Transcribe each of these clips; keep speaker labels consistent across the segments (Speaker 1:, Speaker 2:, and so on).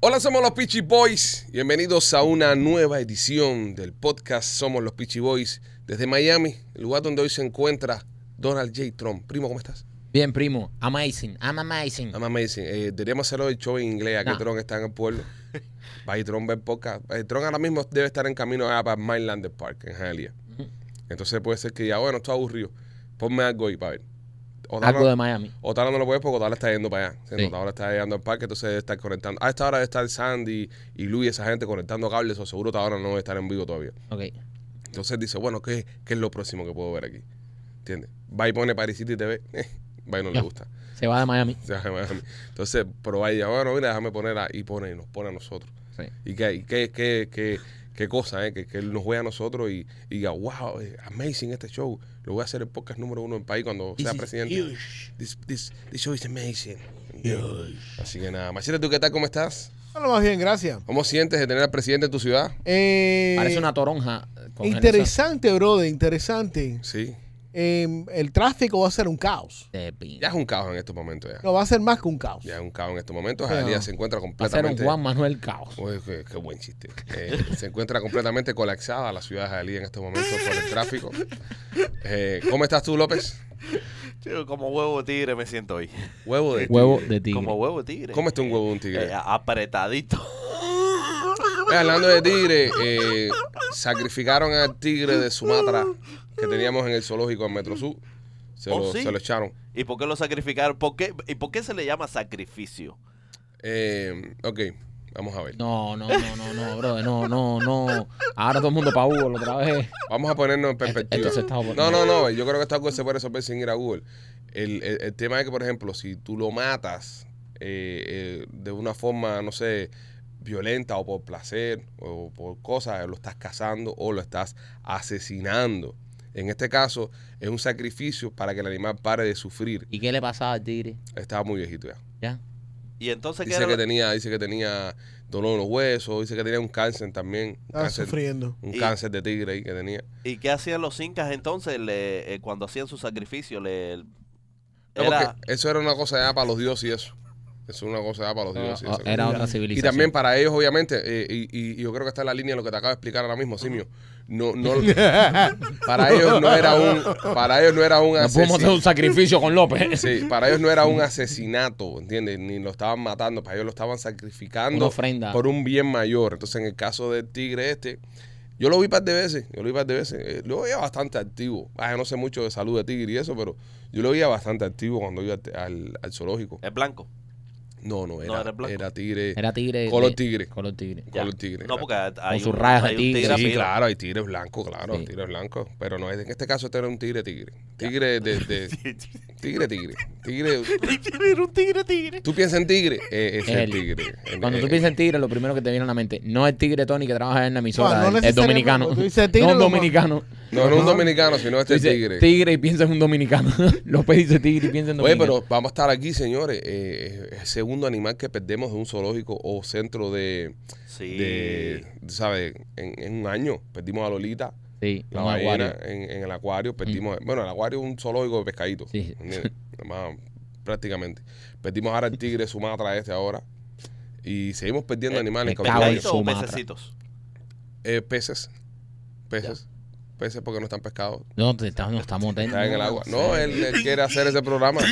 Speaker 1: Hola, somos los Peachy Boys. Bienvenidos a una nueva edición del podcast Somos los Peachy Boys desde Miami, el lugar donde hoy se encuentra Donald J. Trump. Primo, ¿cómo estás?
Speaker 2: Bien, primo. Amazing. I'm amazing.
Speaker 1: I'm amazing. Eh, deberíamos hacerlo el show en inglés, ya que
Speaker 2: No.
Speaker 1: Trump está en el pueblo. Va y Trump ver podcast. Eh, Trump ahora mismo debe estar en camino allá para Mainlander Park, en Hialeah. Entonces puede ser que ya, bueno, estoy aburrido. Ponme algo ahí para ver. O Donald-
Speaker 2: Algo de Miami.
Speaker 1: Otala no lo puede porque Otala está yendo para allá. ¿entiendes?
Speaker 2: Sí.
Speaker 1: Otala está llegando al parque, entonces debe estar conectando. A esta hora debe estar Sandy y Luis, esa gente conectando cables, o seguro Otala no debe estar en vivo todavía.
Speaker 2: Ok.
Speaker 1: Entonces dice, bueno, ¿qué, qué es lo próximo que puedo ver aquí? ¿Entiendes? Va y pone Paris City TV. Va y no le
Speaker 2: Ya.
Speaker 1: gusta.
Speaker 2: Se va de Miami.
Speaker 1: Se va a Miami. Entonces, pero va y ya, bueno, mira, déjame poner a, y pone y nos pone a nosotros.
Speaker 2: Sí.
Speaker 1: Y qué, y qué, qué, qué, qué cosa, ¿eh? Que, que él nos vea a nosotros y, y diga, wow, eh, amazing este show. Lo voy a hacer el podcast número uno del país cuando sea presidente. This, this, this show is amazing. Así que nada, Machete, ¿tú qué tal? ¿Cómo estás?
Speaker 3: Bueno, más bien, gracias.
Speaker 1: ¿Cómo sientes de tener al presidente en tu ciudad?
Speaker 3: Eh,
Speaker 2: Parece una toronja. con
Speaker 3: interesante, brother, interesante.
Speaker 1: Sí.
Speaker 3: Eh, el tráfico va a ser un caos.
Speaker 2: esa- de pin-
Speaker 1: Ya es un caos en estos momentos ya.
Speaker 3: No, va a ser más que un caos.
Speaker 1: Ya es un caos en estos momentos.
Speaker 3: Pero-
Speaker 1: Jalía se encuentra
Speaker 2: Va a ser un
Speaker 1: completamente...
Speaker 2: Juan Manuel Caos.
Speaker 1: Uy, qué, qué buen chiste. Eh, se encuentra completamente colapsada la ciudad de Jalía en estos momentos por el tráfico. Eh, ¿Cómo estás tú, López?
Speaker 4: Chico, como huevo de tigre me siento hoy.
Speaker 1: Huevo de...
Speaker 2: Huevo de tigre.
Speaker 4: Como huevo de tigre.
Speaker 1: ¿Cómo está un huevo de un
Speaker 4: Eh,
Speaker 1: tigre?
Speaker 4: a- apretadito.
Speaker 1: Eh, hablando de tigre, eh, sacrificaron al tigre de Sumatra que teníamos en el zoológico en Metro Sur. Se,
Speaker 4: Oh,
Speaker 1: lo,
Speaker 4: sí.
Speaker 1: se lo echaron.
Speaker 4: ¿Y por qué lo sacrificaron? ¿Por qué, ¿Y por qué se le llama sacrificio?
Speaker 1: Eh, ok, vamos a ver.
Speaker 2: No, no, no, no, no, bro. No, no, no. Ahora todo el mundo para Hugo, otra vez.
Speaker 1: Vamos a ponernos
Speaker 4: Este,
Speaker 1: en
Speaker 2: Esto-
Speaker 1: perspectiva.
Speaker 2: esto se está
Speaker 1: no, no, no. Yo creo que esta cosa se puede resolver pues, sin ir a Google. El, el- el tema es que, por ejemplo, si tú lo matas eh, eh, de una forma, no sé, violenta o por placer o por cosas, lo estás cazando o lo estás asesinando. En este caso, es un sacrificio para que el animal pare de sufrir.
Speaker 2: ¿Y qué le pasaba al tigre?
Speaker 1: Estaba muy viejito ya.
Speaker 2: ¿Ya?
Speaker 4: Y entonces, ¿qué
Speaker 1: Dice
Speaker 4: era
Speaker 1: que
Speaker 4: lo-
Speaker 1: tenía, dice que tenía dolor en los huesos, dice que tenía un cáncer también. Un
Speaker 3: Está
Speaker 1: cáncer,
Speaker 3: sufriendo.
Speaker 1: un
Speaker 4: Y-
Speaker 1: cáncer de tigre ahí que tenía.
Speaker 4: ¿Y qué hacían los incas entonces le- eh, cuando hacían su sacrificio? Le,
Speaker 1: No,
Speaker 4: era,
Speaker 1: porque eso era una cosa ya para los dioses y eso. Eso era una cosa ya para los dioses. y
Speaker 2: Oh,
Speaker 1: eso.
Speaker 2: era otra
Speaker 1: y
Speaker 2: civilización.
Speaker 1: también para ellos, obviamente, eh, y, y- y yo creo que está en la línea de lo que te acabo de explicar ahora mismo, Simio. No, no, para ellos no era un, para ellos no era un
Speaker 2: No podemos hacer
Speaker 1: asesinato.
Speaker 2: un sacrificio con López.
Speaker 1: Sí, para ellos no era un asesinato, ¿entiendes? Ni lo estaban matando, para ellos lo estaban sacrificando
Speaker 2: Una ofrenda.
Speaker 1: por un bien mayor. Entonces, en el caso del tigre este, yo lo vi par de veces, yo lo vi par de veces. Eh, Lo veía bastante activo. Ah, yo no sé mucho de salud de tigre y eso, pero yo lo veía bastante activo cuando iba al, al- al zoológico.
Speaker 4: es blanco.
Speaker 1: No, no,
Speaker 4: No,
Speaker 1: era,
Speaker 4: era blanco.
Speaker 1: era tigre.
Speaker 2: Era tigre.
Speaker 1: Color
Speaker 2: de-
Speaker 1: tigre.
Speaker 2: Color tigre.
Speaker 4: Ya.
Speaker 1: Color tigre,
Speaker 4: No,
Speaker 1: claro.
Speaker 4: porque hay
Speaker 2: sus
Speaker 4: un,
Speaker 2: rajas de
Speaker 4: hay un
Speaker 2: tigre.
Speaker 4: tigre
Speaker 1: Sí,
Speaker 4: afilado.
Speaker 1: claro, hay tigres blancos, claro,
Speaker 2: Sí.
Speaker 1: tigres blancos. Pero no, es- en este caso este era un tigre tigre. Tigre de, de- tigre tigre. Tigre.
Speaker 4: Era un tigre, tigre.
Speaker 1: Tú piensas en tigre, eh, es
Speaker 2: Es
Speaker 1: el
Speaker 2: él.
Speaker 1: tigre. El-
Speaker 2: Cuando tú
Speaker 1: eh,
Speaker 2: piensas en tigre, lo primero que te viene a la mente, no el tigre Tony que trabaja en la
Speaker 3: No,
Speaker 2: emisora,
Speaker 3: no
Speaker 2: el- el,
Speaker 3: necesariamente,
Speaker 2: dominicano.
Speaker 3: cuando tú dices tigre,
Speaker 2: no un
Speaker 3: lo más-
Speaker 2: dominicano.
Speaker 1: No, no un dominicano, sino
Speaker 2: Tú
Speaker 1: este
Speaker 2: dices
Speaker 1: tigre.
Speaker 2: tigre y piensa en un dominicano. López dice tigre y piensa en
Speaker 1: Oye,
Speaker 2: dominicano.
Speaker 1: pero vamos a estar aquí, señores. Eh, es el segundo animal que perdemos de un zoológico o centro de,
Speaker 4: Sí.
Speaker 1: de ¿sabes? En, en un año. Perdimos a Lolita,
Speaker 2: Sí,
Speaker 1: la
Speaker 2: un
Speaker 1: ballena,
Speaker 2: aguario.
Speaker 1: En, en el acuario. Perdimos, bueno, el acuario es un zoológico de pescaditos.
Speaker 2: Sí.
Speaker 1: ¿entiendes? Más, prácticamente. Perdimos ahora el tigre de Sumatra este ahora. Y seguimos perdiendo
Speaker 4: Eh,
Speaker 1: animales.
Speaker 2: me
Speaker 1: cabrón.
Speaker 2: cago en
Speaker 4: ¿Pescadito o
Speaker 2: Sumatra.
Speaker 4: pececitos?
Speaker 1: Eh, peces. Peces. Peces porque no están pescados.
Speaker 2: No, te estamos, no estamos técnicos.
Speaker 1: Está en el agua. No, él, él quiere hacer ese programa.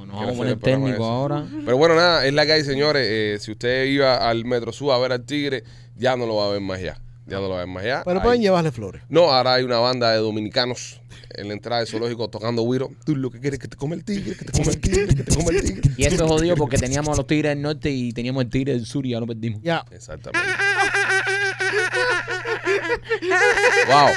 Speaker 2: No, nos
Speaker 1: Quiero
Speaker 2: vamos a
Speaker 1: hacer el
Speaker 2: poner
Speaker 1: programa
Speaker 2: técnico
Speaker 1: ese.
Speaker 2: ahora.
Speaker 1: Pero bueno, nada, es la que hay, señores. Eh, si usted iba al Metro Sur a ver al Tigre, ya no lo va a ver más ya. Ya no lo va a ver más ya.
Speaker 3: Pero
Speaker 1: Ahí-
Speaker 3: pueden llevarle flores.
Speaker 1: No, ahora hay una banda de dominicanos en la entrada del zoológico tocando güiro. Tú lo que quieres es que te come el tigre, que te come el tigre, que te come el tigre.
Speaker 2: Y eso es jodido porque teníamos a los tigres del norte y teníamos el tigre del sur y ya lo perdimos.
Speaker 3: Ya.
Speaker 1: Exactamente. Wow.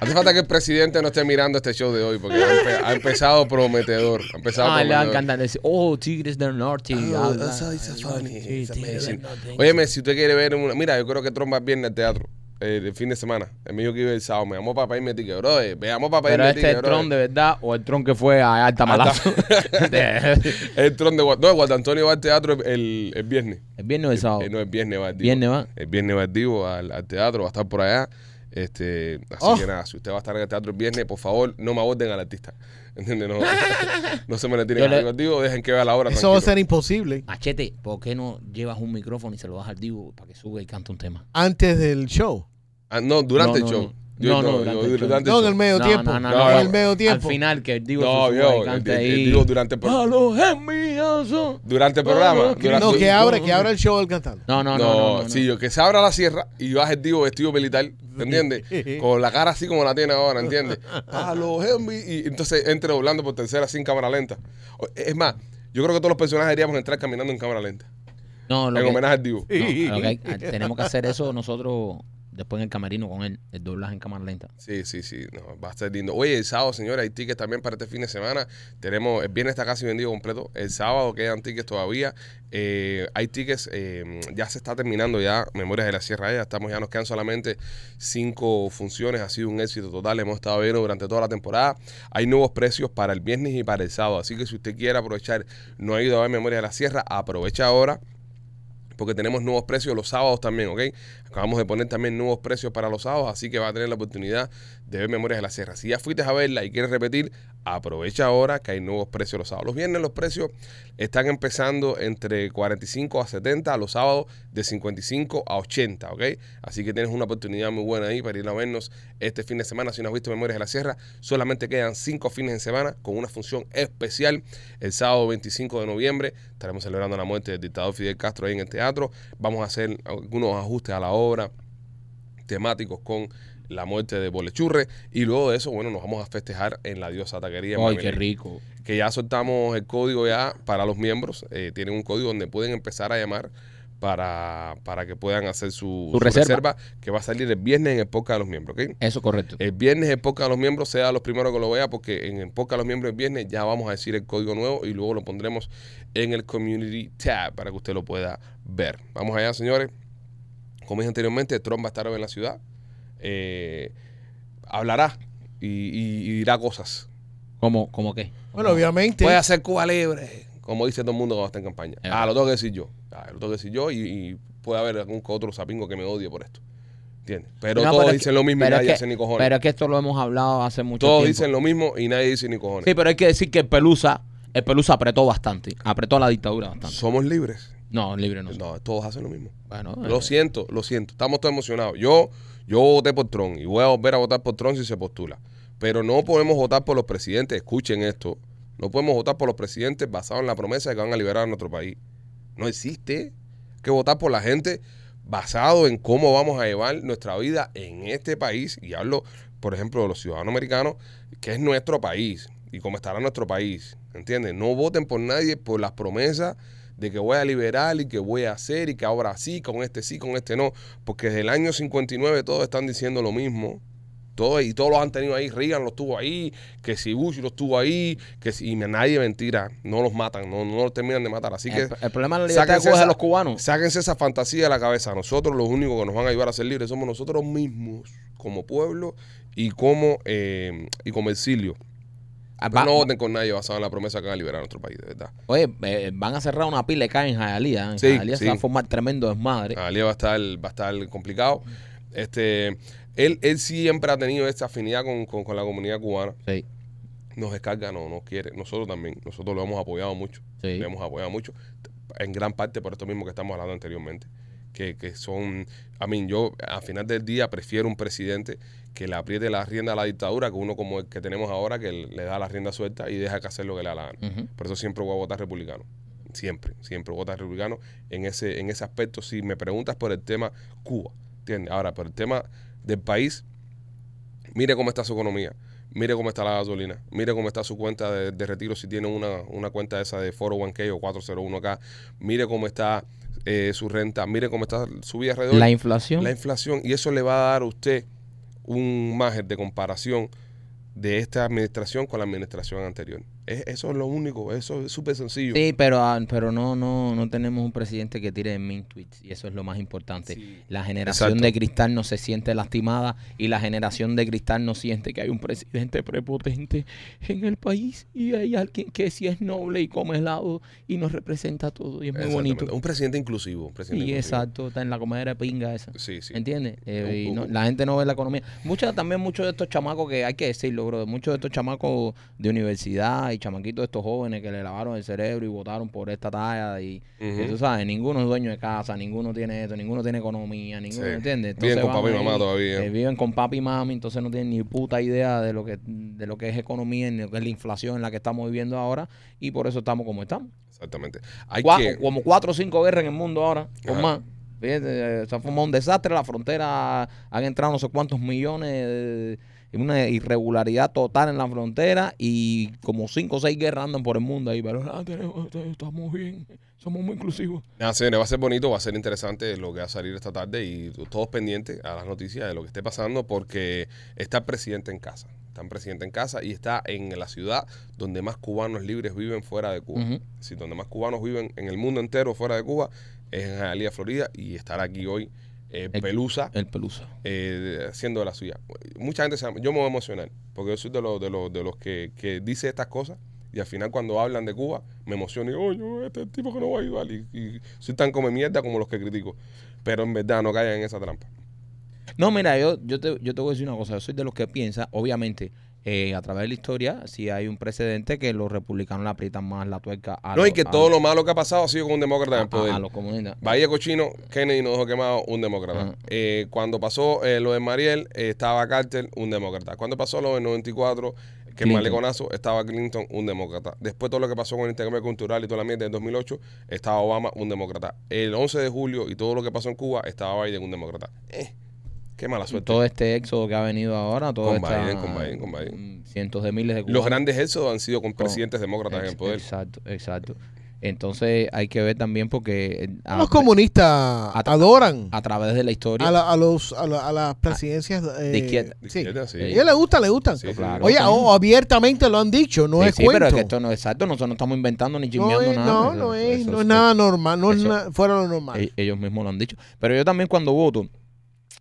Speaker 1: Hace falta que el presidente no esté mirando este show de hoy porque ha, empe- ha empezado prometedor. Ha empezado
Speaker 2: Ah, le va a
Speaker 1: prometedor.
Speaker 2: encantar decir, oh, tigres del norte.
Speaker 1: Oh,
Speaker 2: habla.
Speaker 1: that's how it's funny.
Speaker 2: Sí,
Speaker 1: It's
Speaker 2: tigres del
Speaker 1: amazing.
Speaker 2: norte.
Speaker 1: Óyeme, si usted quiere ver una. Mira, yo creo que Trump va el viernes al teatro. eh, el fin de semana. El mío que iba el sábado. Me llamó para pedirme ticket, bro. eh, Me llamó para
Speaker 2: Pero
Speaker 1: pedirme
Speaker 2: este
Speaker 1: ticket,
Speaker 2: es el
Speaker 1: bro. eh,
Speaker 2: tron de verdad o el tron que fue a alta malazo.
Speaker 1: El tron de Gua- No, Guarda Antonio va al teatro el, el viernes.
Speaker 2: el viernes o el sábado.
Speaker 1: Eh, no, el viernes va al Divo.
Speaker 2: Viernes va.
Speaker 1: El viernes va al Divo al, al teatro, va a estar por allá. Este, así
Speaker 3: Oh.
Speaker 1: que nada, si usted va a estar en el teatro el viernes, por favor, no me aborden al artista. ¿Entiendes? No, no se me le tiren
Speaker 2: Yo le-
Speaker 1: al digo, dejen que vea la hora.
Speaker 3: Eso va a
Speaker 1: tranquilo.
Speaker 3: ser imposible
Speaker 2: Machete, ¿por qué no llevas un micrófono y se lo das al Divo para que suba y cante un tema?
Speaker 3: antes del show.
Speaker 1: Ah, no, durante
Speaker 2: No,
Speaker 1: el
Speaker 2: no,
Speaker 1: show.
Speaker 2: no. No, no, durante el
Speaker 1: el
Speaker 2: show.
Speaker 3: No, en el medio
Speaker 2: No,
Speaker 3: tiempo.
Speaker 2: no, no,
Speaker 1: no,
Speaker 3: en
Speaker 1: no.
Speaker 3: el medio
Speaker 2: Al
Speaker 3: tiempo.
Speaker 2: final que el Divo
Speaker 1: No,
Speaker 2: se suba
Speaker 1: yo,
Speaker 2: y cante
Speaker 1: el- el- el
Speaker 2: ahí.
Speaker 1: Divo durante el pro-
Speaker 2: Palos en mi aso.
Speaker 1: Durante el programa.
Speaker 2: No, no,
Speaker 1: durante-
Speaker 3: No, que
Speaker 2: yo-
Speaker 3: abra, que abra el show al cantante.
Speaker 2: No, no, no.
Speaker 1: No,
Speaker 2: no, no, no.
Speaker 1: sí, yo- que se abra la sierra y baje el tío vestido militar, ¿te ¿entiendes? Con la cara así como la tiene ahora, ¿entiendes? Ah, A los Henry, Y entonces entre doblando por tercera sin cámara lenta. O- Es más, yo creo que todos los personajes deberíamos entrar caminando en cámara lenta.
Speaker 2: No, lo
Speaker 1: en
Speaker 2: que-
Speaker 1: homenaje al Divo.
Speaker 2: no, lo que hay- ah, tenemos que hacer eso nosotros después en el camerino con él, el doblaje en cámara lenta.
Speaker 1: Sí, sí, sí, no, va a estar lindo. Oye, el sábado, señores, hay tickets también para este fin de semana. Tenemos, eh, el viernes está casi vendido completo. El sábado quedan tickets todavía. Eh, hay tickets, eh, ya se está terminando ya Memorias de la Sierra, ya estamos, ya nos quedan solamente cinco funciones. Ha sido un éxito total, hemos estado viendo durante toda la temporada. Hay nuevos precios para el viernes y para el sábado. Así que si usted quiere aprovechar, no ha ido a ver Memorias de la Sierra, aprovecha ahora porque tenemos nuevos precios los sábados también, ¿ok? Acabamos de poner también nuevos precios para los sábados, así que va a tener la oportunidad de ver Memorias de la Sierra. Si ya fuiste a verla y quieres repetir, aprovecha ahora que hay nuevos precios los sábados. Los viernes los precios están empezando entre 45 a 70, los sábados de 55 a 80, ¿ok? Así que tienes una oportunidad muy buena ahí para ir a vernos este fin de semana. Si no has visto Memorias de la Sierra, solamente quedan cinco fines de semana con una función especial. El sábado 25 de noviembre estaremos celebrando la muerte del dictador Fidel Castro ahí en el teatro. Vamos a hacer algunos ajustes a la obra temáticos con la muerte de Bolechurre y luego de eso, bueno, nos vamos a festejar en la diosa taquería. en
Speaker 2: Ay, qué
Speaker 1: Mameley
Speaker 2: rico.
Speaker 1: que ya soltamos el código ya para los miembros. Eh, tienen un código donde pueden empezar a llamar para, para que puedan hacer su,
Speaker 2: Su reserva.
Speaker 1: que va a salir el viernes en el podcast de los miembros, ¿ok?
Speaker 2: Eso correcto.
Speaker 1: El viernes el podcast de los miembros sea los primeros que lo vea porque en el podcast de los miembros el viernes ya vamos a decir el código nuevo y luego lo pondremos en el Community Tab para que usted lo pueda ver. Vamos allá, señores. Como dije anteriormente, Trump va a estar hoy en la ciudad. Eh, hablará y- y- y dirá cosas.
Speaker 2: ¿Cómo, cómo qué?
Speaker 3: Bueno, obviamente.
Speaker 1: Puede hacer Cuba libre. Como dice todo el mundo cuando está en campaña.
Speaker 2: Es
Speaker 1: Ah,
Speaker 2: verdad.
Speaker 1: lo tengo que decir yo. Ah, lo tengo que decir yo y, y puede haber algún que otro sapingo que me odie por esto. ¿Entiendes? Pero
Speaker 2: No,
Speaker 1: todos
Speaker 2: pero es
Speaker 1: dicen
Speaker 2: que-
Speaker 1: lo mismo y
Speaker 2: pero es
Speaker 1: nadie
Speaker 2: que-
Speaker 1: hace ni cojones.
Speaker 2: Pero es que esto lo hemos hablado hace mucho
Speaker 1: todos
Speaker 2: tiempo.
Speaker 1: dicen lo mismo y nadie dice ni cojones.
Speaker 2: Sí, pero hay que decir que el Pelusa, el Pelusa apretó bastante. Apretó a la dictadura bastante.
Speaker 1: Somos libres.
Speaker 2: No, libre no.
Speaker 1: No, todos hacen lo mismo.
Speaker 2: Bueno,
Speaker 1: Lo
Speaker 2: eh,
Speaker 1: siento, lo siento. Estamos todos emocionados. Yo, yo voté por Trump y voy a volver a votar por Trump si se postula. Pero no podemos votar por los presidentes. Escuchen esto. No podemos votar por los presidentes basados en la promesa de que van a liberar a nuestro país. No existe. Hay que votar por la gente basado en cómo vamos a llevar nuestra vida en este país. Y hablo, por ejemplo, de los ciudadanos americanos, que es nuestro país y cómo estará nuestro país. ¿Entiendes? No voten por nadie por las promesas de que voy a liberar y que voy a hacer y que ahora sí, con este sí, con este no. Porque desde el año 59 todos están diciendo lo mismo. Todos, y todos los han tenido ahí, Reagan los tuvo ahí, que si Bush los tuvo ahí, que si y nadie mentira, no los matan, no, no los terminan de matar. Así que
Speaker 2: el, el problema de la libertad de
Speaker 1: sáquense
Speaker 2: Cuba es de
Speaker 1: esa-
Speaker 2: los cubanos.
Speaker 1: Sáquense esa fantasía de la cabeza. Nosotros los únicos que nos van a ayudar a ser libres somos nosotros mismos, como pueblo y como, eh, y como exilio. Pero
Speaker 2: Ah, Va-
Speaker 1: no voten con nadie basado en la promesa que van a liberar a nuestro país, de verdad.
Speaker 2: Oye, eh, van a cerrar una pila de caen en Jayalía. En
Speaker 1: Sí,
Speaker 2: Hialeah
Speaker 1: sí. Ah.
Speaker 2: se va a formar tremendo desmadre.
Speaker 1: Alía va a estar, va a estar complicado. Este, él, él siempre ha tenido esta afinidad con, con- con la comunidad cubana.
Speaker 2: Sí,
Speaker 1: Nos descarga, no, nos quiere. Nosotros también. Nosotros lo hemos apoyado mucho.
Speaker 2: sí.
Speaker 1: le hemos apoyado mucho, en gran parte por esto mismo que estamos hablando anteriormente, que, que son, a mí, yo al final del día prefiero un presidente que le apriete la rienda a la dictadura que uno como el que tenemos ahora, que le da la rienda suelta y deja que hacer lo que le da la gana.
Speaker 2: Ujú.
Speaker 1: Por eso siempre voy a votar republicano. Siempre, siempre voy a votar republicano. En ese, en ese aspecto, si me preguntas por el tema Cuba, ¿entiendes? Ahora, por el tema del país, mire cómo está su economía, mire cómo está la gasolina, mire cómo está su cuenta de, de retiro si tiene una, una cuenta esa de 401k o 401k, mire cómo está eh, su renta, mire cómo está su vida alrededor.
Speaker 2: La inflación.
Speaker 1: La inflación. Y eso le va a dar a usted un margen de comparación de esta administración con la administración anterior. Es- eso es lo único, eso es súper sencillo.
Speaker 2: Sí, pero, ah, pero no, no, no tenemos un presidente que tire min tweets y eso es lo más importante.
Speaker 1: Sí.
Speaker 2: La generación
Speaker 1: Exacto.
Speaker 2: de cristal no se siente lastimada y la generación de cristal no siente que hay un presidente prepotente en el país y hay alguien que sí es noble y come helado y nos representa todo y es muy
Speaker 1: Exactamente.
Speaker 2: bonito.
Speaker 1: Un presidente inclusivo. un presidente
Speaker 2: Y
Speaker 1: inclusivo.
Speaker 2: exacto, está en la comedera de pinga esa.
Speaker 1: Sí, sí.
Speaker 2: ¿Entiendes? Eh,
Speaker 1: Un
Speaker 2: y no-
Speaker 1: poco.
Speaker 2: la gente no ve la economía. Mucha, también muchos de estos chamacos que hay que decirlo, bro. Muchos de estos chamacos de universidad y chamaquitos de estos jóvenes que le lavaron el cerebro y votaron por esta talla. Y,
Speaker 1: Ujú.
Speaker 2: y tú sabes, ninguno es dueño de casa, ninguno tiene esto, ninguno tiene economía, ninguno,
Speaker 1: Sí.
Speaker 2: ¿entiendes?
Speaker 1: Viven con
Speaker 2: van
Speaker 1: papi y
Speaker 2: ahí,
Speaker 1: mamá todavía.
Speaker 2: eh, viven con papi y mami, entonces no tienen ni puta idea de lo que de lo que es economía, ni lo que es la inflación en la que estamos viviendo ahora y por eso estamos como estamos.
Speaker 1: Exactamente. Hay
Speaker 2: Cua-
Speaker 1: que.
Speaker 2: como cuatro o cinco guerras en el mundo ahora, o
Speaker 1: Ajá.
Speaker 2: más. Fíjate, eh, se ha formado un desastre, la frontera han entrado no sé cuántos millones, eh, una irregularidad total en la frontera y como cinco o seis guerras andan por el mundo ahí, pero ah, tenemos- te- estamos bien, somos muy inclusivos.
Speaker 1: Nada, señores, va a ser bonito, va a ser interesante lo que va a salir esta tarde y todos pendientes a las noticias de lo que esté pasando porque está el presidente en casa. Está el presidente en casa y está en la ciudad donde más cubanos libres viven fuera de Cuba.
Speaker 2: Ujú.
Speaker 1: Es decir, donde más cubanos viven en el mundo entero fuera de Cuba es en Jalía, Florida y estará aquí hoy eh,
Speaker 2: El-
Speaker 1: Pelusa
Speaker 2: El pelusa.
Speaker 1: eh, haciendo de la suya. Mucha gente se ama- Yo me voy a emocionar, porque yo soy de los, de los, de los que, que dice estas cosas y al final cuando hablan de Cuba me emociono y digo, "Oye, este es el tipo que no va a ayudar y, y soy tan come mierda como los que critico. Pero en verdad no caigan en esa trampa.
Speaker 2: No, mira, yo, yo, te, yo te voy a decir una cosa. Yo soy de los que piensa, obviamente, eh, a través de la historia, si hay un precedente que los republicanos le aprietan más la tuerca a
Speaker 1: no,
Speaker 2: los,
Speaker 1: y que
Speaker 2: a
Speaker 1: todo
Speaker 2: los-
Speaker 1: lo malo que ha pasado ha sido con un demócrata en
Speaker 2: a-
Speaker 1: el poder.
Speaker 2: a- a los comunistas.
Speaker 1: Bahía Cochino, Kennedy nos dejó quemado un demócrata.
Speaker 2: Ajá.
Speaker 1: Eh, cuando pasó eh, lo de Mariel, eh, estaba Carter, un demócrata. Cuando pasó lo de 94, que el
Speaker 2: Clinton.
Speaker 1: maleconazo, estaba Clinton, un demócrata. Después todo lo que pasó con el intercambio cultural y toda la mierda en 2008, estaba Obama, un demócrata. El 11 de julio y todo lo que pasó en Cuba, estaba Biden, un demócrata. Eh, qué mala suerte.
Speaker 2: todo este éxodo que ha venido ahora, todo
Speaker 1: Con
Speaker 2: esta-
Speaker 1: Biden, con Biden, con Biden.
Speaker 2: mm, cientos de miles de
Speaker 1: Los
Speaker 2: cubanos.
Speaker 1: grandes éxodos han sido con
Speaker 2: Con-
Speaker 1: presidentes demócratas en
Speaker 2: Ex-
Speaker 1: el poder.
Speaker 2: Exacto, exacto. Entonces hay que ver también porque eh, a,
Speaker 3: Los comunistas adoran
Speaker 2: a través de la historia
Speaker 3: a, la- a los, a, la- a las presidencias eh,
Speaker 2: de izquierda.
Speaker 1: De
Speaker 3: Sí.
Speaker 1: izquierda, sí.
Speaker 3: A ellos les gusta, les gustan.
Speaker 1: Sí, sí,
Speaker 2: Claro.
Speaker 3: Oye,
Speaker 2: también.
Speaker 3: o- abiertamente lo han dicho, no
Speaker 2: Sí,
Speaker 3: es
Speaker 2: sí,
Speaker 3: cuento.
Speaker 2: pero es que esto no es exacto, nosotros no estamos inventando ni
Speaker 3: no
Speaker 2: chismeando
Speaker 3: es,
Speaker 2: nada.
Speaker 3: no,
Speaker 2: Eso-
Speaker 3: no es,
Speaker 2: eso-
Speaker 3: no es nada normal, no es
Speaker 2: eso-
Speaker 3: nada- fuera lo normal.
Speaker 2: E- Ellos mismos lo han dicho. Pero yo también cuando voto,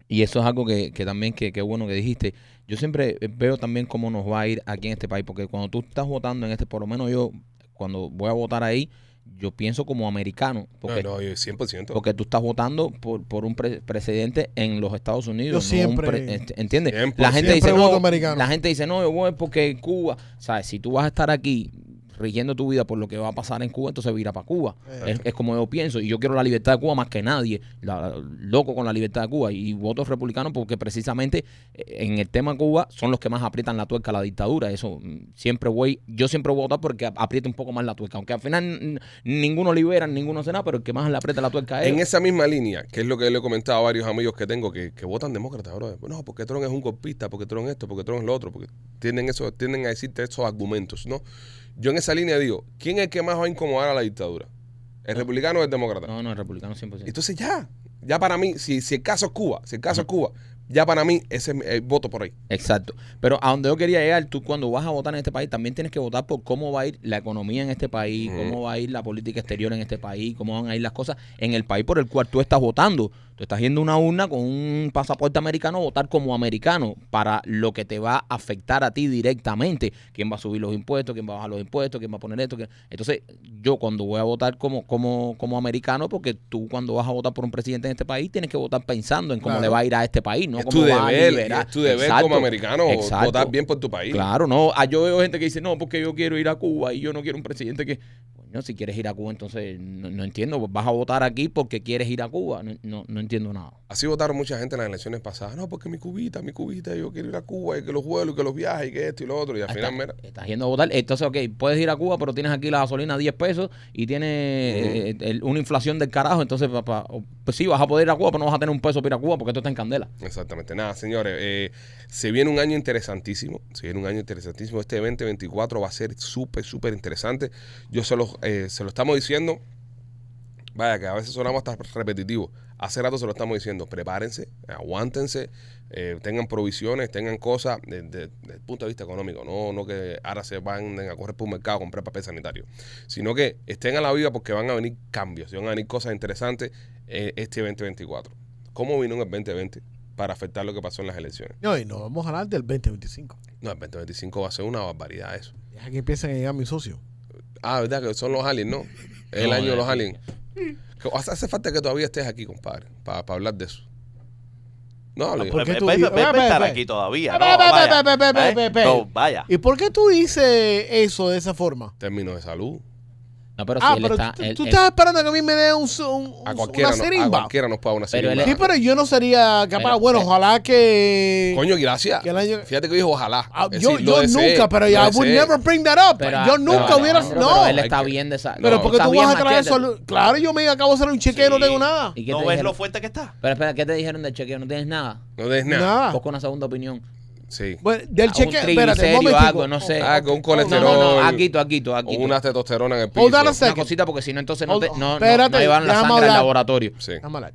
Speaker 2: y eso es algo que, que también, que, que bueno que dijiste, yo siempre eh, veo también cómo nos va a ir aquí en este país, porque cuando tú estás votando en este, por lo menos yo, cuando voy a votar ahí, yo pienso como americano, porque,
Speaker 1: no, no, yo 100%.
Speaker 2: porque tú estás votando por, por un pre- precedente en los Estados Unidos.
Speaker 3: Yo
Speaker 2: no
Speaker 3: siempre-
Speaker 2: un pre- ent- ¿Entiendes?
Speaker 1: Siempre,
Speaker 2: la gente
Speaker 3: siempre
Speaker 2: dice,
Speaker 3: voto
Speaker 2: no,
Speaker 3: americano".
Speaker 2: la gente dice, no, yo voy porque Cuba, ¿sabes? Si tú vas a estar aquí rigiendo tu vida por lo que va a pasar en Cuba, entonces vira para Cuba.
Speaker 3: Eh,
Speaker 2: Es, es como yo pienso, y yo quiero la libertad de Cuba más que nadie, la- loco con la libertad de Cuba, y votos republicanos porque precisamente eh, en el tema Cuba son los que más aprietan la tuerca a la dictadura, eso mm, siempre voy, yo siempre voy a votar porque aprieta un poco más la tuerca, aunque al final mm, ninguno libera, ninguno hace nada, pero el que más le aprieta la tuerca es...
Speaker 1: En esa misma línea, que es lo que le he comentado a varios amigos que tengo que, que votan demócratas, bro. No, porque Trump es un golpista, porque Trump esto, porque Trump es lo otro, porque tienden, eso, tienden a decirte esos argumentos, ¿no? Yo en esa línea digo, ¿quién es el que más va a incomodar a la dictadura? ¿El republicano o el demócrata?
Speaker 2: No, no, el republicano 100%.
Speaker 1: Entonces ya, ya para mí, si, si el caso es Cuba, si el caso es Cuba, ya para mí ese es el voto por ahí.
Speaker 2: Exacto. Pero a donde yo quería llegar, tú cuando vas a votar en este país, también tienes que votar por cómo va a ir la economía en este país,
Speaker 1: Ujú.
Speaker 2: cómo va a ir la política exterior en este país, cómo van a ir las cosas en el país por el cual tú estás votando. Tú estás yendo a una urna con un pasaporte americano a votar como americano para lo que te va a afectar a ti directamente. ¿Quién va a subir los impuestos? ¿Quién va a bajar los impuestos? ¿Quién va a poner esto? ¿Quién- Entonces, yo cuando voy a votar como, como, como americano, porque tú cuando vas a votar por un presidente en este país, tienes que votar pensando en cómo
Speaker 3: Claro.
Speaker 2: le va a ir a este país, no
Speaker 1: es,
Speaker 2: cómo
Speaker 1: tu
Speaker 2: va a
Speaker 1: deber,
Speaker 2: liberar.
Speaker 1: es tu deber
Speaker 2: Exacto.
Speaker 1: como americano
Speaker 2: Exacto.
Speaker 1: votar bien por tu país.
Speaker 2: Claro, no. ah, Yo veo gente que dice, no, porque yo quiero ir a Cuba y yo no quiero un presidente que. Coño, si quieres ir a Cuba, entonces no, no entiendo. Vas a votar aquí porque quieres ir a Cuba. No, no, no entiendo nada.
Speaker 1: Así votaron mucha gente en las elecciones pasadas. No, porque mi cubita, mi cubita, yo quiero ir a Cuba y que los vuelos y que los viajes y que esto y lo otro. Y al
Speaker 2: Ah,
Speaker 1: final,
Speaker 2: está-
Speaker 1: mira,
Speaker 2: Estás yendo a votar. Entonces, ok, puedes ir a Cuba, pero tienes aquí la gasolina a 10 pesos y tienes eh, el- una inflación del carajo. Entonces, papá, o- pues sí, vas a poder ir a Cuba, pero no vas a tener un peso para ir a Cuba porque esto está en candela.
Speaker 1: Exactamente. Nada, señores, eh, se viene un año interesantísimo. Se viene un año interesantísimo. Este 2024 va a ser súper, súper interesante. Yo se los, eh, se lo estamos diciendo. Vaya, que a veces sonamos hasta repetitivos. Hace rato se lo estamos diciendo. Prepárense, aguántense, eh, tengan provisiones, tengan cosas de- de- desde el punto de vista económico. No, no que ahora se van a correr por un mercado a comprar papel sanitario. Sino que estén a la viva porque van a venir cambios, y van a venir cosas interesantes eh, este 2024. ¿Cómo vino en el 2020 para afectar lo que pasó en las elecciones?
Speaker 3: No, y no, vamos a hablar del 2025.
Speaker 1: No, el 2025 va a ser una barbaridad eso.
Speaker 3: Deja que empiecen a llegar mis socios.
Speaker 1: Ah, verdad que son los aliens, ¿no? Es el
Speaker 2: No,
Speaker 1: año de los
Speaker 2: eh.
Speaker 1: aliens. Que Hace, hace falta que todavía estés aquí, compadre, para hablar de eso. No,
Speaker 2: Ah,
Speaker 1: lo
Speaker 3: ¿por
Speaker 1: digo.
Speaker 3: qué
Speaker 4: Pepe,
Speaker 3: tú
Speaker 4: Pepe,
Speaker 3: dices-
Speaker 4: Pepe
Speaker 3: Pepe,
Speaker 4: estar
Speaker 3: Pepe.
Speaker 4: aquí todavía.
Speaker 3: Pepe,
Speaker 4: No,
Speaker 3: Pepe,
Speaker 4: vaya.
Speaker 3: Pepe, Pepe,
Speaker 4: ¿Eh?
Speaker 3: Pepe.
Speaker 4: No, vaya.
Speaker 3: ¿Y por qué tú dices eso de esa forma?
Speaker 1: términos de salud.
Speaker 2: No, pero
Speaker 3: ah,
Speaker 2: si él
Speaker 3: pero
Speaker 2: está.
Speaker 3: tú,
Speaker 2: él-
Speaker 3: tú
Speaker 2: él-
Speaker 3: estás esperando que a mí me dé un, un-
Speaker 1: A
Speaker 3: un-
Speaker 1: cualquiera,
Speaker 3: una
Speaker 1: nos, a
Speaker 3: serimba.
Speaker 1: cualquiera nos paga una
Speaker 2: Pero
Speaker 1: serimba.
Speaker 2: él
Speaker 3: Sí, pero yo no sería capaz.
Speaker 2: Pero-
Speaker 3: bueno,
Speaker 2: pero-
Speaker 3: ojalá que...
Speaker 1: Coño, gracias.
Speaker 3: Que el año-
Speaker 1: Fíjate que dijo ojalá.
Speaker 3: Ah,
Speaker 1: Es
Speaker 3: yo
Speaker 1: decir, lo
Speaker 3: yo
Speaker 1: deseé,
Speaker 3: nunca, pero
Speaker 1: lo
Speaker 3: ya I would
Speaker 1: deseé.
Speaker 3: never bring that up.
Speaker 2: pero-
Speaker 3: yo nunca
Speaker 2: pero,
Speaker 3: hubiera...
Speaker 2: Alejandro,
Speaker 3: no,
Speaker 2: Pero
Speaker 3: pero,
Speaker 2: él está
Speaker 1: Hay que-
Speaker 2: bien de esa.
Speaker 1: no,
Speaker 3: porque
Speaker 2: está
Speaker 3: tú
Speaker 2: bien
Speaker 3: vas a traer
Speaker 2: machete.
Speaker 3: eso... Claro, yo me acabo de hacer un chequeo y no
Speaker 4: Sí.
Speaker 3: tengo nada.
Speaker 2: ¿Y qué te
Speaker 4: No ves
Speaker 2: dijeron?
Speaker 4: lo fuerte que está.
Speaker 2: Pero espera, ¿qué te dijeron del chequeo? ¿No tienes nada?
Speaker 1: No des nada.
Speaker 3: Nada.
Speaker 2: Busca una segunda opinión.
Speaker 1: Sí.
Speaker 3: Bueno,
Speaker 2: Ah,
Speaker 3: del
Speaker 2: un
Speaker 3: chequeo... Espérate,
Speaker 2: triglicérido,
Speaker 3: un momentico.
Speaker 2: algo, no
Speaker 3: Eh,
Speaker 2: sé.
Speaker 1: Ah, con un
Speaker 2: No,
Speaker 1: colesterol.
Speaker 2: no, no, aquí, tú, aquí, tú, aquí.
Speaker 1: o
Speaker 2: tú.
Speaker 1: una testosterona en el piso.
Speaker 3: Hold on a
Speaker 2: Una
Speaker 3: second.
Speaker 2: cosita porque si no, entonces no,
Speaker 3: Hold
Speaker 2: te,
Speaker 3: on.
Speaker 2: no, no-
Speaker 3: Espérate,
Speaker 2: no llevaron la
Speaker 3: déjame
Speaker 2: sangre al
Speaker 3: hablar.
Speaker 2: laboratorio.
Speaker 1: Sí.
Speaker 3: Déjame hablar.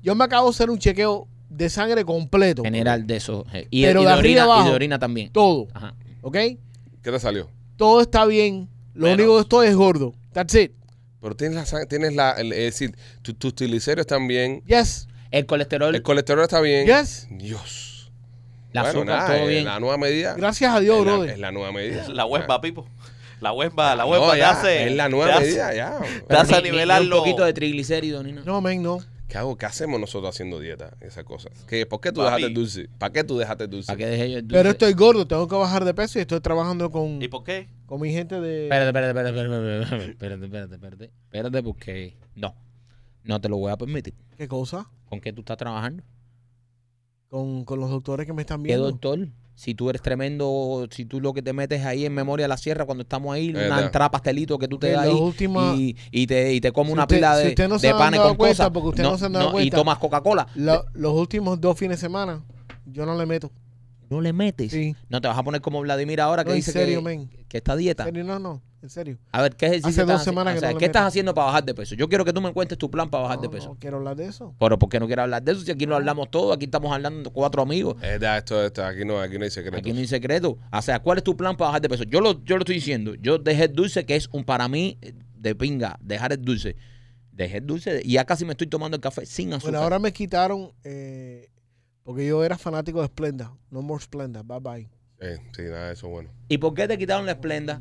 Speaker 3: Yo me acabo de hacer un chequeo de sangre completo.
Speaker 2: General de eso. eh, Y,
Speaker 3: Pero
Speaker 2: y
Speaker 3: de
Speaker 2: de
Speaker 3: arriba
Speaker 2: orina, y
Speaker 3: abajo.
Speaker 2: de orina también.
Speaker 3: Todo,
Speaker 2: Ajá.
Speaker 3: ¿ok?
Speaker 1: ¿Qué te salió?
Speaker 3: Todo está bien. Lo
Speaker 4: Menos.
Speaker 3: único que estoy es gordo. That's it.
Speaker 1: Pero tienes la sang- tienes la, el- es decir, tu- tus triglicéridos están bien,
Speaker 3: Yes.
Speaker 2: El colesterol,
Speaker 1: el colesterol está bien.
Speaker 3: Yes.
Speaker 1: Dios.
Speaker 2: la
Speaker 1: Bueno,
Speaker 2: azúcar,
Speaker 1: nada,
Speaker 2: todo
Speaker 1: es
Speaker 2: bien.
Speaker 1: La nueva medida.
Speaker 3: Gracias a Dios,
Speaker 1: es la,
Speaker 3: brother.
Speaker 1: es la nueva medida. Ah.
Speaker 4: La web va, Pipo. La web va, la web
Speaker 1: No,
Speaker 4: va. te
Speaker 1: ya,
Speaker 4: hace-
Speaker 1: es la
Speaker 4: te
Speaker 1: nueva
Speaker 4: hace-
Speaker 1: medida, ya.
Speaker 4: te hace
Speaker 2: Ni- ni- ni un
Speaker 4: nivelarlo.
Speaker 2: poquito de triglicéridos ni nada.
Speaker 3: No, men, no.
Speaker 1: ¿Qué hago? ¿Qué hacemos nosotros haciendo dieta? Esas cosas. ¿Qué, ¿Por qué tú
Speaker 4: Papi.
Speaker 1: dejaste el dulce? ¿Para qué tú dejaste el dulce?
Speaker 2: ¿Para qué dejé yo el dulce?
Speaker 3: Pero estoy gordo, tengo que bajar de peso y estoy trabajando con,
Speaker 4: ¿Y por qué?
Speaker 3: con mi gente de...
Speaker 2: Espérate, espérate, espérate, espérate, espérate, espérate, espérate, espérate, espérate, porque no, no te lo voy a permitir.
Speaker 3: ¿Qué cosa?
Speaker 2: ¿Con qué tú estás trabajando?
Speaker 3: Con, con los doctores que me están
Speaker 2: ¿Qué
Speaker 3: viendo.
Speaker 2: doctor? Si tú eres tremendo, si tú lo que te metes ahí en memoria de la sierra cuando estamos ahí,
Speaker 1: Verdad.
Speaker 2: una entrada pastelito que tú te
Speaker 3: Que
Speaker 2: das
Speaker 3: la
Speaker 2: ahí
Speaker 3: última-
Speaker 2: y, y te, y te come
Speaker 3: Si
Speaker 2: una
Speaker 3: usted-
Speaker 2: pila
Speaker 3: si
Speaker 2: de,
Speaker 3: usted no se
Speaker 2: de
Speaker 3: han
Speaker 2: panes
Speaker 3: dado
Speaker 2: con
Speaker 3: cuenta,
Speaker 2: cosas
Speaker 3: porque usted no se han dado
Speaker 2: y
Speaker 3: cuenta.
Speaker 2: tomas Coca-Cola,
Speaker 3: La- los últimos dos fines de semana, yo no le meto.
Speaker 2: no le metes.
Speaker 3: Sí.
Speaker 2: No te vas a poner como Vladimir ahora que
Speaker 3: No, en
Speaker 2: dice
Speaker 3: serio,
Speaker 2: que,
Speaker 3: men.
Speaker 2: que esta dieta.
Speaker 3: En serio, no, no. En serio.
Speaker 2: A ver, ¿qué ejercicio
Speaker 3: Hace dos
Speaker 2: estás haciendo?
Speaker 3: semanas que
Speaker 2: O sea,
Speaker 3: no le
Speaker 2: ¿Qué estás
Speaker 3: meto.
Speaker 2: haciendo para bajar de peso? Yo quiero que tú me cuentes tu plan para bajar
Speaker 3: No,
Speaker 2: de
Speaker 3: no,
Speaker 2: peso.
Speaker 3: quiero hablar de eso.
Speaker 2: Pero ¿por qué no quiero hablar de eso? Si aquí lo hablamos todo, aquí estamos hablando cuatro amigos.
Speaker 1: Es verdad, Eh, esto, esto, aquí no, aquí no hay secretos.
Speaker 2: Aquí no hay secreto. O sea, ¿cuál es tu plan para bajar de peso? Yo lo, yo lo estoy diciendo. Yo dejé el dulce, que es un para mí eh, de pinga, dejar el dulce. Dejé el dulce y ya casi me estoy tomando el café sin azúcar.
Speaker 3: Bueno, ahora me quitaron, eh, porque yo era fanático de Splenda. No more Splenda. Bye bye.
Speaker 1: Eh, sí, nada, eso es bueno.
Speaker 2: ¿Y por qué te quitaron la esplenda?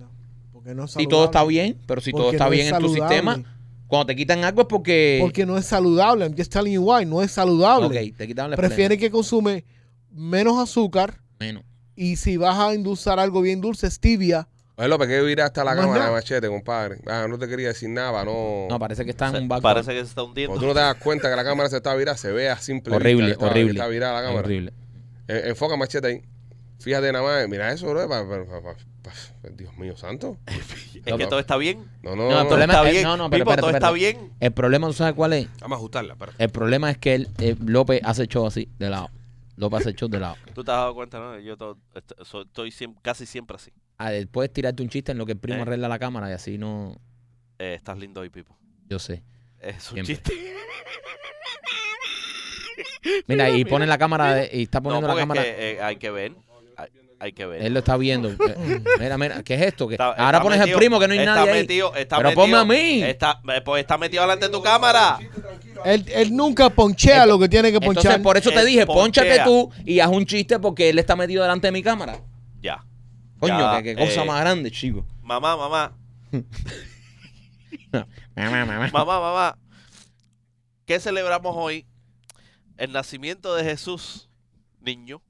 Speaker 3: Porque no es
Speaker 2: Si todo está
Speaker 3: saludable.
Speaker 2: bien, pero si todo
Speaker 3: Porque
Speaker 2: está
Speaker 3: no es
Speaker 2: bien en tu
Speaker 3: saludable.
Speaker 2: sistema, cuando te quitan algo es porque...
Speaker 3: Porque no es saludable. I'm just telling you why. No es saludable.
Speaker 2: Ok, te quitaron la esplenda.
Speaker 3: Prefieren que consume menos azúcar
Speaker 2: Menos.
Speaker 3: y si vas a indulzar algo bien dulce, stevia.
Speaker 1: Oye, López, que ir hasta la
Speaker 3: Más
Speaker 1: cámara,
Speaker 3: nada.
Speaker 1: machete, compadre. Ah, no te quería decir nada, pa' no.
Speaker 2: No, parece que está en
Speaker 4: Se-
Speaker 2: un barco.
Speaker 4: parece que se está
Speaker 1: Cuando tú no
Speaker 4: hundiendo.
Speaker 1: te das cuenta que la cámara se está virada, se ve a simple vista
Speaker 2: Horrible,
Speaker 1: que está-
Speaker 2: horrible.
Speaker 1: que Está virada la cámara.
Speaker 2: horrible.
Speaker 1: Eh, enfoca machete ahí. Fíjate nada más. Mira eso, bro. pa- pa- pa- pa- pa- Dios mío, santo.
Speaker 4: Es que todo está bien.
Speaker 1: No, no,
Speaker 2: No,
Speaker 1: no.
Speaker 2: el problema-
Speaker 4: está
Speaker 2: eh,
Speaker 4: bien.
Speaker 2: no, no, pero
Speaker 4: Pipo,
Speaker 2: espérate,
Speaker 4: todo está
Speaker 2: espérate.
Speaker 4: bien.
Speaker 2: El problema, ¿tú sabes cuál es?
Speaker 1: Vamos a ajustarla, espérate.
Speaker 2: El problema es que él, eh, López hace el show así, de lado. López hace el show de lado.
Speaker 4: Tú te has dado cuenta, ¿no? Yo to- est- so- estoy siem- casi siempre así.
Speaker 2: Ah, eh, puedes tirarte un chiste en lo que el primo
Speaker 4: Eh.
Speaker 2: arregla la cámara y así no.
Speaker 4: Eh, estás lindo hoy, Pipo.
Speaker 2: Yo sé.
Speaker 4: Es un
Speaker 2: Siempre.
Speaker 4: chiste.
Speaker 2: Mira, y pone la cámara de- y está
Speaker 4: No,
Speaker 2: poniendo la
Speaker 4: porque es
Speaker 2: cámara.
Speaker 4: que, eh, hay que ver. Hay, hay que ver.
Speaker 2: Él lo está viendo. Eh, Mira, mira, ¿qué es esto? ¿Qué-
Speaker 4: Está-
Speaker 2: Ahora
Speaker 4: está
Speaker 2: pones
Speaker 4: metido-
Speaker 2: el primo que no hay
Speaker 4: está
Speaker 2: nadie ahí.
Speaker 4: metido- está
Speaker 2: Pero
Speaker 4: metido-
Speaker 2: ponme a mí.
Speaker 4: Está, eh, pues está metido delante de tu cámara.
Speaker 3: Él, él nunca ponchea lo que tiene que
Speaker 2: Entonces,
Speaker 3: ponchar.
Speaker 2: por eso te
Speaker 4: Él
Speaker 2: dije,
Speaker 4: ponchea.
Speaker 2: ponchate tú y haz un chiste porque él está metido delante de mi cámara.
Speaker 4: Ya.
Speaker 2: Coño,
Speaker 4: Ya,
Speaker 2: que- qué, cosa
Speaker 4: eh,
Speaker 2: más grande, chico.
Speaker 4: Mamá, mamá,
Speaker 2: Mamá, mamá.
Speaker 4: mamá, mamá. ¿Qué celebramos hoy? El nacimiento de Jesús, niño.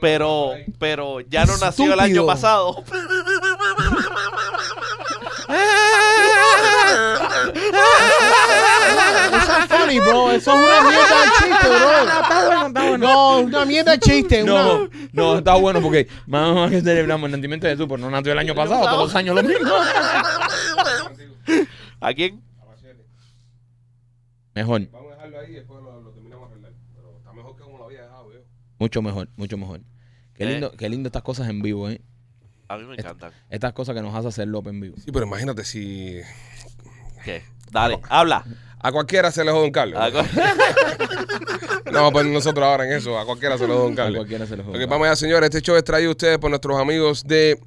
Speaker 4: Pero, pero ya no nació el
Speaker 3: Estúpido.
Speaker 4: año pasado.
Speaker 3: Eso es funny, bro. Eso es una mierda de chiste, bro. No, una mierda de chiste.
Speaker 2: No,
Speaker 3: una-
Speaker 2: no, está bueno porque mamá que celebramos el nacimiento de Jesús, pero no nació el año pasado, todos los años lo mismo.
Speaker 4: ¿A quién?
Speaker 2: Mejor,
Speaker 1: Vamos a dejarlo ahí y después lo, terminamos de arreglar. Pero está mejor que como lo había dejado, yo.
Speaker 2: mucho mejor, mucho mejor. Qué
Speaker 4: Eh.
Speaker 2: lindo, qué lindo estas cosas en vivo, ¿eh?
Speaker 4: A mí me encantan.
Speaker 2: Estas cosas que nos hace hacer López en vivo.
Speaker 1: Sí, pero imagínate si
Speaker 4: ¿Qué? Dale, habla.
Speaker 1: A cualquiera se le jode un cable.
Speaker 4: Ah, co-
Speaker 1: No, pues nosotros ahora en eso. A cualquiera se le jode un
Speaker 2: A
Speaker 1: cable.
Speaker 2: cualquiera se lo
Speaker 1: Ok,
Speaker 2: joda.
Speaker 1: vamos allá, señores. Este show es traído a ustedes por nuestros amigos de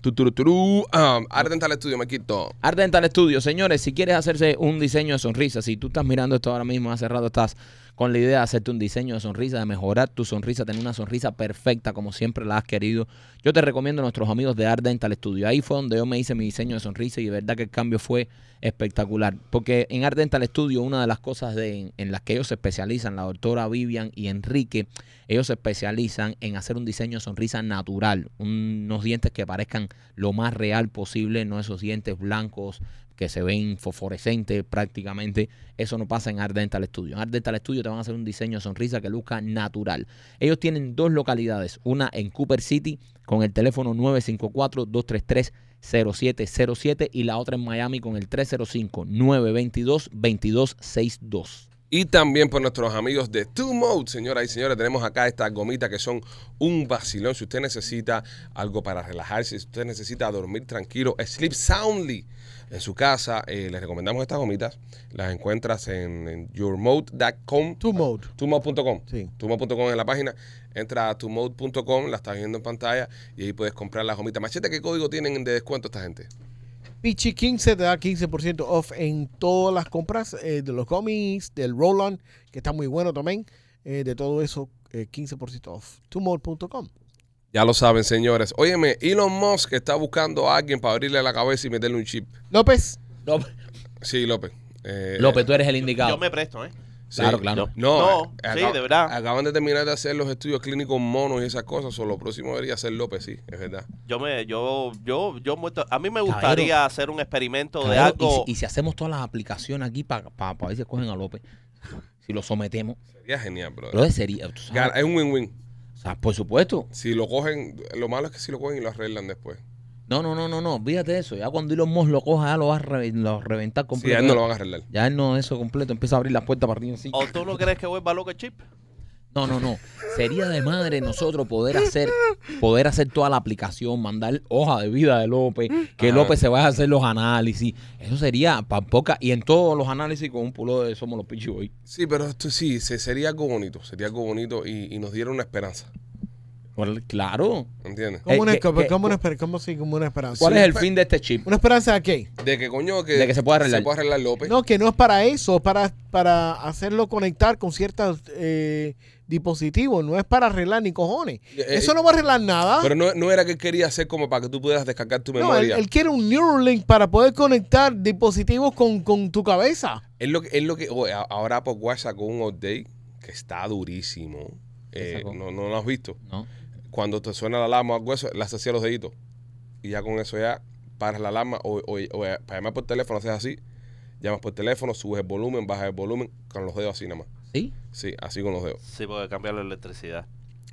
Speaker 1: Tuturuturu, ah, Art Dental Studio, me quito.
Speaker 2: Art Dental Studio, señores, si quieres hacerse un diseño de sonrisa, si tú estás mirando esto ahora mismo, hace rato estás con la idea de hacerte un diseño de sonrisa, de mejorar tu sonrisa, tener una sonrisa perfecta como siempre la has querido, yo te recomiendo a nuestros amigos de Art Dental Studio. Ahí fue donde yo me hice mi diseño de sonrisa y de verdad que el cambio fue espectacular. Porque en Art Dental Studio, una de las cosas de- en las que ellos se especializan, la doctora Vivian y Enrique, ellos se especializan en hacer un diseño de sonrisa natural, un- unos dientes que parezcan lo más real posible, no esos dientes blancos que se ven fosforescentes prácticamente. Eso no pasa en Art Dental Studio. En Art Dental Studio te van a hacer un diseño de sonrisa que luzca natural. Ellos tienen dos localidades, una en Cooper City con el teléfono 954-233-0707 y la otra en Miami con el 305-922-2262.
Speaker 1: Y también por nuestros amigos de Two Mode, señoras y señores, tenemos acá estas gomitas que son un vacilón. Si usted necesita algo para relajarse, si usted necesita dormir tranquilo, sleep soundly en su casa, eh, les recomendamos estas gomitas. Las encuentras en, en yourmode.com.
Speaker 3: Two mode.
Speaker 1: Tumod.com.
Speaker 3: Sí.
Speaker 1: Tumod.com es la página. Entra a tumod.com, la estás viendo en pantalla y ahí puedes comprar las gomitas. Machete, ¿qué código tienen de descuento esta gente?
Speaker 3: Pichi 15 te da 15% off en todas las compras eh, de los cómics, del Roland, que está muy bueno también. eh, de todo eso, eh, 15% off. Tumor.com.
Speaker 1: Ya lo saben, señores. Óyeme, Elon Musk está buscando a alguien para abrirle la cabeza y meterle un chip.
Speaker 3: López,
Speaker 2: López,
Speaker 1: Sí, López. Eh,
Speaker 2: López, tú eres el indicado.
Speaker 4: Yo me presto, ¿eh?
Speaker 1: sí.
Speaker 2: Claro, claro.
Speaker 1: No,
Speaker 4: No,
Speaker 1: eh,
Speaker 4: sí,
Speaker 1: acab-
Speaker 4: de verdad.
Speaker 1: Acaban de terminar de hacer los estudios clínicos monos y esas cosas. O lo próximo debería ser López, sí, es verdad.
Speaker 4: Yo me, yo, yo, yo muerto. A mí me
Speaker 2: Caballero.
Speaker 4: gustaría hacer un experimento de
Speaker 2: Claro, y
Speaker 4: algo.
Speaker 2: si- Y, si hacemos todas las aplicaciones aquí para ver si cogen a López, si lo sometemos,
Speaker 1: Sería genial, bro.
Speaker 2: lo de sería. tú sabes,
Speaker 1: Gana- Es un win-win.
Speaker 2: o sea, por supuesto.
Speaker 1: Si lo cogen, lo malo es que si lo cogen y lo arreglan después.
Speaker 2: No, no, no, no, no. Fíjate eso. Ya cuando Elon Musk lo coja, ya lo va a, reve- lo va a reventar
Speaker 1: Sí, a él no
Speaker 2: completo.
Speaker 1: lo van a arreglar.
Speaker 2: Ya él no, eso completo. Empieza a abrir las puertas para arriba así.
Speaker 4: ¿O tú no crees que vuelva loco el chip?
Speaker 2: No, no, no. Sería de madre nosotros poder hacer, poder hacer toda la aplicación, mandar hoja de vida de López, que
Speaker 1: Ah.
Speaker 2: López se vaya a hacer los análisis. Eso sería para poca. Y en todos los análisis con un pulo de somos los pichiboy.
Speaker 1: Sí, pero esto sí, se- sería algo bonito, sería algo bonito y, y nos diera una esperanza,
Speaker 2: Claro.
Speaker 1: ¿entiendes?
Speaker 3: ¿cómo,
Speaker 2: Eh,
Speaker 3: una,
Speaker 2: que-
Speaker 3: como-
Speaker 2: que-
Speaker 3: como una esper- como sí, como una esperanza?
Speaker 1: Sí,
Speaker 2: ¿Cuál
Speaker 1: pues.
Speaker 2: es el
Speaker 1: pe-
Speaker 2: fin de este chip?
Speaker 3: ¿Una esperanza de qué?
Speaker 1: De que coño, que,
Speaker 2: De que se pueda arreglar.
Speaker 1: se pueda arreglar
Speaker 2: Pues
Speaker 1: López.
Speaker 3: No, que no es para eso, es para, para hacerlo conectar con ciertos eh, dispositivos, no es para arreglar ni cojones.
Speaker 1: Eh,
Speaker 3: eso no va a arreglar nada.
Speaker 1: Pero no, no era que él quería hacer como para que tú pudieras descargar tu
Speaker 3: no, él,
Speaker 1: memoria.
Speaker 3: él quiere un Neuralink para poder conectar dispositivos con, con tu cabeza.
Speaker 1: Es lo que, es lo que oye, a- ahora Apple Watch sacó un update que está durísimo. Eh,
Speaker 2: ¿Qué sacó?
Speaker 1: no, no lo has visto.
Speaker 2: No.
Speaker 1: Cuando te suena la alarma o algo eso, las hacía los deditos. Y ya con eso ya paras la alarma o, o- o eh, para llamar por teléfono haces así. Llamas por teléfono, subes el volumen, bajas el volumen con los dedos así nada más.
Speaker 2: ¿Sí?
Speaker 1: Sí, así con los dedos.
Speaker 4: Sí, porque cambiar la electricidad.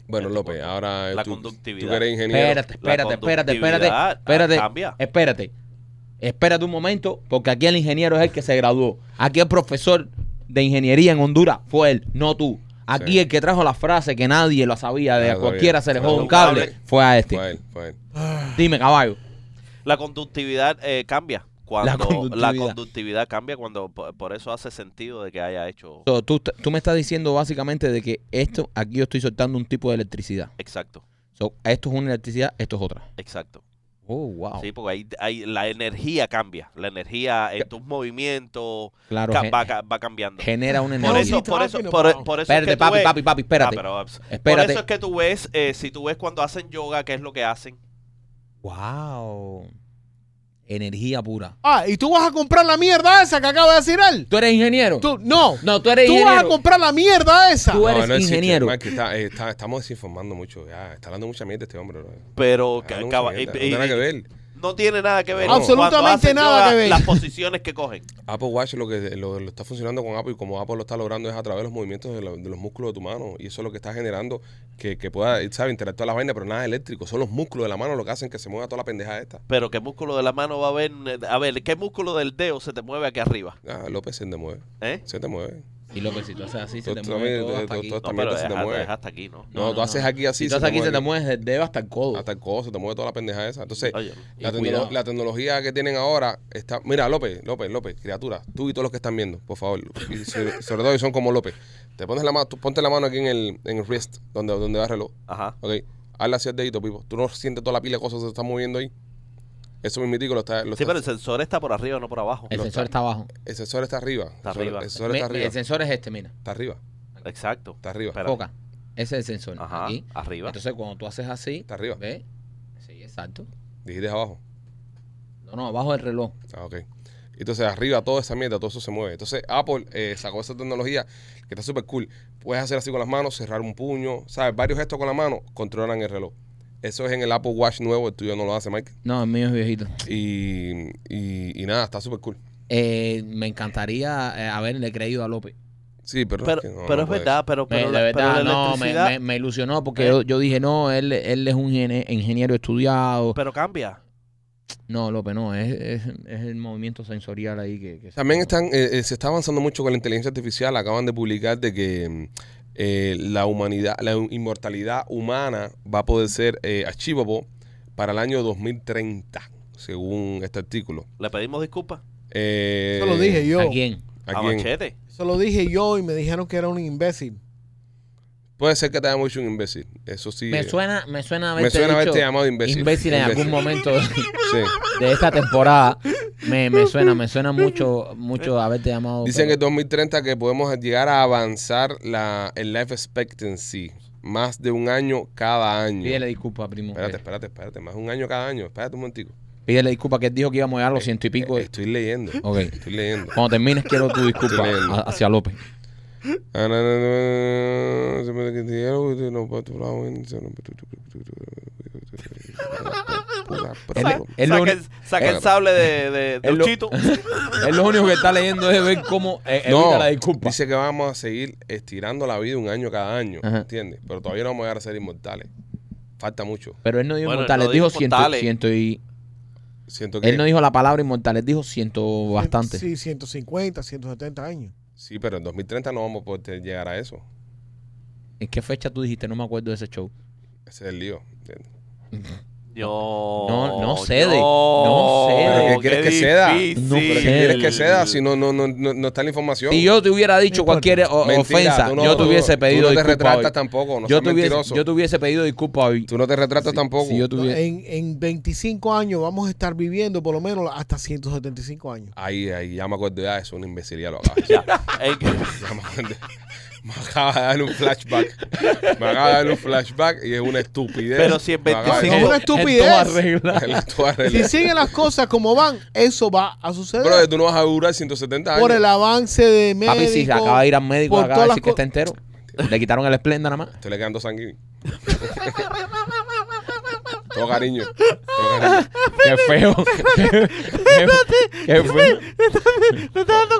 Speaker 1: Bueno,
Speaker 4: Este
Speaker 1: López,
Speaker 4: punto.
Speaker 1: ahora eh,
Speaker 4: La
Speaker 1: tú,
Speaker 4: conductividad.
Speaker 1: tú que eres ingeniero.
Speaker 2: Espérate,
Speaker 4: La
Speaker 2: espérate, espérate, espérate,
Speaker 4: conductividad,
Speaker 2: espérate,
Speaker 4: ah, cambia.
Speaker 2: espérate. Espérate un momento, porque aquí el ingeniero es el que se graduó. Aquí el profesor de ingeniería en Honduras fue él, no tú. Aquí
Speaker 1: Sí.
Speaker 2: el que trajo la frase que nadie lo sabía, de
Speaker 4: Ah,
Speaker 1: Nadie
Speaker 2: a
Speaker 1: lo
Speaker 2: cualquiera
Speaker 1: sabía.
Speaker 2: se le
Speaker 1: Fue
Speaker 2: jode
Speaker 4: un
Speaker 2: un cable,
Speaker 4: cable. este.
Speaker 2: fue a este.
Speaker 1: Fue él, fue él.
Speaker 2: Dime, caballo.
Speaker 4: La conductividad eh, cambia. Cuando, la,
Speaker 2: conductividad.
Speaker 4: conductividad. cambia cuando por, por eso hace sentido de que haya hecho
Speaker 2: So, tú, t- tú me estás diciendo básicamente de que esto, aquí yo estoy soltando un tipo de electricidad.
Speaker 4: exacto,
Speaker 2: So, esto es una electricidad, esto es otra.
Speaker 4: exacto.
Speaker 2: Oh, wow.
Speaker 4: Sí, porque ahí, ahí la energía cambia, la energía en tus movimientos
Speaker 2: claro.
Speaker 4: ca-
Speaker 2: gen-
Speaker 4: va, ca- va cambiando.
Speaker 2: genera una
Speaker 4: Por
Speaker 2: energía.
Speaker 4: eso, por eso, por, por eso es
Speaker 2: espérate,
Speaker 4: que tú
Speaker 2: papi,
Speaker 4: ves-
Speaker 2: papi, papi,
Speaker 4: Ah,
Speaker 2: espérate.
Speaker 4: pero, pues,
Speaker 2: espérate.
Speaker 4: Por eso es que tú ves, eh, si tú ves cuando hacen yoga, ¿qué es lo que hacen?
Speaker 2: Wow. Energía pura.
Speaker 3: Ah, y tú vas a comprar la mierda esa que acaba de decir él.
Speaker 2: ¿Tú eres ingeniero?
Speaker 3: Tú, no,
Speaker 2: No, tú eres
Speaker 3: tú vas a
Speaker 2: ingeniero.
Speaker 3: comprar la mierda esa.
Speaker 2: Tú eres
Speaker 1: existe,
Speaker 2: ingeniero.
Speaker 1: Mike, está- eh, está- estamos desinformando mucho. Ya. Está hablando mucha mierda este hombre. bro. Está
Speaker 4: Pero que
Speaker 1: hablando mucha
Speaker 4: acaba-
Speaker 1: mierda,
Speaker 4: y-
Speaker 1: no tiene
Speaker 4: y-
Speaker 1: nada que ver.
Speaker 4: no tiene nada que ver.
Speaker 1: No.
Speaker 3: Absolutamente
Speaker 4: Cuando hacen
Speaker 3: nada que ver.
Speaker 4: Las posiciones que cogen.
Speaker 1: Apple Watch lo que lo, lo está funcionando con Apple y como Apple lo está logrando es a través de los movimientos de, la- de los músculos de tu mano. Y eso es lo que está generando que, que pueda, ¿sabes? Interactuar la vaina, pero nada eléctrico. Son los músculos de la mano lo que hacen que se mueva toda la pendeja esta.
Speaker 4: Pero qué músculo de la mano va a ver, a ver, qué músculo del dedo se te mueve aquí arriba,
Speaker 1: Ah, López se te mueve.
Speaker 4: ¿eh?
Speaker 1: Se te mueve.
Speaker 2: Y lo que si tú haces así, se
Speaker 1: Tú
Speaker 2: te
Speaker 1: tú
Speaker 2: mueve
Speaker 1: también,
Speaker 2: todo
Speaker 1: tú-
Speaker 2: hasta
Speaker 1: tú-
Speaker 2: aquí.
Speaker 1: tú-
Speaker 4: No,
Speaker 1: Esta
Speaker 4: pero
Speaker 1: mierda se
Speaker 4: deja,
Speaker 1: te mueve.
Speaker 4: deja hasta aquí, ¿no?
Speaker 1: No,
Speaker 2: no,
Speaker 1: tú haces
Speaker 2: no.
Speaker 1: aquí así.
Speaker 2: Si tú
Speaker 1: se te
Speaker 2: haces aquí, se te
Speaker 1: mueve.
Speaker 2: mueve desde el dedo hasta el codo.
Speaker 1: Hasta el coso, te mueve toda la pendeja esa. Entonces,
Speaker 4: Oye,
Speaker 1: la,
Speaker 2: Y
Speaker 1: tecnolo-
Speaker 2: cuidado.
Speaker 1: la tecnología que tienen ahora está. Mira, López, López, López, criatura, tú y todos los que están viendo, por favor. Y sobre, sobre todo, si son como López. Te pones la mano, tú ponte la mano aquí en el, en el wrist, donde, donde va el reloj.
Speaker 4: ajá.
Speaker 1: Ok, hazle hacia el dedito, Pipo. Tú no sientes toda la pila de cosas que se están moviendo ahí. Eso mismitico lo está. Lo
Speaker 4: Sí,
Speaker 1: está-
Speaker 4: pero el sensor está por arriba, no por abajo.
Speaker 2: El
Speaker 1: no
Speaker 2: sensor está abajo.
Speaker 1: El sensor está arriba.
Speaker 4: Está
Speaker 1: El sensor-
Speaker 4: arriba.
Speaker 1: El sensor
Speaker 2: Me-
Speaker 1: está
Speaker 2: me-
Speaker 1: arriba.
Speaker 2: el sensor es este, mira.
Speaker 1: Está arriba.
Speaker 4: Exacto.
Speaker 1: Está arriba.
Speaker 4: Espera.
Speaker 2: Foca. Ese es el sensor.
Speaker 4: Ajá,
Speaker 2: Aquí.
Speaker 4: arriba.
Speaker 2: Entonces, cuando tú haces así,
Speaker 1: Está arriba.
Speaker 2: ¿ves? Sí, exacto.
Speaker 1: Dijiste abajo.
Speaker 2: No, no, abajo del reloj.
Speaker 1: Ah, ok. Entonces, arriba toda esa mierda, todo eso se mueve. Entonces, Apple eh, sacó esa tecnología que está súper cool. Puedes hacer así con las manos, cerrar un puño, ¿sabes? Varios gestos con la mano controlan el reloj. Eso es en el Apple Watch nuevo, el tuyo no lo hace, Mike.
Speaker 2: No, el mío es viejito.
Speaker 1: Y, y, y nada, está súper cool.
Speaker 2: Eh, me encantaría eh, haberle creído a López.
Speaker 1: Sí, pero.
Speaker 4: Pero,
Speaker 1: que no-
Speaker 4: pero
Speaker 1: no
Speaker 4: es
Speaker 1: puedes.
Speaker 4: verdad, pero,
Speaker 2: Me-
Speaker 4: pero,
Speaker 2: Eh, de
Speaker 4: la, pero
Speaker 2: verdad,
Speaker 4: la
Speaker 2: no, me,
Speaker 4: electricidad,
Speaker 2: me- me ilusionó porque
Speaker 4: Eh.
Speaker 2: yo, yo dije, no, él, él es un gene- ingeniero estudiado.
Speaker 4: pero cambia.
Speaker 2: No, López, no, es, es, es el movimiento sensorial ahí que... que se-
Speaker 1: También están, eh, eh, se está avanzando mucho con la inteligencia artificial. Acaban de publicar de que mm, eh, la humanidad, la inmortalidad humana va a poder ser eh, achievable para el año 2030, según este artículo.
Speaker 4: Le pedimos disculpas
Speaker 1: Eh,
Speaker 3: Eso lo dije yo.
Speaker 2: ¿A quién?
Speaker 1: ¿a
Speaker 4: a
Speaker 1: quién?
Speaker 4: Machete.
Speaker 3: Eso lo dije yo y me dijeron que era un imbécil.
Speaker 1: Puede ser que te hayamos hecho un imbécil. Eso sí.
Speaker 2: Me
Speaker 1: eh,
Speaker 2: suena, me suena
Speaker 1: me
Speaker 2: haberte
Speaker 1: suena
Speaker 2: dicho
Speaker 1: haberte llamado imbécil.
Speaker 2: imbécil, en algún momento
Speaker 1: Sí.
Speaker 2: de esta temporada. Me, me suena, me suena mucho, mucho haberte llamado.
Speaker 1: Eh, Dicen que
Speaker 2: pero-
Speaker 1: en 2030 que podemos llegar a avanzar la, el life expectancy. Más de un año cada año.
Speaker 2: Pídele disculpa, primo.
Speaker 1: Espérate,
Speaker 2: Eh,
Speaker 1: espérate, espérate. Más de un año cada año. Espérate un momentico.
Speaker 2: Pídele disculpa que él dijo que íbamos a llegar a los ciento y pico.
Speaker 1: Eh, Estoy leyendo.
Speaker 2: Ok.
Speaker 1: Estoy leyendo.
Speaker 2: Cuando termines quiero tu disculpa
Speaker 1: Tremendo.
Speaker 2: a- hacia López.
Speaker 1: Ah, no, no, no, no, se me quitaron, no, no, no, no, no, no, Puta, pero-
Speaker 2: Él- él lo
Speaker 4: Saca,
Speaker 2: uni-
Speaker 4: el, saca el
Speaker 1: eh,
Speaker 4: sable de, de, de
Speaker 2: es lo-
Speaker 4: Uchito.
Speaker 2: él lo único que está leyendo es ver cómo eh, evita
Speaker 1: No,
Speaker 2: la disculpa.
Speaker 1: dice que vamos a seguir estirando la vida un año cada año,
Speaker 2: Ajá.
Speaker 1: ¿entiendes? Pero todavía no vamos a llegar a ser inmortales. Falta mucho.
Speaker 2: Pero él no dijo
Speaker 4: Bueno, él
Speaker 2: inmortales,
Speaker 4: no
Speaker 2: dijo
Speaker 4: dijo
Speaker 2: ciento,
Speaker 4: inmortales.
Speaker 2: ciento y...
Speaker 1: Siento que
Speaker 2: Él no dijo la palabra inmortales, dijo ciento bastante.
Speaker 3: Sí, 150, 170 años.
Speaker 1: sí, pero en 2030 no vamos a poder llegar a eso.
Speaker 2: ¿En qué fecha tú dijiste? No me acuerdo de ese show.
Speaker 1: Ese es el lío. ¿entiendes?
Speaker 4: Yo.
Speaker 2: No, no cede,
Speaker 4: yo-
Speaker 2: no cede.
Speaker 1: Pero ¿qué quieres que ceda?
Speaker 4: difícil.
Speaker 2: No, pero
Speaker 1: ¿Pero
Speaker 2: Sí.
Speaker 1: qué quieres que sea si no, no, no, no, no está la información?
Speaker 2: Si yo te hubiera dicho
Speaker 3: importa.
Speaker 2: cualquier o-
Speaker 1: Mentira,
Speaker 2: ofensa,
Speaker 1: tú no-
Speaker 2: yo te
Speaker 1: tú-
Speaker 2: hubiese pedido
Speaker 1: Tú no te
Speaker 2: disculpa hoy.
Speaker 1: retratas tampoco, no
Speaker 2: yo,
Speaker 1: seas
Speaker 2: te hubiese,
Speaker 1: mentiroso.
Speaker 2: yo te hubiese pedido disculpa hoy.
Speaker 1: Tú no te retratas tampoco.
Speaker 2: Si yo
Speaker 3: No,
Speaker 2: tuviese...
Speaker 3: en, en 25 años vamos a estar viviendo por lo menos hasta 175 años.
Speaker 1: Ahí, ahí, ya me acuerdo ya, es una imbecilidad lo acabas de decir.
Speaker 4: Ya. Ey, que-
Speaker 1: Ya me acuerdo. Me acaba de dar un flashback. Me acaba de dar un flashback y es una estupidez.
Speaker 4: Pero si en
Speaker 1: Me acaba de-
Speaker 3: Es
Speaker 4: 25
Speaker 3: una estupidez.
Speaker 1: El actual
Speaker 3: Si
Speaker 1: reloj.
Speaker 3: siguen las cosas como van, eso va a
Speaker 1: Brother,
Speaker 3: suceder.
Speaker 1: tú no vas a durar 170 años.
Speaker 3: Por el avance de
Speaker 2: Papi, si se
Speaker 3: médicos.
Speaker 2: acaba de ir al médico,
Speaker 3: por
Speaker 2: acaba
Speaker 3: todas
Speaker 2: de
Speaker 3: las
Speaker 2: decir que
Speaker 3: co-
Speaker 2: está entero. Le quitaron el esplenda nada más.
Speaker 1: Estoy le quedando sanguíneo. Todo cariño. Todo cariño.
Speaker 2: Qué feo. Qué, qué feo.
Speaker 1: Todo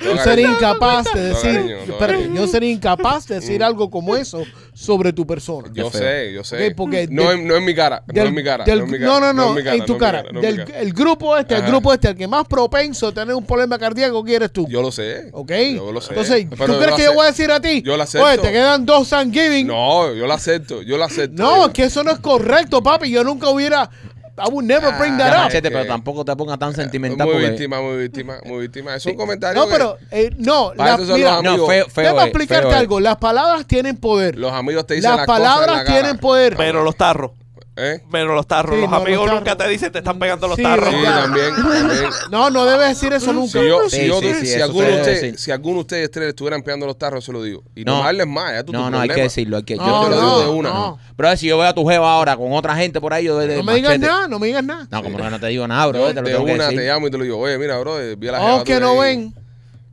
Speaker 3: Yo sería
Speaker 1: cariño.
Speaker 3: incapaz de
Speaker 1: No,
Speaker 3: decir,
Speaker 1: cariño, no,
Speaker 3: espérate,
Speaker 1: cariño.
Speaker 3: yo sería incapaz de decir algo como eso sobre tu persona.
Speaker 1: Yo
Speaker 2: Qué feo.
Speaker 1: sé, yo sé.
Speaker 3: Ok, porque
Speaker 1: no,
Speaker 3: del-
Speaker 1: en, no en mi cara. no
Speaker 3: Del-
Speaker 1: en mi cara.
Speaker 3: del-
Speaker 1: no, en mi cara,
Speaker 3: no, no, no,
Speaker 1: mi
Speaker 3: en tu
Speaker 1: mi
Speaker 3: cara.
Speaker 1: no en mi
Speaker 3: Del-
Speaker 1: cara. Ah.
Speaker 3: el grupo este, el
Speaker 1: Ajá.
Speaker 3: grupo este, el que más propenso a tener un problema cardíaco que eres tú.
Speaker 1: Yo lo sé.
Speaker 3: ¿Ok?
Speaker 1: Yo lo sé.
Speaker 3: Entonces,
Speaker 1: Pero
Speaker 3: ¿tú crees
Speaker 1: lo
Speaker 3: que yo
Speaker 1: ace-
Speaker 3: voy a decir a ti?
Speaker 1: Yo lo
Speaker 3: Oye,
Speaker 1: acepto.
Speaker 3: te quedan dos Thanksgiving.
Speaker 1: No, yo lo acepto. Yo lo acepto.
Speaker 3: No, es que eso no es correcto, papi. Yo nunca hubiera. I would never bring
Speaker 1: Ah,
Speaker 2: Ya,
Speaker 3: that up.
Speaker 1: es
Speaker 2: machete, pero
Speaker 1: que- eh,
Speaker 2: tampoco te pongas tan sentimental.
Speaker 1: Muy
Speaker 2: porque-
Speaker 1: víctima, muy víctima, muy víctima. Es un comentario.
Speaker 3: No,
Speaker 1: que
Speaker 3: pero. eh, no,
Speaker 1: Para
Speaker 3: la-
Speaker 1: eso son
Speaker 3: mira,
Speaker 1: los
Speaker 2: No,
Speaker 1: Amigo,
Speaker 2: feo, feo.
Speaker 3: déjame
Speaker 2: es,
Speaker 3: explicarte
Speaker 2: feo es.
Speaker 3: algo. Las palabras tienen poder.
Speaker 1: los amigos te dicen
Speaker 3: Las
Speaker 1: las cosas en
Speaker 3: palabras
Speaker 1: la cara.
Speaker 3: tienen poder.
Speaker 4: Pero los tarros.
Speaker 1: ¿Eh?
Speaker 4: Pero los tarros.
Speaker 3: Sí,
Speaker 4: los
Speaker 3: no, los
Speaker 4: amigos nunca
Speaker 3: tarros. Mm,
Speaker 4: te dicen, te están pegando los
Speaker 3: Sí,
Speaker 4: tarros.
Speaker 1: Sí,
Speaker 3: ¿verdad?
Speaker 1: también. también.
Speaker 3: No, no debes decir eso nunca.
Speaker 1: Si yo,
Speaker 2: Sí,
Speaker 1: si, yo-
Speaker 2: sí, sí,
Speaker 1: si
Speaker 2: eso
Speaker 1: alguno de
Speaker 2: se debe
Speaker 1: ustedes,
Speaker 2: decir.
Speaker 1: si alguno de ustedes tres estuvieran pegando los tarros, se lo digo. Y no,
Speaker 2: No.
Speaker 1: me hables más, ya tú
Speaker 2: No,
Speaker 1: tu
Speaker 2: no, hay que
Speaker 1: problema.
Speaker 2: decirlo. Hay que, yo
Speaker 3: No,
Speaker 2: te lo
Speaker 1: digo
Speaker 3: no,
Speaker 1: de una.
Speaker 3: no.
Speaker 2: Bro, si yo veo a tu jeva ahora con otra gente por ahí, yo de, de
Speaker 3: No me digas
Speaker 2: machete.
Speaker 3: nada, no me digas nada.
Speaker 2: No, como no, no te digo nada,
Speaker 1: Yo
Speaker 2: bro. Te lo
Speaker 1: de
Speaker 2: tengo que
Speaker 1: una
Speaker 2: decir.
Speaker 1: te llamo y te lo digo, oye, mira, bro, eh, vi a la jeva
Speaker 3: Ojos Oh, que
Speaker 1: tuya
Speaker 3: no
Speaker 1: ahí.
Speaker 3: ven,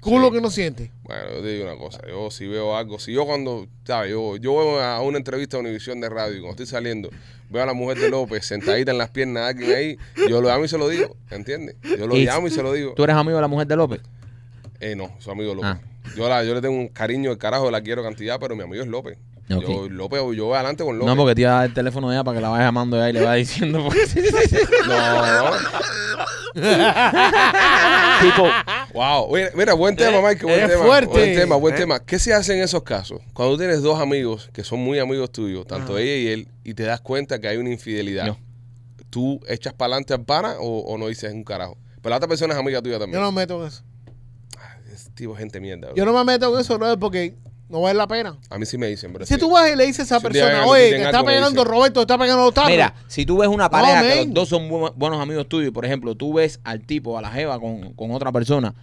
Speaker 3: culo
Speaker 1: Sí.
Speaker 3: que no siente.
Speaker 1: Bueno, yo te digo una cosa, yo si veo algo, si yo cuando, sabes, yo, yo voy a una entrevista a Univisión de radio y cuando estoy saliendo, veo a la mujer de López sentadita en las piernas de alguien ahí, yo lo llamo y se lo digo, ¿entiendes? Yo lo
Speaker 2: Y-
Speaker 1: llamo y se lo digo.
Speaker 2: ¿Tú eres amigo de la mujer de López?
Speaker 1: Eh, no, su amigo López.
Speaker 2: Ah.
Speaker 1: Yo, la, yo le tengo un cariño de carajo, la quiero cantidad, pero mi amigo es López.
Speaker 2: Ok.
Speaker 1: Yo, López, yo voy adelante con López.
Speaker 2: No, porque te iba a dar el teléfono de ella para que la vayas llamando ella y le vayas diciendo. pues. porque-
Speaker 1: No, no.
Speaker 4: Tipo,
Speaker 1: Wow, mira, mira, buen tema, Mike, buen
Speaker 3: Eh, es
Speaker 1: tema.
Speaker 3: fuerte.
Speaker 1: Buen tema, buen
Speaker 4: Eh.
Speaker 1: tema. ¿Qué se hace en esos casos? Cuando tú tienes dos amigos que son muy amigos tuyos, tanto
Speaker 3: Ajá.
Speaker 1: ella y él, y te das cuenta que hay una infidelidad,
Speaker 2: No.
Speaker 1: ¿tú echas para adelante al pana o, o no dices un carajo? Pero la otra persona es amiga tuya
Speaker 3: Yo
Speaker 1: también.
Speaker 3: no me meto en eso.
Speaker 1: Es tipo gente mierda. bro.
Speaker 3: Yo no me meto en eso, brother, porque no vale la pena.
Speaker 1: A mí sí me dicen, pero
Speaker 3: Si
Speaker 1: sí.
Speaker 3: tú vas y le dices a esa
Speaker 1: Si un día
Speaker 3: persona,
Speaker 1: hagan-
Speaker 3: oye,
Speaker 1: tienen
Speaker 3: te está
Speaker 1: algo, me
Speaker 3: pegando
Speaker 1: dicen.
Speaker 3: Roberto, te está pegando los tacos.
Speaker 2: Mira, si tú ves una pareja que
Speaker 3: man.
Speaker 2: los dos son bu- buenos amigos tuyos, por ejemplo, tú ves al tipo, a la jeva con, con otra persona,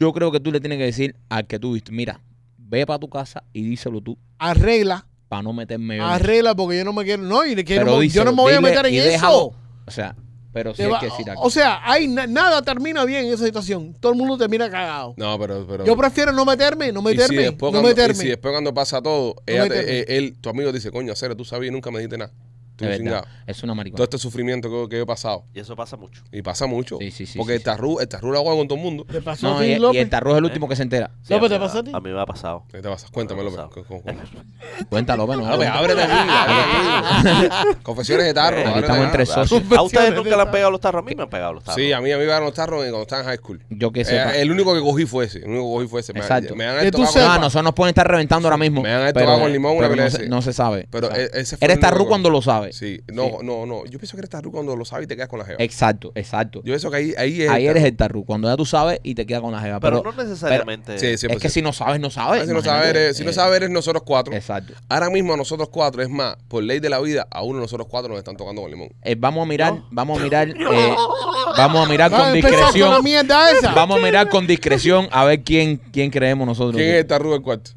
Speaker 2: yo creo que tú le tienes que decir al que tú viste, mira, ve para tu casa y díselo tú
Speaker 3: arregla,
Speaker 2: para no meterme yo. en eso".
Speaker 3: arregla porque yo no me quiero, no, y le quiero,
Speaker 2: Pero
Speaker 3: yo
Speaker 2: díselo,
Speaker 3: no me voy a
Speaker 2: dile
Speaker 3: meter en
Speaker 2: y
Speaker 3: eso.
Speaker 2: déjalo. O sea, pero sí
Speaker 3: Te
Speaker 2: hay
Speaker 3: va-
Speaker 2: que decir algo.
Speaker 3: o sea, hay na- nada termina bien en esa situación. Todo el mundo termina cagado.
Speaker 1: No, pero. pero
Speaker 3: Yo prefiero no meterme, no
Speaker 1: y si
Speaker 3: meterme,
Speaker 1: después
Speaker 3: no
Speaker 1: cuando-
Speaker 3: meterme.
Speaker 1: Y si después cuando pasa todo, ella te-
Speaker 3: meterme.
Speaker 1: eh, él, tu amigo dice, coño, Acero, tú sabías y nunca me dijiste nada. Tú
Speaker 2: Es
Speaker 1: chingado.
Speaker 2: verdad, es una
Speaker 1: Todo
Speaker 2: maricona.
Speaker 1: este sufrimiento que, que yo he pasado.
Speaker 4: Y eso pasa mucho.
Speaker 1: Y pasa mucho.
Speaker 2: Sí, sí, sí,
Speaker 1: Porque
Speaker 2: sí,
Speaker 1: el tarru, el tarru la juega con todo el mundo.
Speaker 3: ¿Te pasó
Speaker 2: No,
Speaker 3: a ti,
Speaker 2: y, y
Speaker 3: López?
Speaker 2: el tarro es el último que se entera.
Speaker 3: López,
Speaker 4: a mí
Speaker 3: pues, ¿te
Speaker 4: me ha-
Speaker 3: pasó a ti?
Speaker 4: A mí me ha pasado.
Speaker 1: ¿Qué te pasa? Cuéntame,
Speaker 4: Me ha
Speaker 1: López.
Speaker 2: pues,
Speaker 4: pasado.
Speaker 1: Con- con-
Speaker 2: Cuéntalo, López. no,
Speaker 1: López, ábrete aquí. ábrete aquí. Confesiones de tarro.
Speaker 2: Aquí
Speaker 1: ábrete
Speaker 2: estamos
Speaker 1: acá.
Speaker 2: entre socios.
Speaker 4: ¿A ustedes nunca le han pegado los tarros? A mí me han pegado los tarros.
Speaker 1: Sí, a mí a mí me llegaron los tarros cuando estaba en high school.
Speaker 2: Yo que
Speaker 1: Eh,
Speaker 2: sepa.
Speaker 1: el único que cogí fue ese. El único que cogí fue ese. Me-
Speaker 2: Exacto.
Speaker 1: Me, han
Speaker 3: Que tú
Speaker 1: tocado con-
Speaker 3: sepas.
Speaker 2: No, a nosotros nos pueden estar reventando ahora mismo.
Speaker 1: Me van a haber
Speaker 2: pero- eh,
Speaker 1: tocado con limón una
Speaker 2: pero
Speaker 1: vez
Speaker 2: no,
Speaker 1: ese.
Speaker 2: se, no se sabe.
Speaker 1: Pero
Speaker 2: O sea,
Speaker 1: e- ese fue el
Speaker 2: eres
Speaker 1: único
Speaker 2: tarru
Speaker 1: que-
Speaker 2: cuando lo sabes.
Speaker 1: Sí. No, no, no. Yo pienso que eres tarru cuando lo sabes y te quedas con la jeva.
Speaker 2: Exacto, exacto.
Speaker 1: Yo pienso que ahí, ahí es.
Speaker 2: Ahí eres el tarru. Cuando ya tú sabes y te queda con la jeva.
Speaker 4: Pero,
Speaker 2: Pero,
Speaker 4: no necesariamente.
Speaker 1: Sí, sí,
Speaker 2: es que
Speaker 1: sí.
Speaker 2: si no sabes, no sabes.
Speaker 1: Ah, si no sabes,
Speaker 2: imagínate.
Speaker 1: eres, si no
Speaker 2: Eh,
Speaker 1: sabes, eres nosotros cuatro.
Speaker 2: Exacto.
Speaker 1: Ahora mismo a nosotros cuatro, es más, por ley de la vida, a uno de nosotros cuatro nos están tocando con limón.
Speaker 2: Eh, vamos a mirar, vamos a mirar, eh, vamos a mirar
Speaker 3: Vas a
Speaker 2: con
Speaker 3: empezar con la
Speaker 2: discreción.
Speaker 3: mierda esa.
Speaker 2: Vamos a mirar con discreción a ver quién, quién creemos nosotros.
Speaker 1: ¿Quién es el tarru del cuarto?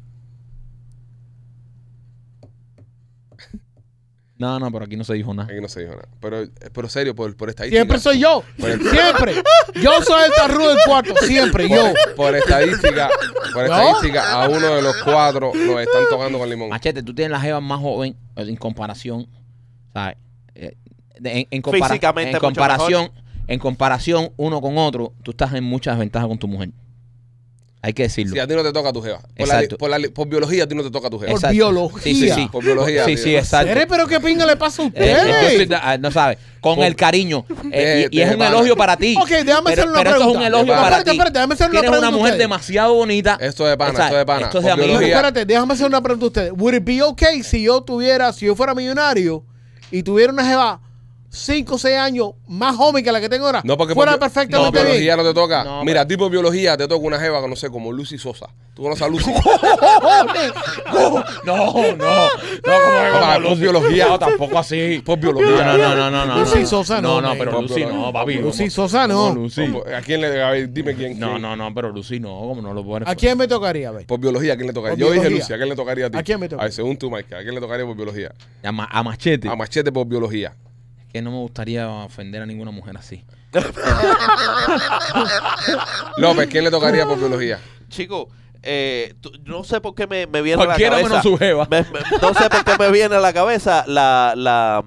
Speaker 2: No, no, pero aquí no se dijo nada.
Speaker 1: Aquí no se dijo nada. Pero, pero serio, por, por estadística.
Speaker 3: Siempre soy yo. Siempre. Yo soy el tarru del cuarto. Siempre yo.
Speaker 1: Por, por estadística, por
Speaker 3: ¿No?
Speaker 1: estadística, a uno de los cuatro nos están tocando con limón.
Speaker 2: Machete, tú tienes la jeva más joven eh, en comparación, ¿sabes? Eh, de- En, en
Speaker 4: Físicamente
Speaker 2: en
Speaker 4: mucho
Speaker 2: comparación, en comparación uno con otro, tú estás en mucha desventaja con tu mujer. Hay que decirlo.
Speaker 1: Si a ti no te toca tu jeva. Por, la-
Speaker 2: Exacto.
Speaker 1: por la- por biología a ti no te toca tu jeva.
Speaker 3: Por biología.
Speaker 2: Sí, sí, sí.
Speaker 1: Por biología.
Speaker 2: Sí, sí, exacto.
Speaker 3: Eres, pero qué pinga le pasa a
Speaker 2: Eh, entonces,
Speaker 3: ustedes.
Speaker 2: ah, no sabes, con
Speaker 1: Por-
Speaker 2: el cariño. Eh, y, y
Speaker 1: Eh,
Speaker 2: es
Speaker 1: de
Speaker 2: un
Speaker 1: pana.
Speaker 2: elogio para ti.
Speaker 3: Ok, déjame
Speaker 2: pero,
Speaker 3: hacer una
Speaker 2: pero
Speaker 3: pregunta.
Speaker 2: esto es un elogio
Speaker 1: De pana.
Speaker 2: para ti.
Speaker 3: Espérate, espérate, déjame hacer una
Speaker 2: Tienes una
Speaker 3: pregunta a
Speaker 2: mujer
Speaker 3: ustedes.
Speaker 2: demasiado bonita.
Speaker 1: Esto de pana,
Speaker 2: O sea,
Speaker 1: esto de pana.
Speaker 2: esto es de
Speaker 1: Por
Speaker 2: amigos.
Speaker 3: Pero
Speaker 1: biología.
Speaker 3: espérate, déjame hacer una pregunta a ustedes. ¿Would it be okay si yo tuviera, si yo fuera millonario y tuviera una jeva 5 o 6 años más joven que la que tengo ahora?
Speaker 1: No, porque
Speaker 3: fuera
Speaker 1: por, bi-
Speaker 3: perfectamente
Speaker 1: por biología
Speaker 3: bien.
Speaker 1: no te toca.
Speaker 2: No,
Speaker 1: Mira, tipo de biología te toca una jeva que no sé, como Lucy Sosa. ¿Tú conoces a Lucy?
Speaker 2: No,
Speaker 1: que
Speaker 2: no, no.
Speaker 1: como
Speaker 2: No,
Speaker 1: Lucy?
Speaker 2: No, tampoco así.
Speaker 1: por biología.
Speaker 2: No, no, no, no, no, no.
Speaker 3: Lucy Sosa,
Speaker 2: No,
Speaker 3: no,
Speaker 2: no,
Speaker 3: man.
Speaker 2: pero Lucy no, papi.
Speaker 3: Lucy
Speaker 2: ¿cómo?
Speaker 3: Sosa, no.
Speaker 2: ¿Cómo Lucy?
Speaker 1: pues, ¿A quién le a ver, Dime quién.
Speaker 2: No,
Speaker 1: quién.
Speaker 2: no, no, pero Lucy no, como no lo pones.
Speaker 3: ¿A quién me tocaría? A ver.
Speaker 1: Por biología, ¿a quién le tocaría?
Speaker 3: Por
Speaker 1: Yo dije
Speaker 3: biología.
Speaker 1: Lucy, ¿a quién le tocaría a ti?
Speaker 3: ¿A quién me toca?
Speaker 1: A ver, según tú, Mike, ¿a quién le tocaría por biología?
Speaker 2: A, ma- a machete.
Speaker 1: A Machete por biología.
Speaker 2: que no me gustaría ofender a ninguna mujer así.
Speaker 1: López, ¿quién le tocaría por biología?
Speaker 4: Chico, eh, tú- no sé por qué me, me viene
Speaker 2: Cualquiera
Speaker 4: a la
Speaker 2: menos
Speaker 4: cabeza.
Speaker 2: su jeva.
Speaker 4: Me- me- no sé por qué me viene a la cabeza la. La,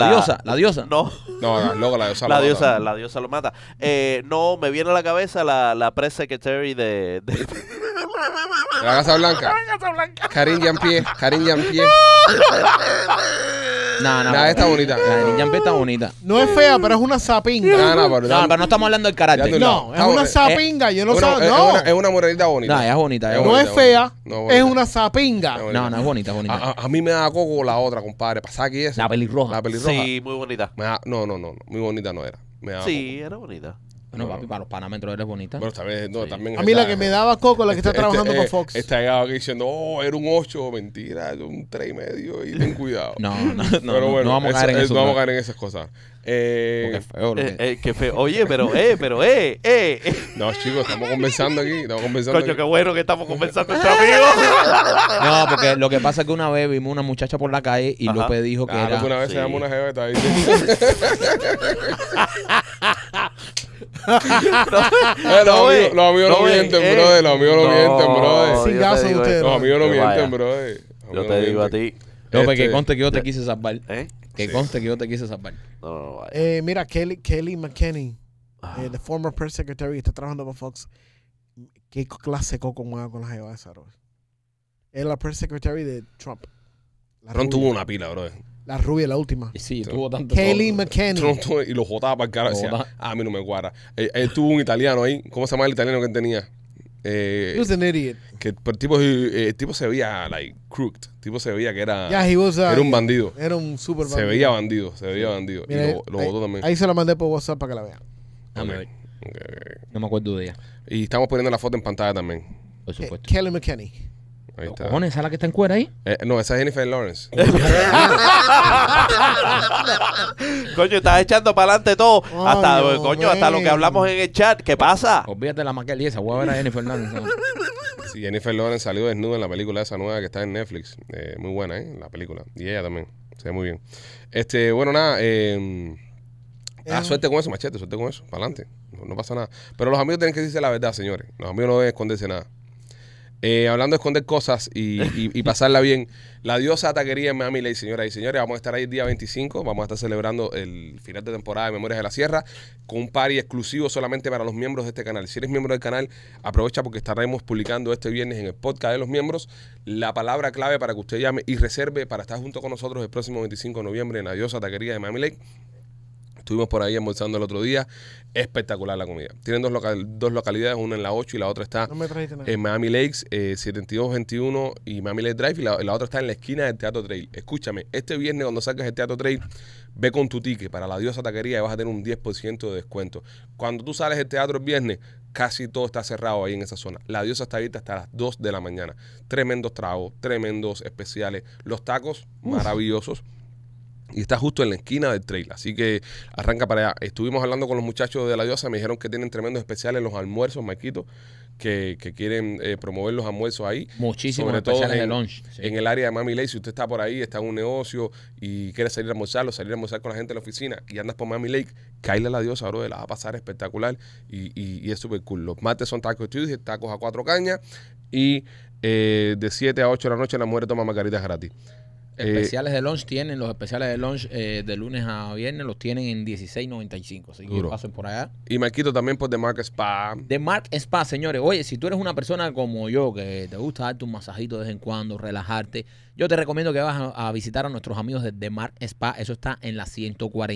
Speaker 2: La, diosa, la diosa.
Speaker 4: No.
Speaker 1: No, la loca, la diosa.
Speaker 4: La
Speaker 1: loca.
Speaker 4: diosa, la diosa lo mata. Eh, no, me viene a la cabeza la, la press secretary de, de-
Speaker 1: La Casa Blanca. Karin Jean-Pierre. Karin Jean-Pierre.
Speaker 2: No, no.
Speaker 1: Nada,
Speaker 2: pero-
Speaker 1: está bonita.
Speaker 2: La de Niña Ampe está bonita.
Speaker 3: No es fea, pero es una sapinga.
Speaker 1: No, no, pero.
Speaker 2: No, pero no estamos hablando
Speaker 1: Ya
Speaker 2: del
Speaker 1: tú
Speaker 2: carácter.
Speaker 1: la-
Speaker 2: No,
Speaker 3: No, es
Speaker 1: Ah,
Speaker 3: una
Speaker 1: eh,
Speaker 3: sapinga. Yo no
Speaker 1: una-
Speaker 3: sab-
Speaker 2: eh,
Speaker 1: es,
Speaker 3: No,
Speaker 1: Una, es una morenita bonita.
Speaker 2: ella es bonita. ella
Speaker 1: Es
Speaker 2: es
Speaker 3: no
Speaker 2: bonita.
Speaker 1: bonita,
Speaker 3: es fea.
Speaker 1: bonita. No,
Speaker 3: Es
Speaker 1: bonita.
Speaker 3: una sapinga.
Speaker 1: No,
Speaker 2: No, no es bonita, es bonita.
Speaker 1: A, a- a mí me da coco la otra, compadre. Pasaba aquí esa.
Speaker 2: La pelirroja.
Speaker 1: Ah, La pelirroja.
Speaker 4: Sí, muy bonita.
Speaker 1: Me da- no, no, no, no. Muy bonita no era. Me da
Speaker 4: Sí, era bonita.
Speaker 2: Bueno, papi, para los panametros eres bonita.
Speaker 1: coco. Bueno, también, no,
Speaker 4: Sí.
Speaker 1: también
Speaker 3: A mí la
Speaker 1: está-
Speaker 3: que me daba coco, la que está
Speaker 1: este-
Speaker 3: trabajando
Speaker 1: este,
Speaker 3: con
Speaker 1: eh,
Speaker 3: Fox.
Speaker 1: Está llegado aquí diciendo, oh, era un 8. Mentira, era un 3 y medio. Y ten cuidado.
Speaker 2: No, no, no, no, no vamos a
Speaker 1: eso-
Speaker 2: caer en
Speaker 1: es-
Speaker 2: eso.
Speaker 1: No vamos a
Speaker 2: bro.
Speaker 1: caer en esas cosas. Eh,
Speaker 2: Porque es feo lo
Speaker 4: Eh,
Speaker 2: que-
Speaker 4: eh, qué feo. Oye, pero, eh, pero, eh, eh. eh.
Speaker 1: no, chicos, estamos conversando aquí. Estamos conversando
Speaker 4: Coño,
Speaker 1: aquí.
Speaker 4: qué bueno que estamos conversando entre amigos.
Speaker 2: No, porque lo que pasa es que una vez vimos una muchacha por la calle y
Speaker 4: Ajá.
Speaker 2: López dijo que
Speaker 1: Claro,
Speaker 2: era.
Speaker 1: que una vez se
Speaker 4: Sí.
Speaker 1: llama una jeva y está ahí. Eh, los,
Speaker 4: No,
Speaker 1: amigos,
Speaker 4: eh,
Speaker 1: los amigos no,
Speaker 4: no, eh,
Speaker 1: mienten,
Speaker 4: eh.
Speaker 1: brother. Los amigos no, mienten, brother.
Speaker 3: Sí,
Speaker 4: yo te
Speaker 3: gaso
Speaker 4: digo
Speaker 3: ustedes.
Speaker 4: esto.
Speaker 1: Los amigos no
Speaker 4: Que vaya.
Speaker 1: mienten, brother. Los
Speaker 4: Yo
Speaker 1: amigos
Speaker 4: te
Speaker 1: no
Speaker 4: digo a
Speaker 1: mienten.
Speaker 4: ti.
Speaker 2: López, que
Speaker 1: Este-
Speaker 2: conste que yo te quise salvar.
Speaker 4: ¿Eh?
Speaker 2: Que
Speaker 1: Sí.
Speaker 2: conste que yo te quise salvar.
Speaker 4: No, no, no, vaya.
Speaker 3: Eh, mira, Kelly, Kelly McKinney,
Speaker 4: Ah.
Speaker 3: eh, the former press secretary, que está trabajando con Fox. ¿Qué clase de coco mueve con la jeva esa, bro? Es la press secretary de Trump. La
Speaker 1: Ron
Speaker 3: rubia.
Speaker 1: tuvo una pila, brother.
Speaker 3: La rubia, la última.
Speaker 2: Sí, tuvo tanto.
Speaker 3: Kelly
Speaker 2: todo.
Speaker 3: McKenna.
Speaker 1: Trump todo- y lo jotaba para el cara.
Speaker 2: Lo
Speaker 1: Decía,
Speaker 2: botaba.
Speaker 1: ah, a mí no me guarda. Eh, eh, tuvo un italiano ahí. ¿Cómo se llama el italiano que él tenía?
Speaker 3: He
Speaker 1: Eh,
Speaker 3: was an idiot.
Speaker 1: que pero el tipo, eh, el tipo se veía like crooked. El tipo se veía que era,
Speaker 3: Ya, he was a-
Speaker 1: Ah. era un bandido.
Speaker 3: Era un super
Speaker 1: Se
Speaker 3: bandido.
Speaker 1: veía bandido, se veía bandido.
Speaker 3: Mira,
Speaker 1: y lo, lo
Speaker 3: ahí-
Speaker 1: votó también.
Speaker 3: Ahí se la mandé por WhatsApp para que la vean.
Speaker 2: Dame
Speaker 1: Ok,
Speaker 2: ver.
Speaker 1: ok, ok.
Speaker 2: No me acuerdo de ella,
Speaker 1: Y estamos poniendo la foto en pantalla también.
Speaker 2: por
Speaker 3: Ke-
Speaker 2: supuesto.
Speaker 3: Kelly McKinney.
Speaker 1: Ahí está.
Speaker 2: cojones, ¿esa es la que está en cuera ahí?
Speaker 1: Eh, no, esa es Jennifer Lawrence.
Speaker 4: Coño, estás echando para adelante todo.
Speaker 3: Coño,
Speaker 4: hasta, coño, hasta lo que
Speaker 3: man.
Speaker 4: hablamos en el chat. ¿Qué pasa?
Speaker 1: Oh.
Speaker 2: Olvídate de la Maquel y esa, voy a ver a Jennifer Lawrence.
Speaker 1: Sí, Jennifer Lawrence salió desnuda en la película esa nueva que está en Netflix. Eh, muy buena, ¿eh? La película. Y ella también. Se ve muy bien. Este, bueno, nada. eh, ah,
Speaker 3: Eh.
Speaker 1: suerte con eso, machete. Suerte con eso. Para adelante. No, no pasa nada. Pero los amigos tienen que decirse la verdad, señores. Los amigos no deben esconderse nada. Eh, hablando de esconder cosas y, y- y pasarla bien, la diosa taquería en Miami Lake, señoras y señores, vamos a estar ahí el día 25, vamos a estar celebrando el final de temporada de Memorias de la Sierra con un party exclusivo solamente para los miembros de este canal. Si eres miembro del canal, aprovecha porque estaremos publicando este viernes en el podcast de los miembros la palabra clave para que usted llame y reserve para estar junto con nosotros el próximo 25 de noviembre en la diosa taquería de Miami Lake. Estuvimos por ahí almorzando el otro día. Espectacular la comida. Tienen dos, local- dos localidades, una en la 8 y la otra está
Speaker 3: No me trajiste nada.
Speaker 1: en Miami Lakes, eh, 7221 y Miami Lake Drive. Y la, la otra está en la esquina del Teatro Trail. Escúchame, este viernes cuando salgas del Teatro Trail, ve con tu ticket para la diosa taquería y vas a tener un 10% de descuento. Cuando tú sales del teatro el viernes, casi todo está cerrado ahí en esa zona. La diosa está abierta hasta las 2 de la mañana. Tremendos tragos, tremendos especiales. Los tacos, maravillosos. Y está justo en la esquina del trail. Así que arranca para allá. Estuvimos hablando con los muchachos de la diosa. Me dijeron que tienen tremendos especiales los almuerzos, Maquito, que, que quieren eh, promover los almuerzos ahí.
Speaker 2: Muchísimos
Speaker 1: Sobre todo
Speaker 2: especiales de
Speaker 1: en- eh,
Speaker 2: lunch. sí.
Speaker 1: En el área de Miami Lake, si usted está por ahí, está en un negocio y quiere salir a almorzarlo, salir a almorzar con la gente de la oficina y andas por Miami Lake, caile a la diosa, bro, la va a pasar espectacular y, y- y es súper cool. Los martes son tacos Tuesday, tacos a cuatro cañas y eh, de 7 a 8 de la noche las mujeres toman margaritas gratis. Eh,
Speaker 2: especiales de lunch tienen, los especiales de lunch eh, de lunes a viernes los tienen en 16.95. Así que
Speaker 1: Duro.
Speaker 2: pasen por allá.
Speaker 1: y Marquito también por The Market Spa.
Speaker 2: De Mark Spa, señores. Oye, si tú eres una persona como yo, que te gusta darte un masajito de vez en cuando, relajarte, yo te recomiendo que vas a, a visitar a nuestros amigos de The Mark Spa. Eso está en la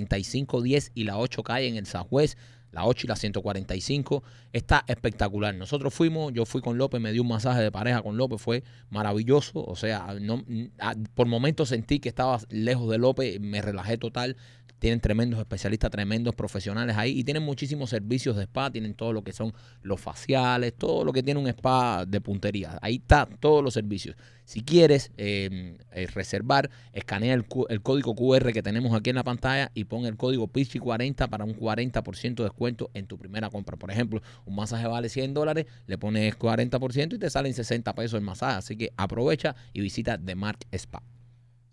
Speaker 2: 14510 y la 8 calle en el Southwest. La 8 y la 145 está espectacular. Nosotros fuimos, yo fui con López, me di un masaje de pareja con López, fue maravilloso. O sea, no- a- por momentos sentí que estaba lejos de López, me relajé total. Tienen tremendos especialistas, tremendos profesionales ahí y tienen muchísimos servicios de spa, tienen todo lo que son los faciales, todo lo que tiene un spa de puntería. Ahí está todos los servicios. Si quieres eh, eh, reservar, escanea el, cu- el código QR que tenemos aquí en la pantalla y pon el código PICHI40 para un 40% de descuento en tu primera compra. Por ejemplo, un masaje vale 100 dólares, le pones 40% y te salen 60 pesos el masaje. Así que aprovecha y visita The Mark Spa.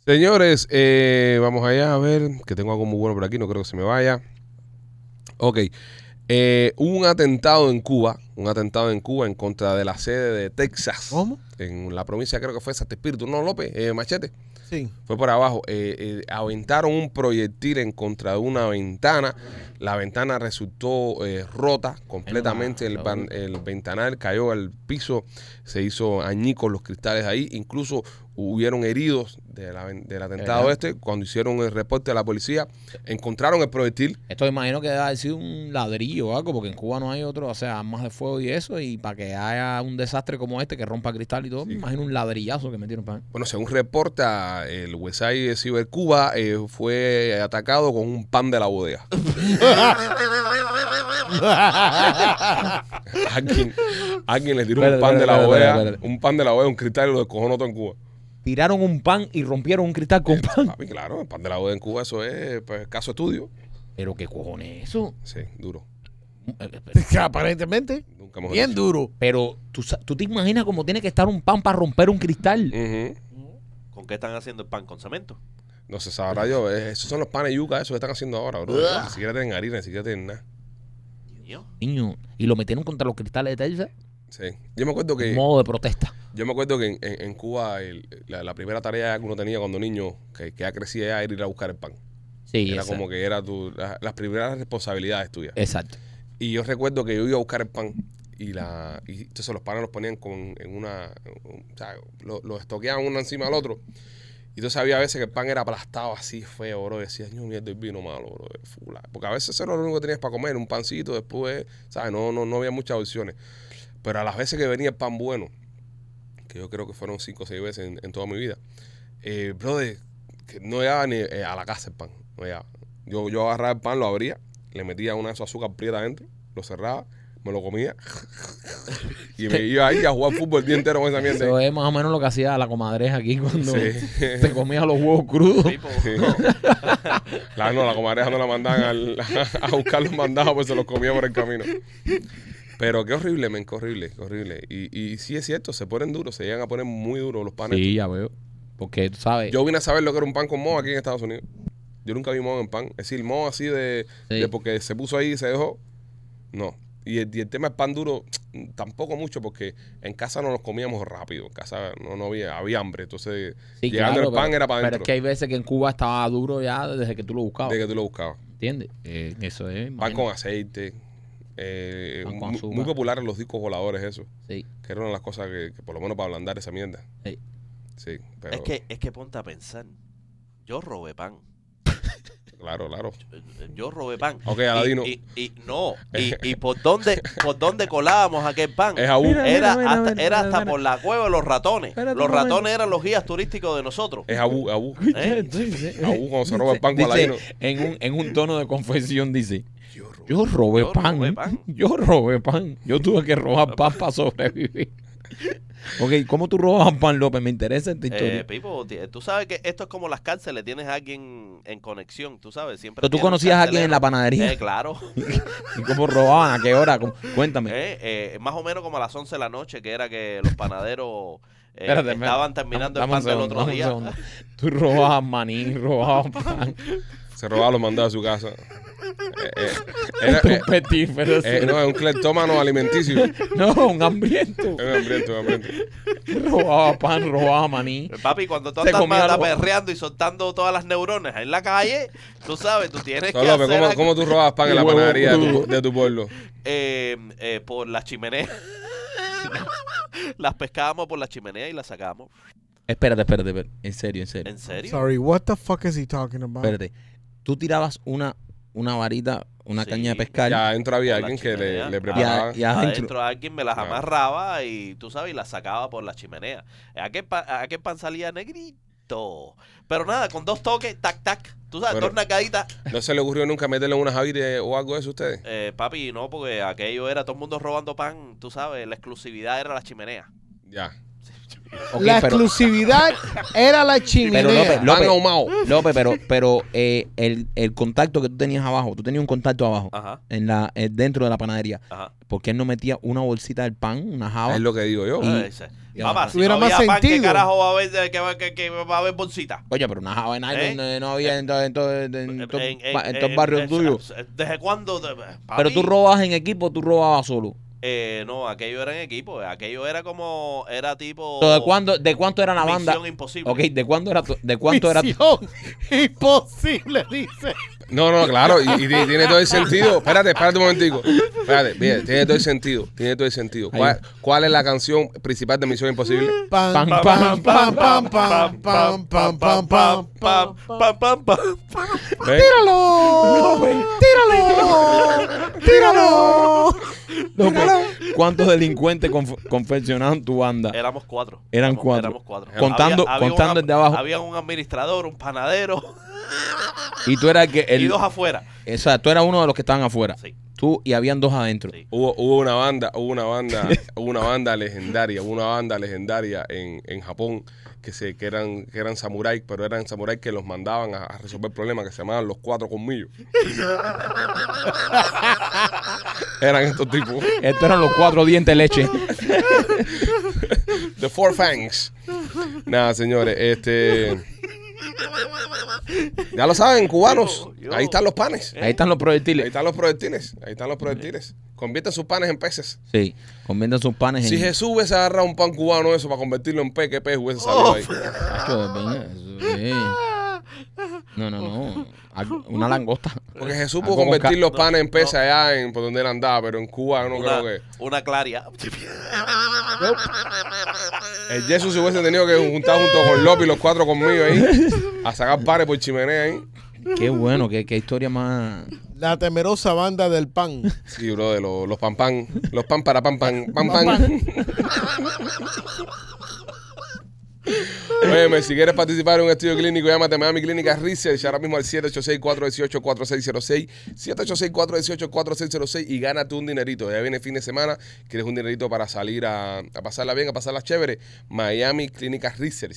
Speaker 1: Señores, eh, vamos allá a ver, que tengo algo muy bueno por aquí, no creo que se me vaya. Ok, eh, hubo un atentado en Cuba, un atentado en Cuba en contra de la sede de Texas.
Speaker 3: ¿Cómo?
Speaker 1: en la provincia, creo que fue Santa Espíritu, no López, eh, Machete,
Speaker 3: Sí.
Speaker 1: fue por abajo. eh, eh, aventaron un proyectil en contra de una ventana. La ventana resultó eh, rota completamente. El, van- el ventanal cayó al piso, se hizo añicos los cristales ahí. Incluso hubieron heridos de la ven- del atentado
Speaker 2: Ajá.
Speaker 1: este. Cuando hicieron el reporte a la policía, encontraron el proyectil.
Speaker 2: Esto imagino que debe haber sido un ladrillo o algo, porque en Cuba no hay otro, o sea, armas de fuego y eso, y para que haya un desastre como este que rompa cristal y todo, me imagino un ladrillazo que metieron para
Speaker 1: Bueno, según reporta el website de Cibercuba, eh, fue atacado con un pan de la bodega. alguien, alguien le tiró un
Speaker 2: Espérate,
Speaker 1: pan de la
Speaker 2: espérate, espérate,
Speaker 1: bodega,
Speaker 2: espérate.
Speaker 1: un pan de la bodega, un cristal y lo descojonó todo en Cuba. Eh,
Speaker 2: Tiraron un pan y rompieron un cristal con pan.
Speaker 1: Papi, claro, el pan de la bodega en Cuba, eso es pues, caso estudio.
Speaker 2: Pero qué cojones es eso.
Speaker 1: Sí, duro.
Speaker 2: Eh, pero-
Speaker 3: Que aparentemente,
Speaker 1: Nunca mejor
Speaker 3: bien
Speaker 1: dicho.
Speaker 3: duro.
Speaker 2: Pero tú, sa- tú te imaginas cómo tiene que estar un pan para romper un cristal.
Speaker 1: Ujú.
Speaker 4: ¿Con qué están haciendo el pan? ¿Con cemento?
Speaker 1: No se sabrá yo. eh, Esos son los panes yuca, eso que están haciendo ahora, bro. Ni siquiera tienen harina, ni siquiera tienen nada.
Speaker 4: Niño.
Speaker 2: Niño, y lo metieron contra los cristales de Telsa.
Speaker 1: Sí. Yo me acuerdo que
Speaker 2: Modo de protesta.
Speaker 1: Yo me acuerdo que en, en- en Cuba el- la, la primera tarea que uno tenía cuando niño, que, que ya crecía, era ir a buscar el pan.
Speaker 2: Sí,
Speaker 1: era
Speaker 2: exacto.
Speaker 1: como que era tu, la- las primeras responsabilidades tuyas.
Speaker 2: Exacto.
Speaker 1: Y yo recuerdo que yo iba a buscar el pan y la y entonces los panes los ponían con, en una, o sea, lo- los estoqueaban uno encima del otro. Y tú sabías a veces que el pan era aplastado así feo, bro. Y decías, no, mierda, el vino malo, bro. Fula. Porque a veces eso era lo único que tenías para comer, un pancito, después, ¿sabes? No, no, no había muchas opciones. Pero a las veces que venía el pan bueno, que yo creo que fueron cinco o seis veces en, en toda mi vida, eh, brother, que no llegaba ni eh, a la casa el pan. No llegaba. Yo, yo agarraba el pan, lo abría, le metía una de esos azúcar prieta adentro, lo cerraba, me lo comía y me iba ahí a jugar fútbol el día entero con esa mierda.
Speaker 2: Eso es más o menos lo que hacía la comadreja aquí cuando
Speaker 1: Sí.
Speaker 2: te comías los huevos crudos.
Speaker 4: Tipo,
Speaker 1: Sí. La, no, la comadreja no la mandaban al- a buscar los mandados, pues se los comía por el camino. Pero qué horrible, men, qué horrible, qué horrible. Y, y sí es cierto, se ponen duros, se llegan a poner muy duros los panes.
Speaker 2: Sí, ya veo. Porque tú sabes.
Speaker 1: Yo vine a saber lo que era un pan con moho aquí en Estados Unidos. Yo nunca vi moho en pan. Es decir, moho así de,
Speaker 2: Sí.
Speaker 1: de porque se puso ahí y se dejó. No. Y el, y el tema del pan duro, tampoco mucho, porque en casa no nos comíamos rápido. En casa no, no había, había hambre. Entonces,
Speaker 2: sí,
Speaker 1: llegando
Speaker 2: claro,
Speaker 1: el pan
Speaker 2: pero-
Speaker 1: era para
Speaker 2: Pero
Speaker 1: adentro.
Speaker 2: es que hay veces que en Cuba estaba duro ya desde que tú lo buscabas.
Speaker 1: de que tú lo buscabas.
Speaker 2: ¿Entiendes? Eh, eso es.
Speaker 1: Pan
Speaker 2: imagínate.
Speaker 1: con aceite. eh,
Speaker 2: Pan con
Speaker 1: mu-
Speaker 2: azúcar.
Speaker 1: muy populares los discos voladores, eso.
Speaker 2: Sí.
Speaker 1: Que eran las cosas que, que por lo menos para ablandar esa mierda.
Speaker 2: Sí.
Speaker 1: Sí, pero.
Speaker 4: es, que, es que ponte a pensar. Yo robé pan.
Speaker 1: Claro, claro.
Speaker 4: Yo robé pan.
Speaker 1: Ok,
Speaker 4: Y-
Speaker 1: Aladino.
Speaker 4: Y, y- no, y, y por dónde por dónde colábamos aquel pan.
Speaker 1: Es aún.
Speaker 2: Mira,
Speaker 4: Era
Speaker 2: mira,
Speaker 4: hasta,
Speaker 2: mira,
Speaker 4: era
Speaker 2: mira,
Speaker 4: hasta
Speaker 2: mira.
Speaker 4: por la cueva de los ratones.
Speaker 2: Espérate un
Speaker 4: los
Speaker 2: momento.
Speaker 4: ratones eran los guías turísticos de nosotros.
Speaker 1: Es abú, abú.
Speaker 4: ¿eh?
Speaker 1: Abú cuando se roba el pan con
Speaker 2: Dice,
Speaker 1: Aladino.
Speaker 2: en, un, en un tono de confesión dice, yo robé,
Speaker 4: Yo
Speaker 2: pan,
Speaker 4: robé pan.
Speaker 2: yo robé pan, yo tuve que robar pan para sobrevivir. ok, ¿cómo tú robas pan, López? Me interesa esta historia.
Speaker 4: Eh, Pipo, ti- tú sabes que esto es como las cárceles, tienes a alguien en conexión, tú sabes, siempre.
Speaker 2: Pero tú
Speaker 4: tienes un
Speaker 2: conocías a alguien en la
Speaker 4: carcelero.
Speaker 2: panadería.
Speaker 4: Eh, claro.
Speaker 2: ¿Y cómo robaban? ¿A qué hora? ¿Cómo? Cuéntame.
Speaker 4: Eh, eh, más o menos como a las 11 de la noche, que era que los panaderos eh,
Speaker 2: Espérate, espérate.
Speaker 4: estaban terminando
Speaker 2: Dame un
Speaker 4: el pan del
Speaker 2: segundo,
Speaker 4: otro
Speaker 2: dame un
Speaker 4: día.
Speaker 2: segundo. Tú robabas maní, robabas pan,
Speaker 1: Se robaba los mandados de su casa. Eh, eh, era-
Speaker 2: un
Speaker 1: eh,
Speaker 2: petífero.
Speaker 1: eh, no, es un cleptómano alimenticio. Es
Speaker 2: no, un hambriento.
Speaker 1: un hambriento, un hambriento.
Speaker 2: Robaba pan, robaba maní.
Speaker 4: Eh, Papi, cuando tú
Speaker 2: Se
Speaker 4: andas
Speaker 2: comía
Speaker 4: mierda
Speaker 2: los-
Speaker 4: perreando y soltando todas las neuronas en la calle, tú sabes, tú tienes
Speaker 1: No,
Speaker 4: que
Speaker 1: López,
Speaker 4: hacer
Speaker 1: ¿cómo,
Speaker 4: algo,
Speaker 1: cómo tú robabas pan en la
Speaker 2: Huevo
Speaker 1: panadería de tu,
Speaker 2: crudo.
Speaker 1: de tu pueblo?
Speaker 4: eh, eh, por las chimeneas. las pescábamos por la chimenea y las sacábamos.
Speaker 2: Espérate, espérate, espérate. En serio, en serio.
Speaker 4: ¿En serio?
Speaker 3: Sorry, what the fuck is he talking about?
Speaker 2: Espérate. Tú tirabas una, una varita, una
Speaker 4: Sí.
Speaker 2: caña de pescar.
Speaker 1: Ya adentro había
Speaker 4: Con la
Speaker 1: alguien que le,
Speaker 4: chimenea,
Speaker 1: le
Speaker 4: claro.
Speaker 1: preparaba.
Speaker 2: Ya, ya.
Speaker 4: adentro alguien me las
Speaker 1: Claro.
Speaker 4: amarraba y tú sabes, y las sacaba por la chimenea. Aquel, pa- aquel pan salía negrito. Pero nada, con dos toques, tac, tac. Tú sabes,
Speaker 1: Pero-
Speaker 4: dos nacaditas.
Speaker 1: ¿No se le ocurrió nunca meterle unas javitas o algo de eso a ustedes?
Speaker 4: Eh, papi, no, porque aquello era todo el mundo robando pan. Tú sabes, la exclusividad era la chimenea.
Speaker 1: Ya.
Speaker 2: Ok,
Speaker 3: la
Speaker 2: pero,
Speaker 3: exclusividad era la chimenea.
Speaker 2: Pero López, López,
Speaker 1: Pan ahumado.
Speaker 2: López, pero, pero eh, el, el contacto que tú tenías abajo, tú tenías un contacto abajo,
Speaker 4: Ajá,
Speaker 2: en la, eh, dentro de la panadería.
Speaker 4: ajá.
Speaker 2: ¿Por qué él no metía una bolsita del pan, una java?
Speaker 1: Es lo que digo yo.
Speaker 4: Ah, ese.
Speaker 2: y
Speaker 4: Papá,
Speaker 2: abajo?
Speaker 4: si
Speaker 3: Tuviera
Speaker 4: no había
Speaker 3: más
Speaker 4: pan, ¿qué
Speaker 3: sentido.
Speaker 4: carajo va a haber, de- que va, que- que va a haber bolsita?
Speaker 2: Oye, pero una java en
Speaker 4: ¿Eh?
Speaker 2: Iron no había en todo en todo- en todo-
Speaker 4: En- en-
Speaker 2: en todo el
Speaker 4: en-
Speaker 2: barrio
Speaker 4: en-
Speaker 2: tuyo.
Speaker 4: ¿Desde cuándo? De- papi,
Speaker 2: Pero tú robabas en equipo, tú robabas solo.
Speaker 4: eh, no, aquello era en equipo. eh, Aquello era como. Era tipo.
Speaker 2: ¿De, cuándo, ¿De cuánto era la banda?
Speaker 4: Misión imposible.
Speaker 2: Ok, ¿de cuánto era tu- de cuánto era tu-
Speaker 3: Misión Imposible, dice.
Speaker 1: No, no, claro, y, y ti- tiene todo el sentido. Espérate, espérate un momentico. Espérate, bien, tiene todo el sentido, tiene todo el sentido. ¿Cuál, cuál es la canción principal de Misión Imposible?
Speaker 3: Pam,
Speaker 2: Pam,
Speaker 3: pam, pam, pam, pam, pam, pam, pam, pam, pam.
Speaker 4: pam, pam, pam, pam.
Speaker 1: ¿Eh?
Speaker 3: ¡Tíralo! ¡Tíralo! ¡Tíralo!
Speaker 2: López, ¿Cuántos delincuentes conf- confeccionaban tu banda?
Speaker 4: Éramos cuatro.
Speaker 2: Eran
Speaker 4: Éramos-
Speaker 2: cuatro.
Speaker 4: Éramos cuatro.
Speaker 2: Contando- contando
Speaker 4: un,
Speaker 2: desde abajo.
Speaker 4: Había un administrador, un panadero
Speaker 2: Y tú eras el que. el-
Speaker 4: y dos afuera.
Speaker 2: o sea, tú eras uno de los que estaban afuera.
Speaker 4: Sí.
Speaker 2: Tú y habían dos adentro.
Speaker 4: Sí.
Speaker 1: Hubo, hubo una banda, hubo una banda, hubo una banda legendaria, hubo una banda legendaria en, en Japón que se que eran que eran samuráis, pero eran samuráis que los mandaban a, a resolver problemas que se llamaban los cuatro colmillos. eran estos tipos,
Speaker 2: Estos eran los cuatro dientes de leche.
Speaker 1: the four fangs. Nada, señores, este Ya lo saben, cubanos,
Speaker 4: Yo- yo-
Speaker 1: ahí están los panes.
Speaker 2: Ahí están los
Speaker 1: Ahí
Speaker 2: proyectiles.
Speaker 1: están los proyectiles, ahí están los proyectiles. Convierten sus panes en peces.
Speaker 2: Sí. Conviertan sus panes
Speaker 1: Si
Speaker 2: en.
Speaker 1: Jesús hubiese agarrado un pan cubano eso para convertirlo en pe, ¿qué pez hubiese
Speaker 4: Oh,
Speaker 1: salido ahí?
Speaker 2: Chacho, ven, eso, sí. No, no, no. Al- Una langosta.
Speaker 1: Porque Jesús
Speaker 2: Algo
Speaker 1: pudo
Speaker 2: con
Speaker 1: convertir
Speaker 2: ca-
Speaker 1: los
Speaker 4: Ah, no,
Speaker 1: panes en pesa
Speaker 4: no.
Speaker 1: allá en por donde él andaba, pero en Cuba yo no
Speaker 4: una,
Speaker 1: creo que.
Speaker 4: una claria.
Speaker 1: El Jesús se hubiese tenido que juntar junto con López y los cuatro conmigo ahí a sacar panes por chimenea ahí.
Speaker 2: Qué bueno, qué, qué historia más.
Speaker 3: La temerosa banda del pan.
Speaker 1: Sí, bro, de los, los pan pan. Los pan para pan pan. Pan pan. Óyeme, si quieres participar en un estudio clínico, llámate a Miami Clínica Research ahora mismo al 786-418-4606. 786-418-4606 y gánate un dinerito. Ya viene fin de semana, quieres un dinerito para salir a, a pasarla bien, a pasarla chévere. Miami Clínica Research,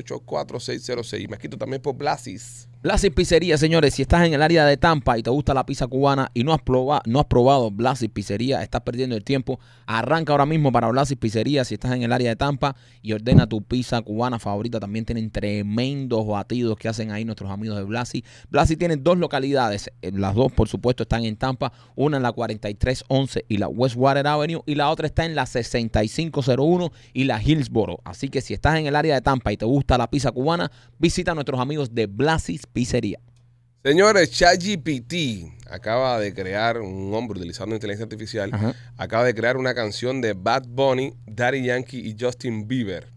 Speaker 1: 786-418-4606. Me quito también por Blasis.
Speaker 2: Blasis Pizzería, señores, si estás en el área de Tampa y te gusta la pizza cubana y no has probado, no has probado Blasis Pizzería, estás perdiendo el tiempo. Arranca ahora mismo para Blasis Pizzería si estás en el área de Tampa y ordena tu pizza cubana favorita. También tienen tremendos batidos que hacen ahí nuestros amigos de Blasis. Blasis tiene dos localidades, eh, las dos por supuesto están en Tampa, una en la 4311 y la Westwater Avenue y la otra está en la 6501 y la Hillsboro. Así que si estás en el área de Tampa y te gusta la pizza cubana, visita a nuestros amigos de Blasis Pizzería.
Speaker 1: Señores, ChatGPT acaba de crear, un hombre utilizando inteligencia artificial,
Speaker 2: Ajá.
Speaker 1: acaba de crear una canción de Bad Bunny, Daddy Yankee y Justin Bieber.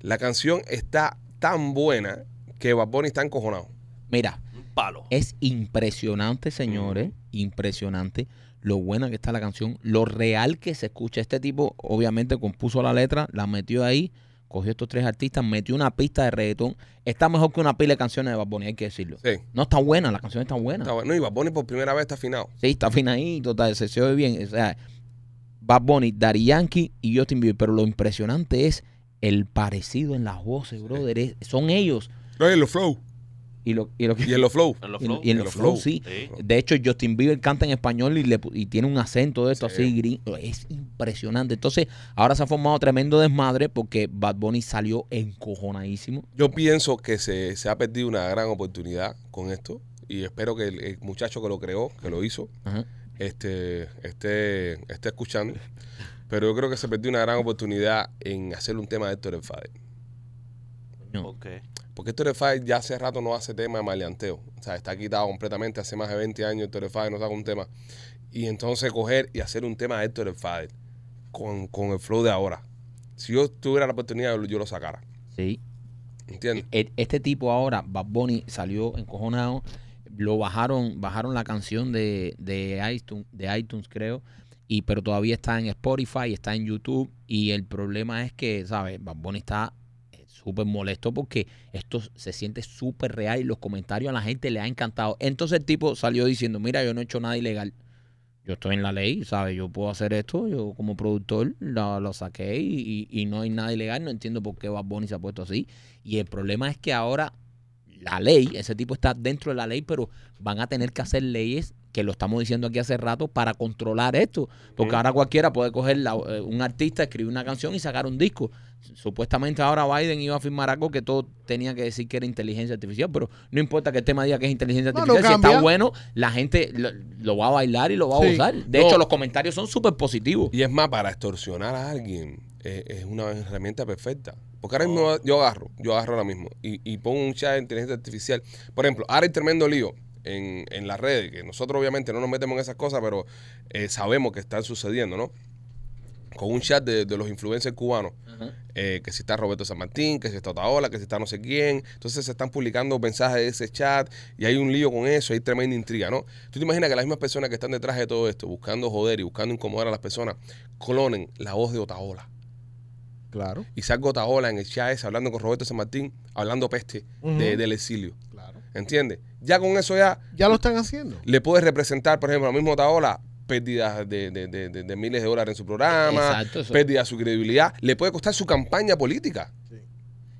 Speaker 1: La canción está tan buena que Bad Bunny está encojonado.
Speaker 2: Mira,
Speaker 4: Un palo.
Speaker 2: es impresionante, señores, impresionante lo buena que está la canción, lo real que se escucha. Este tipo obviamente compuso la letra, la metió ahí, cogió estos tres artistas, metió una pista de reggaetón. Está mejor que una pila de canciones de Bad Bunny, hay que decirlo.
Speaker 1: Sí.
Speaker 2: No está buena, la canción está buena.
Speaker 1: Está bueno. No, y Bad Bunny por primera vez está afinado.
Speaker 2: Sí, está finadito, total, se, se oye bien. O sea, Bad Bunny, Daddy Yankee y Justin Bieber. Pero lo impresionante es el parecido en las voces, brother. Es- son ellos.
Speaker 1: No, y en los flow.
Speaker 2: Y lo, y lo que-
Speaker 1: Y en los flow.
Speaker 4: En los
Speaker 2: y-
Speaker 4: flow.
Speaker 2: y en
Speaker 1: en
Speaker 2: los
Speaker 1: los
Speaker 2: flow,
Speaker 1: flow.
Speaker 2: sí.
Speaker 4: Sí.
Speaker 2: De hecho, Justin Bieber canta en español y, le pu- y tiene un acento de esto
Speaker 1: Sí.
Speaker 2: así, gringo. Es impresionante. Entonces, ahora se ha formado tremendo desmadre porque Bad Bunny salió encojonadísimo.
Speaker 1: Yo pienso que se, se ha perdido una gran oportunidad con esto. Y espero que el, el muchacho que lo creó, que lo hizo,
Speaker 2: Ajá.
Speaker 1: este, esté, esté escuchando. Pero yo creo que se perdió una gran oportunidad en hacer un tema de Héctor El Father.
Speaker 2: No.
Speaker 4: Ok.
Speaker 1: Porque Héctor Fire ya hace rato no hace tema de maleanteo. O sea, está quitado completamente. Hace más de 20 años Héctor Fire no saca un tema. Y entonces coger y hacer un tema de Héctor Fire con, con el flow de ahora. Si yo tuviera la oportunidad, yo, lo- yo lo sacara.
Speaker 2: Sí.
Speaker 1: ¿Entiendes?
Speaker 2: E- Este tipo ahora, Bad Bunny, salió encojonado. Lo bajaron, bajaron la canción de, de iTunes, de iTunes, creo. Y, pero todavía está en Spotify, está en YouTube. Y el problema es que, ¿sabes? Bad Bunny está eh, súper molesto porque esto se siente súper real y los comentarios a la gente le ha encantado. Entonces el tipo salió diciendo, mira, yo no he hecho nada ilegal. Yo estoy en la ley, ¿sabes? Yo puedo hacer esto, yo como productor lo, lo saqué y, y- y no hay nada ilegal. No entiendo por qué Bad Bunny se ha puesto así. Y el problema es que ahora la ley, ese tipo está dentro de la ley, pero van a tener que hacer leyes que lo estamos diciendo aquí hace rato para controlar esto. Porque
Speaker 1: Ujú.
Speaker 2: ahora cualquiera puede coger la- eh, un artista, escribir una canción y sacar un disco. Supuestamente ahora Biden iba a firmar algo que todo tenía que decir que era inteligencia artificial, pero no importa que el tema diga que es inteligencia
Speaker 3: No,
Speaker 2: artificial,
Speaker 3: no
Speaker 2: si está
Speaker 3: cambia.
Speaker 2: bueno, la gente lo, lo va a bailar y lo va a
Speaker 3: Sí.
Speaker 2: gozar. De
Speaker 1: No.
Speaker 2: hecho, los comentarios son súper positivos.
Speaker 1: Y es más, para extorsionar a alguien eh, es, una herramienta perfecta. Porque ahora mismo yo agarro, yo agarro ahora mismo y, y pongo un chat de inteligencia artificial. Por ejemplo, ahora hay tremendo lío en, en las redes, que nosotros obviamente no nos metemos en esas cosas, pero eh, sabemos que están sucediendo, ¿no? Con un chat de, de los influencers cubanos, eh, que si está Roberto San Martín, que si está Otaola, que si está no sé quién. Entonces se están publicando mensajes de ese chat y hay un lío con eso, hay tremenda intriga, ¿no? ¿Tú te imaginas que las mismas personas que están detrás de todo esto, buscando joder y buscando incomodar a las personas, clonen la voz de Otaola?
Speaker 3: Claro,
Speaker 1: Y salga Otaola en el chat ese hablando con Roberto San Martín, hablando peste de-
Speaker 3: Ujú.
Speaker 1: del exilio.
Speaker 3: claro.
Speaker 1: ¿Entiendes? Ya con eso ya
Speaker 3: Ya lo están haciendo.
Speaker 1: le puedes representar, por ejemplo, al mismo Otaola pérdidas de, de- de- de- de miles de dólares en su programa,
Speaker 2: Exacto, eso-
Speaker 1: pérdida de su credibilidad, le puede costar su campaña política.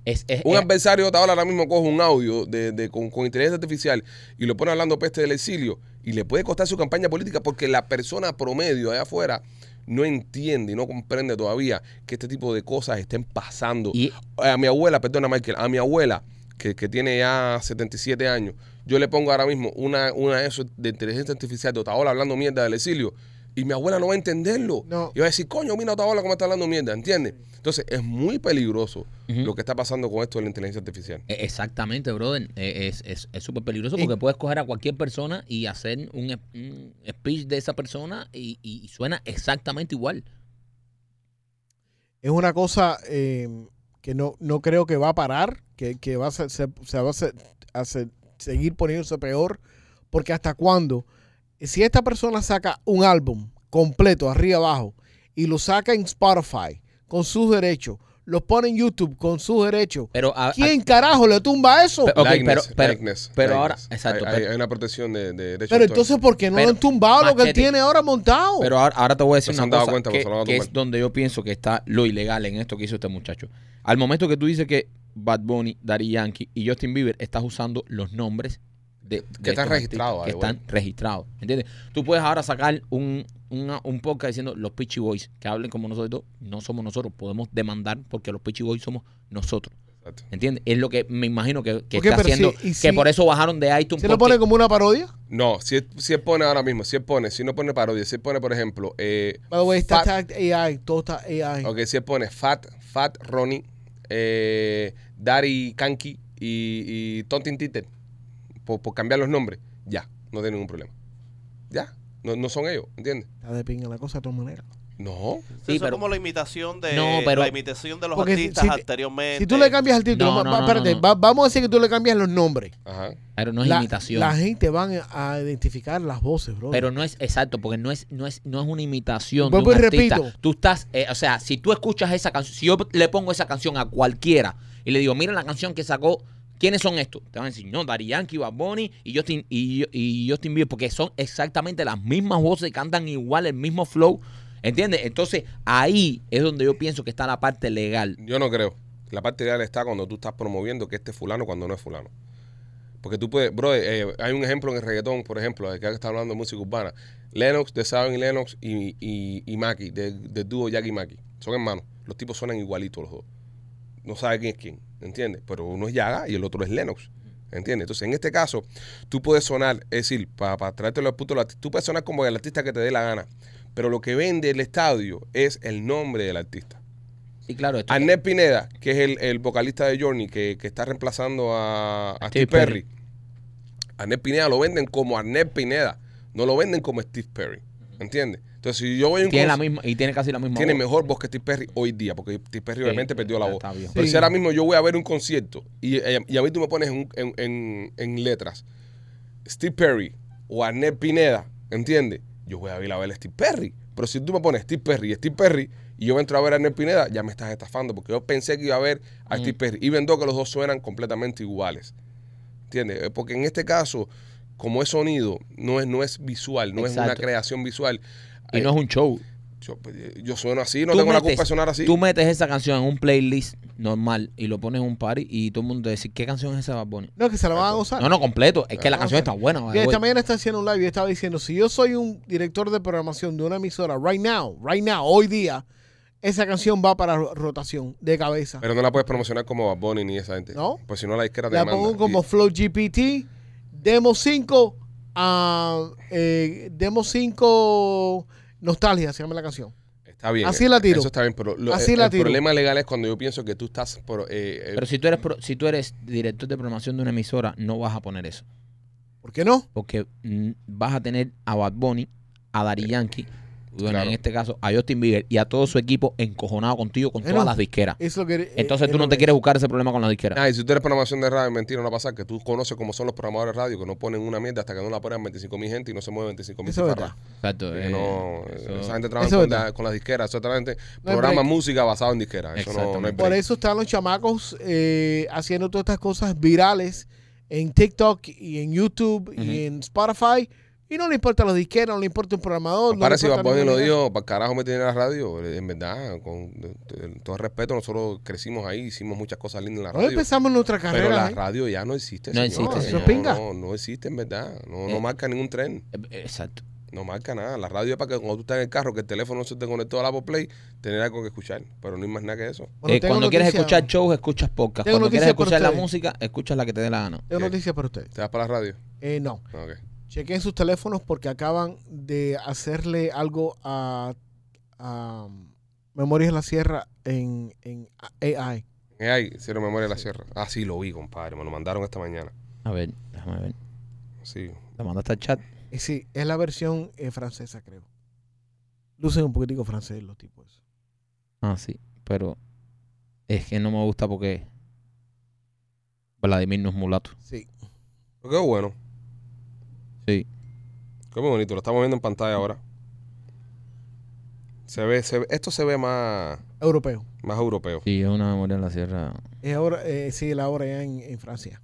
Speaker 2: Es- es-
Speaker 1: Un
Speaker 2: es-
Speaker 1: adversario de Otaola ahora mismo coge un audio de, de- con, con inteligencia artificial y lo pone hablando peste del exilio y le puede costar su campaña política porque la persona promedio allá afuera no entiende y no comprende todavía que este tipo de cosas estén pasando. Eh,
Speaker 2: y-
Speaker 1: A mi abuela, perdona Michael, a mi abuela que, que tiene ya 77 años, yo le pongo ahora mismo una, una de eso de inteligencia artificial de Otaola hablando mierda del exilio Y mi abuela no va a entenderlo.
Speaker 3: No.
Speaker 1: Y va a decir, coño, mira a tu abuela cómo está hablando mierda, ¿entiendes? Entonces, es muy peligroso
Speaker 2: Ujú.
Speaker 1: lo que está pasando con esto de la inteligencia artificial.
Speaker 2: E- Exactamente, brother. E- Es es- es súper peligroso
Speaker 3: Y-
Speaker 2: porque puedes coger a cualquier persona y hacer un, es- un speech de esa persona y, y- y suena exactamente igual.
Speaker 3: es una cosa eh, que no, no creo que va a parar, que, que va a, ser- se, se va a, ser- a ser- seguir poniéndose peor, porque hasta cuándo, si esta persona saca un álbum completo, arriba abajo, y lo saca en Spotify con sus derechos, lo pone en YouTube con sus derechos,
Speaker 2: Pero, a- a-
Speaker 3: ¿quién carajo le tumba eso?
Speaker 2: Pe-
Speaker 3: Pero,
Speaker 2: Ok, Ah, pero- pero-
Speaker 1: likeness,
Speaker 2: pero ahora-
Speaker 1: likeness.
Speaker 2: exacto,
Speaker 1: Hay, hay-
Speaker 2: pero-
Speaker 1: hay una protección de, de derechos de autor.
Speaker 3: entonces, ¿por qué no
Speaker 2: pero-
Speaker 3: lo han tumbado lo que él
Speaker 2: Machete.
Speaker 3: tiene ahora montado?
Speaker 2: pero ahora, ahora te voy a decir
Speaker 1: No se han
Speaker 2: una
Speaker 1: dado
Speaker 2: cosa
Speaker 1: cuenta,
Speaker 2: que,
Speaker 1: pero se lo van a
Speaker 2: que es
Speaker 1: tumbar.
Speaker 2: donde yo pienso que está lo ilegal en esto que hizo este muchacho. Al momento que tú dices que Bad Bunny, Daddy Yankee y Justin Bieber estás usando los nombres de, de
Speaker 1: Que están
Speaker 2: estos
Speaker 1: registrados,
Speaker 2: artistas que
Speaker 1: by the way.
Speaker 2: están registrados, ¿entiendes? Tú puedes ahora sacar un, una- un podcast diciendo los Pitchy Boys que hablen como nosotros, no somos nosotros, podemos demandar porque los Pitchy Boys somos nosotros.
Speaker 1: Exacto.
Speaker 2: ¿Entiendes? Es lo que me imagino que, que
Speaker 3: Ok,
Speaker 2: está
Speaker 3: pero si-
Speaker 2: haciendo.
Speaker 3: y
Speaker 2: que
Speaker 3: si-
Speaker 2: por eso bajaron de iTunes.
Speaker 3: ¿Se lo
Speaker 2: porque-
Speaker 3: pone como una parodia?
Speaker 1: No, si, él- si él pone ahora mismo, si él pone, si no pone parodia, si él pone, por ejemplo, eh,
Speaker 3: By the way, está,
Speaker 1: Fat-
Speaker 3: está AI, todo está AI.
Speaker 1: ok, si él pone Fat, Fat Ronnie, eh, Daddy Kanki y, y Tontin Titter, por, por cambiar los nombres, ya, no tiene ningún problema. Ya, no, no son ellos, ¿entiendes?
Speaker 3: Está de pinga la cosa de todas maneras.
Speaker 1: No,
Speaker 2: Sí,
Speaker 4: eso
Speaker 2: pero-
Speaker 4: es como la imitación de
Speaker 2: No, pero-
Speaker 4: la imitación de los
Speaker 3: Porque si-
Speaker 4: artistas
Speaker 3: si-
Speaker 4: anteriormente.
Speaker 3: Si tú le cambias el título,
Speaker 2: No,
Speaker 3: va-
Speaker 2: no,
Speaker 3: va-
Speaker 2: no,
Speaker 3: espérate,
Speaker 2: no.
Speaker 3: va- vamos a decir que tú le cambias los nombres.
Speaker 1: ajá.
Speaker 2: Pero no es
Speaker 3: la,
Speaker 2: imitación.
Speaker 3: La gente van a identificar las voces, bro.
Speaker 2: Pero no es exacto, porque no es, no es, no es una imitación.
Speaker 3: Vuelvo
Speaker 2: de un
Speaker 3: y
Speaker 2: artista.
Speaker 3: repito.
Speaker 2: Tú estás, eh, o sea, si tú escuchas esa canción, si yo le pongo esa canción a cualquiera y le digo, mira la canción que sacó, ¿quiénes son estos? Te van a decir, no, Daddy Yankee, Bad Bunny y Justin, y, y Justin Bieber, porque son exactamente las mismas voces, cantan igual, el mismo flow. ¿Entiendes? Entonces ahí es donde yo pienso que está la parte legal.
Speaker 1: Yo no creo. La parte ideal está cuando tú estás promoviendo que este es fulano cuando no es fulano. Porque tú puedes, bro, eh, hay un ejemplo en el reggaetón, por ejemplo, de que está hablando de música urbana. Lennox de Saben y Lennox y, y, y Maki, de- del dúo Jack y Maki. Son hermanos. Los tipos suenan igualitos los dos. No sabe quién es quién, ¿entiendes? Pero uno es Yaga y el otro es Lennox. ¿Entiendes? Entonces, en este caso, tú puedes sonar, es decir, para traértelo al punto, del arti- tú puedes sonar como el artista que te dé la gana. Pero lo que vende el estadio es el nombre del artista.
Speaker 2: Sí, claro, esto-
Speaker 1: Arnett Pineda, que es el, el vocalista de Journey, que, que está reemplazando a, a Steve
Speaker 2: Steve
Speaker 1: Perry. Arnett Pineda lo venden como Arnett Pineda, no lo venden como Steve Perry. ¿Entiendes? Entonces, si yo voy a un
Speaker 2: tiene la
Speaker 1: concierto-
Speaker 2: misma, y tiene casi la misma
Speaker 1: tiene
Speaker 2: voz.
Speaker 1: mejor voz que Steve Perry hoy día, porque Steve Perry obviamente
Speaker 2: Sí,
Speaker 1: perdió la
Speaker 2: ya
Speaker 1: voz.
Speaker 2: está viejo.
Speaker 1: Pero
Speaker 3: Sí.
Speaker 1: si ahora mismo yo voy a ver un concierto y, eh, y a mí tú me pones en, un- en- en- en letras Steve Perry o Arnett Pineda, ¿entiendes? Yo voy a ir a ver a Steve Perry. Pero si tú me pones Steve Perry y Steve Perry y yo entro a ver a Arnett Pineda, ya me estás estafando porque yo pensé que iba a ver a
Speaker 2: Mm.
Speaker 1: Steve Perry. Y vendo que los dos suenan completamente iguales. ¿Entiendes? Eh, Porque en este caso, como es sonido, no es, no es visual, no es una
Speaker 2: Exacto.
Speaker 1: creación visual.
Speaker 2: Y
Speaker 1: eh,
Speaker 2: no es un show.
Speaker 1: Yo, pues, yo sueno así, no
Speaker 2: Tú
Speaker 1: tengo la
Speaker 2: metes-
Speaker 1: culpa de sonar así.
Speaker 2: Tú metes esa canción en un playlist normal y lo pones en un party y todo el mundo te dice, ¿qué canción es esa Bad Bunny?
Speaker 3: no, que se la van a gozar.
Speaker 2: No, no, completo. Es que la
Speaker 3: Ah,
Speaker 2: canción
Speaker 3: ok.
Speaker 2: está buena. by the
Speaker 3: Mira, esta
Speaker 2: way.
Speaker 3: mañana está haciendo un live y estaba diciendo, si yo soy un director de programación de una emisora, right now, right now, hoy día, esa canción va para ro- rotación de cabeza.
Speaker 1: Pero no la puedes promocionar como Bad Bunny ni esa gente.
Speaker 3: No.
Speaker 1: Pues si no, la disquera te
Speaker 3: la
Speaker 1: demanda.
Speaker 3: pongo como
Speaker 1: Y-
Speaker 3: Flow GPT, Demo 5, ah, eh, Demo 5 Nostalgia, se llama la canción.
Speaker 1: está bien.
Speaker 3: así
Speaker 1: eh,
Speaker 3: la tiro.
Speaker 1: Eso está bien, pero lo-
Speaker 3: Así
Speaker 1: el,
Speaker 3: la
Speaker 1: el
Speaker 3: tiro.
Speaker 1: problema legal es cuando yo pienso que tú estás... Por, eh, eh,
Speaker 2: Pero si tú, eres, pro- si tú eres director de programación de una emisora, no vas a poner eso.
Speaker 3: ¿Por qué no?
Speaker 2: Porque mm, vas a tener a Bad Bunny, a Daddy Yankee, bueno,
Speaker 1: claro.
Speaker 2: en este caso a Justin Bieber y a todo su equipo encojonado contigo con
Speaker 3: Bueno,
Speaker 2: todas las disqueras.
Speaker 3: Es lo
Speaker 1: Eh,
Speaker 3: que, eh,
Speaker 2: Entonces
Speaker 3: es
Speaker 2: tú
Speaker 3: lo
Speaker 2: no te
Speaker 3: que-
Speaker 2: quieres buscar ese problema con las disqueras.
Speaker 1: ah, y si tú eres programación de radio, mentira, no va a pasar que tú conoces cómo son los programadores de radio que no ponen una mierda hasta que no la ponen 25 mil gente y no se mueven 25 mil
Speaker 3: Eso es verdad.
Speaker 2: Exacto. eh,
Speaker 1: no,
Speaker 2: eso-
Speaker 1: esa gente trabaja
Speaker 3: eso es
Speaker 1: con,
Speaker 3: verdad.
Speaker 1: la- con las disqueras, eso solamente
Speaker 3: No hay
Speaker 1: programa
Speaker 3: break.
Speaker 1: música basado en disqueras. Eso no, no hay
Speaker 2: Exactamente.
Speaker 1: break.
Speaker 3: Por eso están los chamacos eh, haciendo todas estas cosas virales en TikTok y en YouTube
Speaker 2: Ujú.
Speaker 3: y en Spotify. Y no le importa los disqueros, no le importa un programador. no le
Speaker 1: Para si Bad
Speaker 3: importa
Speaker 1: Bunny lo
Speaker 3: ninguna-
Speaker 1: dijo, para carajo me tiene en la radio, en verdad, con eh, todo respeto, nosotros crecimos ahí, hicimos muchas cosas lindas en la
Speaker 3: Hoy
Speaker 1: radio.
Speaker 3: empezamos nuestra
Speaker 1: Pero
Speaker 3: carrera.
Speaker 1: la
Speaker 3: ¿eh?
Speaker 1: radio ya no existe.
Speaker 2: No
Speaker 1: señor.
Speaker 2: existe,
Speaker 1: No,
Speaker 2: señor.
Speaker 3: Pinga.
Speaker 1: No, no existe en verdad. No,
Speaker 2: Eh.
Speaker 1: no marca ningún tren.
Speaker 2: eh, Exacto.
Speaker 1: No marca nada. La radio es para que cuando tú estás en el carro, que el teléfono no se te conectó al Apple Play, tener algo que escuchar. Pero no hay más nada que eso.
Speaker 3: Bueno,
Speaker 2: Eh,
Speaker 3: tengo
Speaker 2: cuando quieres
Speaker 3: noticia-
Speaker 2: escuchar shows, escuchas podcast.
Speaker 3: Tengo
Speaker 2: Cuando quieres
Speaker 3: noticias para
Speaker 2: escuchar la
Speaker 3: ustedes.
Speaker 2: música, escuchas la que te dé la gana.
Speaker 3: Tengo
Speaker 1: ¿Qué?
Speaker 3: noticias para ustedes.
Speaker 1: ¿Te vas para la radio?
Speaker 3: Eh, no.
Speaker 1: Ok.
Speaker 3: chequen sus teléfonos porque acaban de hacerle algo a, a um, Memorias de la Sierra en, en AI.
Speaker 1: Eh, Ay, cero memoria de la sierra. Ah, sí, lo vi, compadre. Me lo mandaron esta mañana.
Speaker 2: A ver, déjame ver.
Speaker 1: Sí.
Speaker 2: Te mando hasta el chat.
Speaker 3: Eh, sí, es la versión eh, francesa, creo. Lucen un poquitico francés los tipos.
Speaker 2: Ah, sí. Pero es que no me gusta porque Vladimir no es mulato.
Speaker 3: Sí.
Speaker 1: Pero Qué bueno.
Speaker 2: Sí.
Speaker 1: Qué muy bonito. Lo estamos viendo en pantalla ahora. Se ve, se ve- esto se ve más,
Speaker 3: Europeo.
Speaker 1: más europeo.
Speaker 2: Sí, es una memoria en la sierra.
Speaker 3: Es ahora, eh, sí, la hora ya en, en Francia.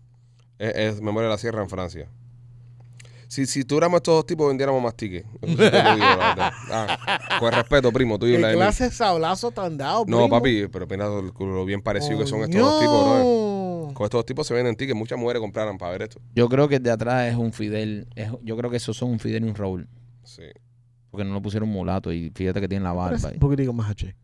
Speaker 1: Es, es Memoria de la Sierra en Francia. Si, si tuviéramos estos dos tipos, vendiéramos más tickets. Eso sí te lo digo, la verdad. Ah, con respeto, primo, tú y
Speaker 3: ¿Qué
Speaker 1: la de mí.
Speaker 3: clase de sablazo te han dado,
Speaker 1: No, papi, pero mira lo bien parecido que son estos dos tipos, brother. Con estos dos tipos se venden tickets. Muchas mujeres compraron para ver esto.
Speaker 2: Yo creo que el de atrás es un Fidel. es- yo creo que esos son un Fidel y un Raúl.
Speaker 1: Sí.
Speaker 2: Porque no lo pusieron mulato. Y fíjate que tiene la barba.
Speaker 3: Un
Speaker 2: y-
Speaker 3: poquitico más H.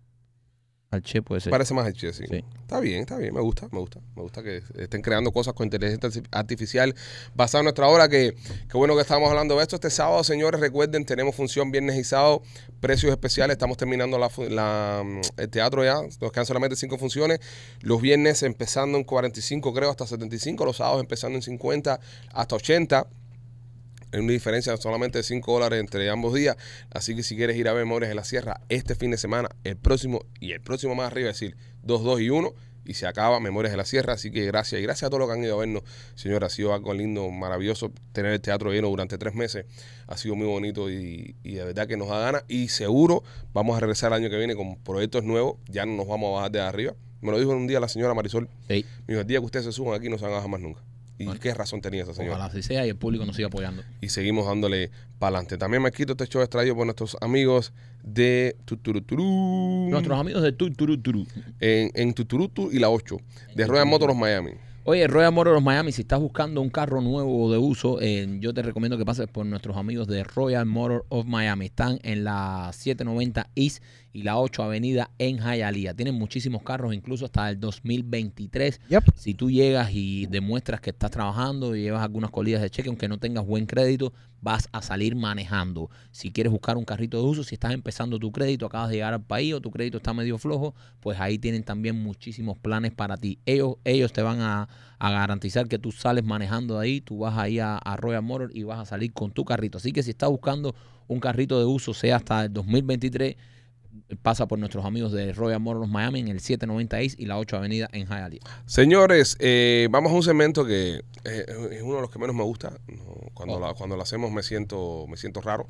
Speaker 2: Al che puede ser.
Speaker 1: Parece más el Chelsea.
Speaker 2: Sí.
Speaker 1: Está bien, está bien. Me gusta, me gusta. Me gusta que estén creando cosas con inteligencia arti- artificial basada en nuestra obra. Que, que bueno que estamos hablando de esto. Este sábado, señores, recuerden, tenemos función viernes y sábado. Precios especiales. Estamos terminando la, fu- la, mm, el teatro ya. Nos quedan solamente cinco funciones. Los viernes empezando en 45, creo, hasta 75. Los sábados empezando en 50 hasta 80. Hay una diferencia solamente de 5 dólares entre ambos días. Así que si quieres ir a Memorias de la Sierra este fin de semana, el próximo y el próximo más arriba, es decir, 2, 2 y 1, y se acaba Memorias de la Sierra. Así que gracias y gracias a todos los que han ido a vernos. Señor, ha sido algo lindo, maravilloso tener el teatro lleno durante tres meses. Ha sido muy bonito y, y de verdad que nos da ganas. Y seguro vamos a regresar el año que viene con proyectos nuevos. Ya no nos vamos a bajar de arriba. Me lo dijo un día la señora Marisol.
Speaker 2: Sí.
Speaker 1: Me dijo, el día que ustedes se suban aquí no se van a bajar más nunca. ¿Y
Speaker 2: Bueno.
Speaker 1: qué razón tenía esa señora?
Speaker 2: Ojalá así sea y el público nos siga apoyando.
Speaker 1: y seguimos dándole para adelante. También me quito este show extraído por nuestros amigos de Tuturuturú.
Speaker 3: Mm.
Speaker 2: Nuestros amigos de Tur Turu Turu.
Speaker 1: En, en Tuturutu y la 8, de Rueda Motor Miami.
Speaker 2: Oye, Royal Motors Miami, si estás buscando un carro nuevo o de uso, eh, yo te recomiendo que pases por nuestros amigos de Royal Motor of Miami. Están en la 790 East y la 8 Avenida en Hialeah. Tienen muchísimos carros, incluso hasta el 2023.
Speaker 3: Yep.
Speaker 2: Si tú llegas y demuestras que estás trabajando y llevas algunas colillas de cheque, aunque no tengas buen crédito, vas a salir manejando. Si quieres buscar un carrito de uso, si estás empezando tu crédito, acabas de llegar al país o tu crédito está medio flojo, pues ahí tienen también muchísimos planes para ti. Ellos, ellos te van a, a garantizar que tú sales manejando de ahí, tú vas ahí a, a Royal Motor y vas a salir con tu carrito. Así que si estás buscando un carrito de uso, sea hasta el 2023, pasa por nuestros amigos de Royal Motors Miami en el 796 y la 8 Avenida en Hialeah.
Speaker 1: Señores, eh, vamos a un segmento que eh, es uno de los que menos me gusta. No, cuando, la- cuando lo hacemos me siento, me siento raro.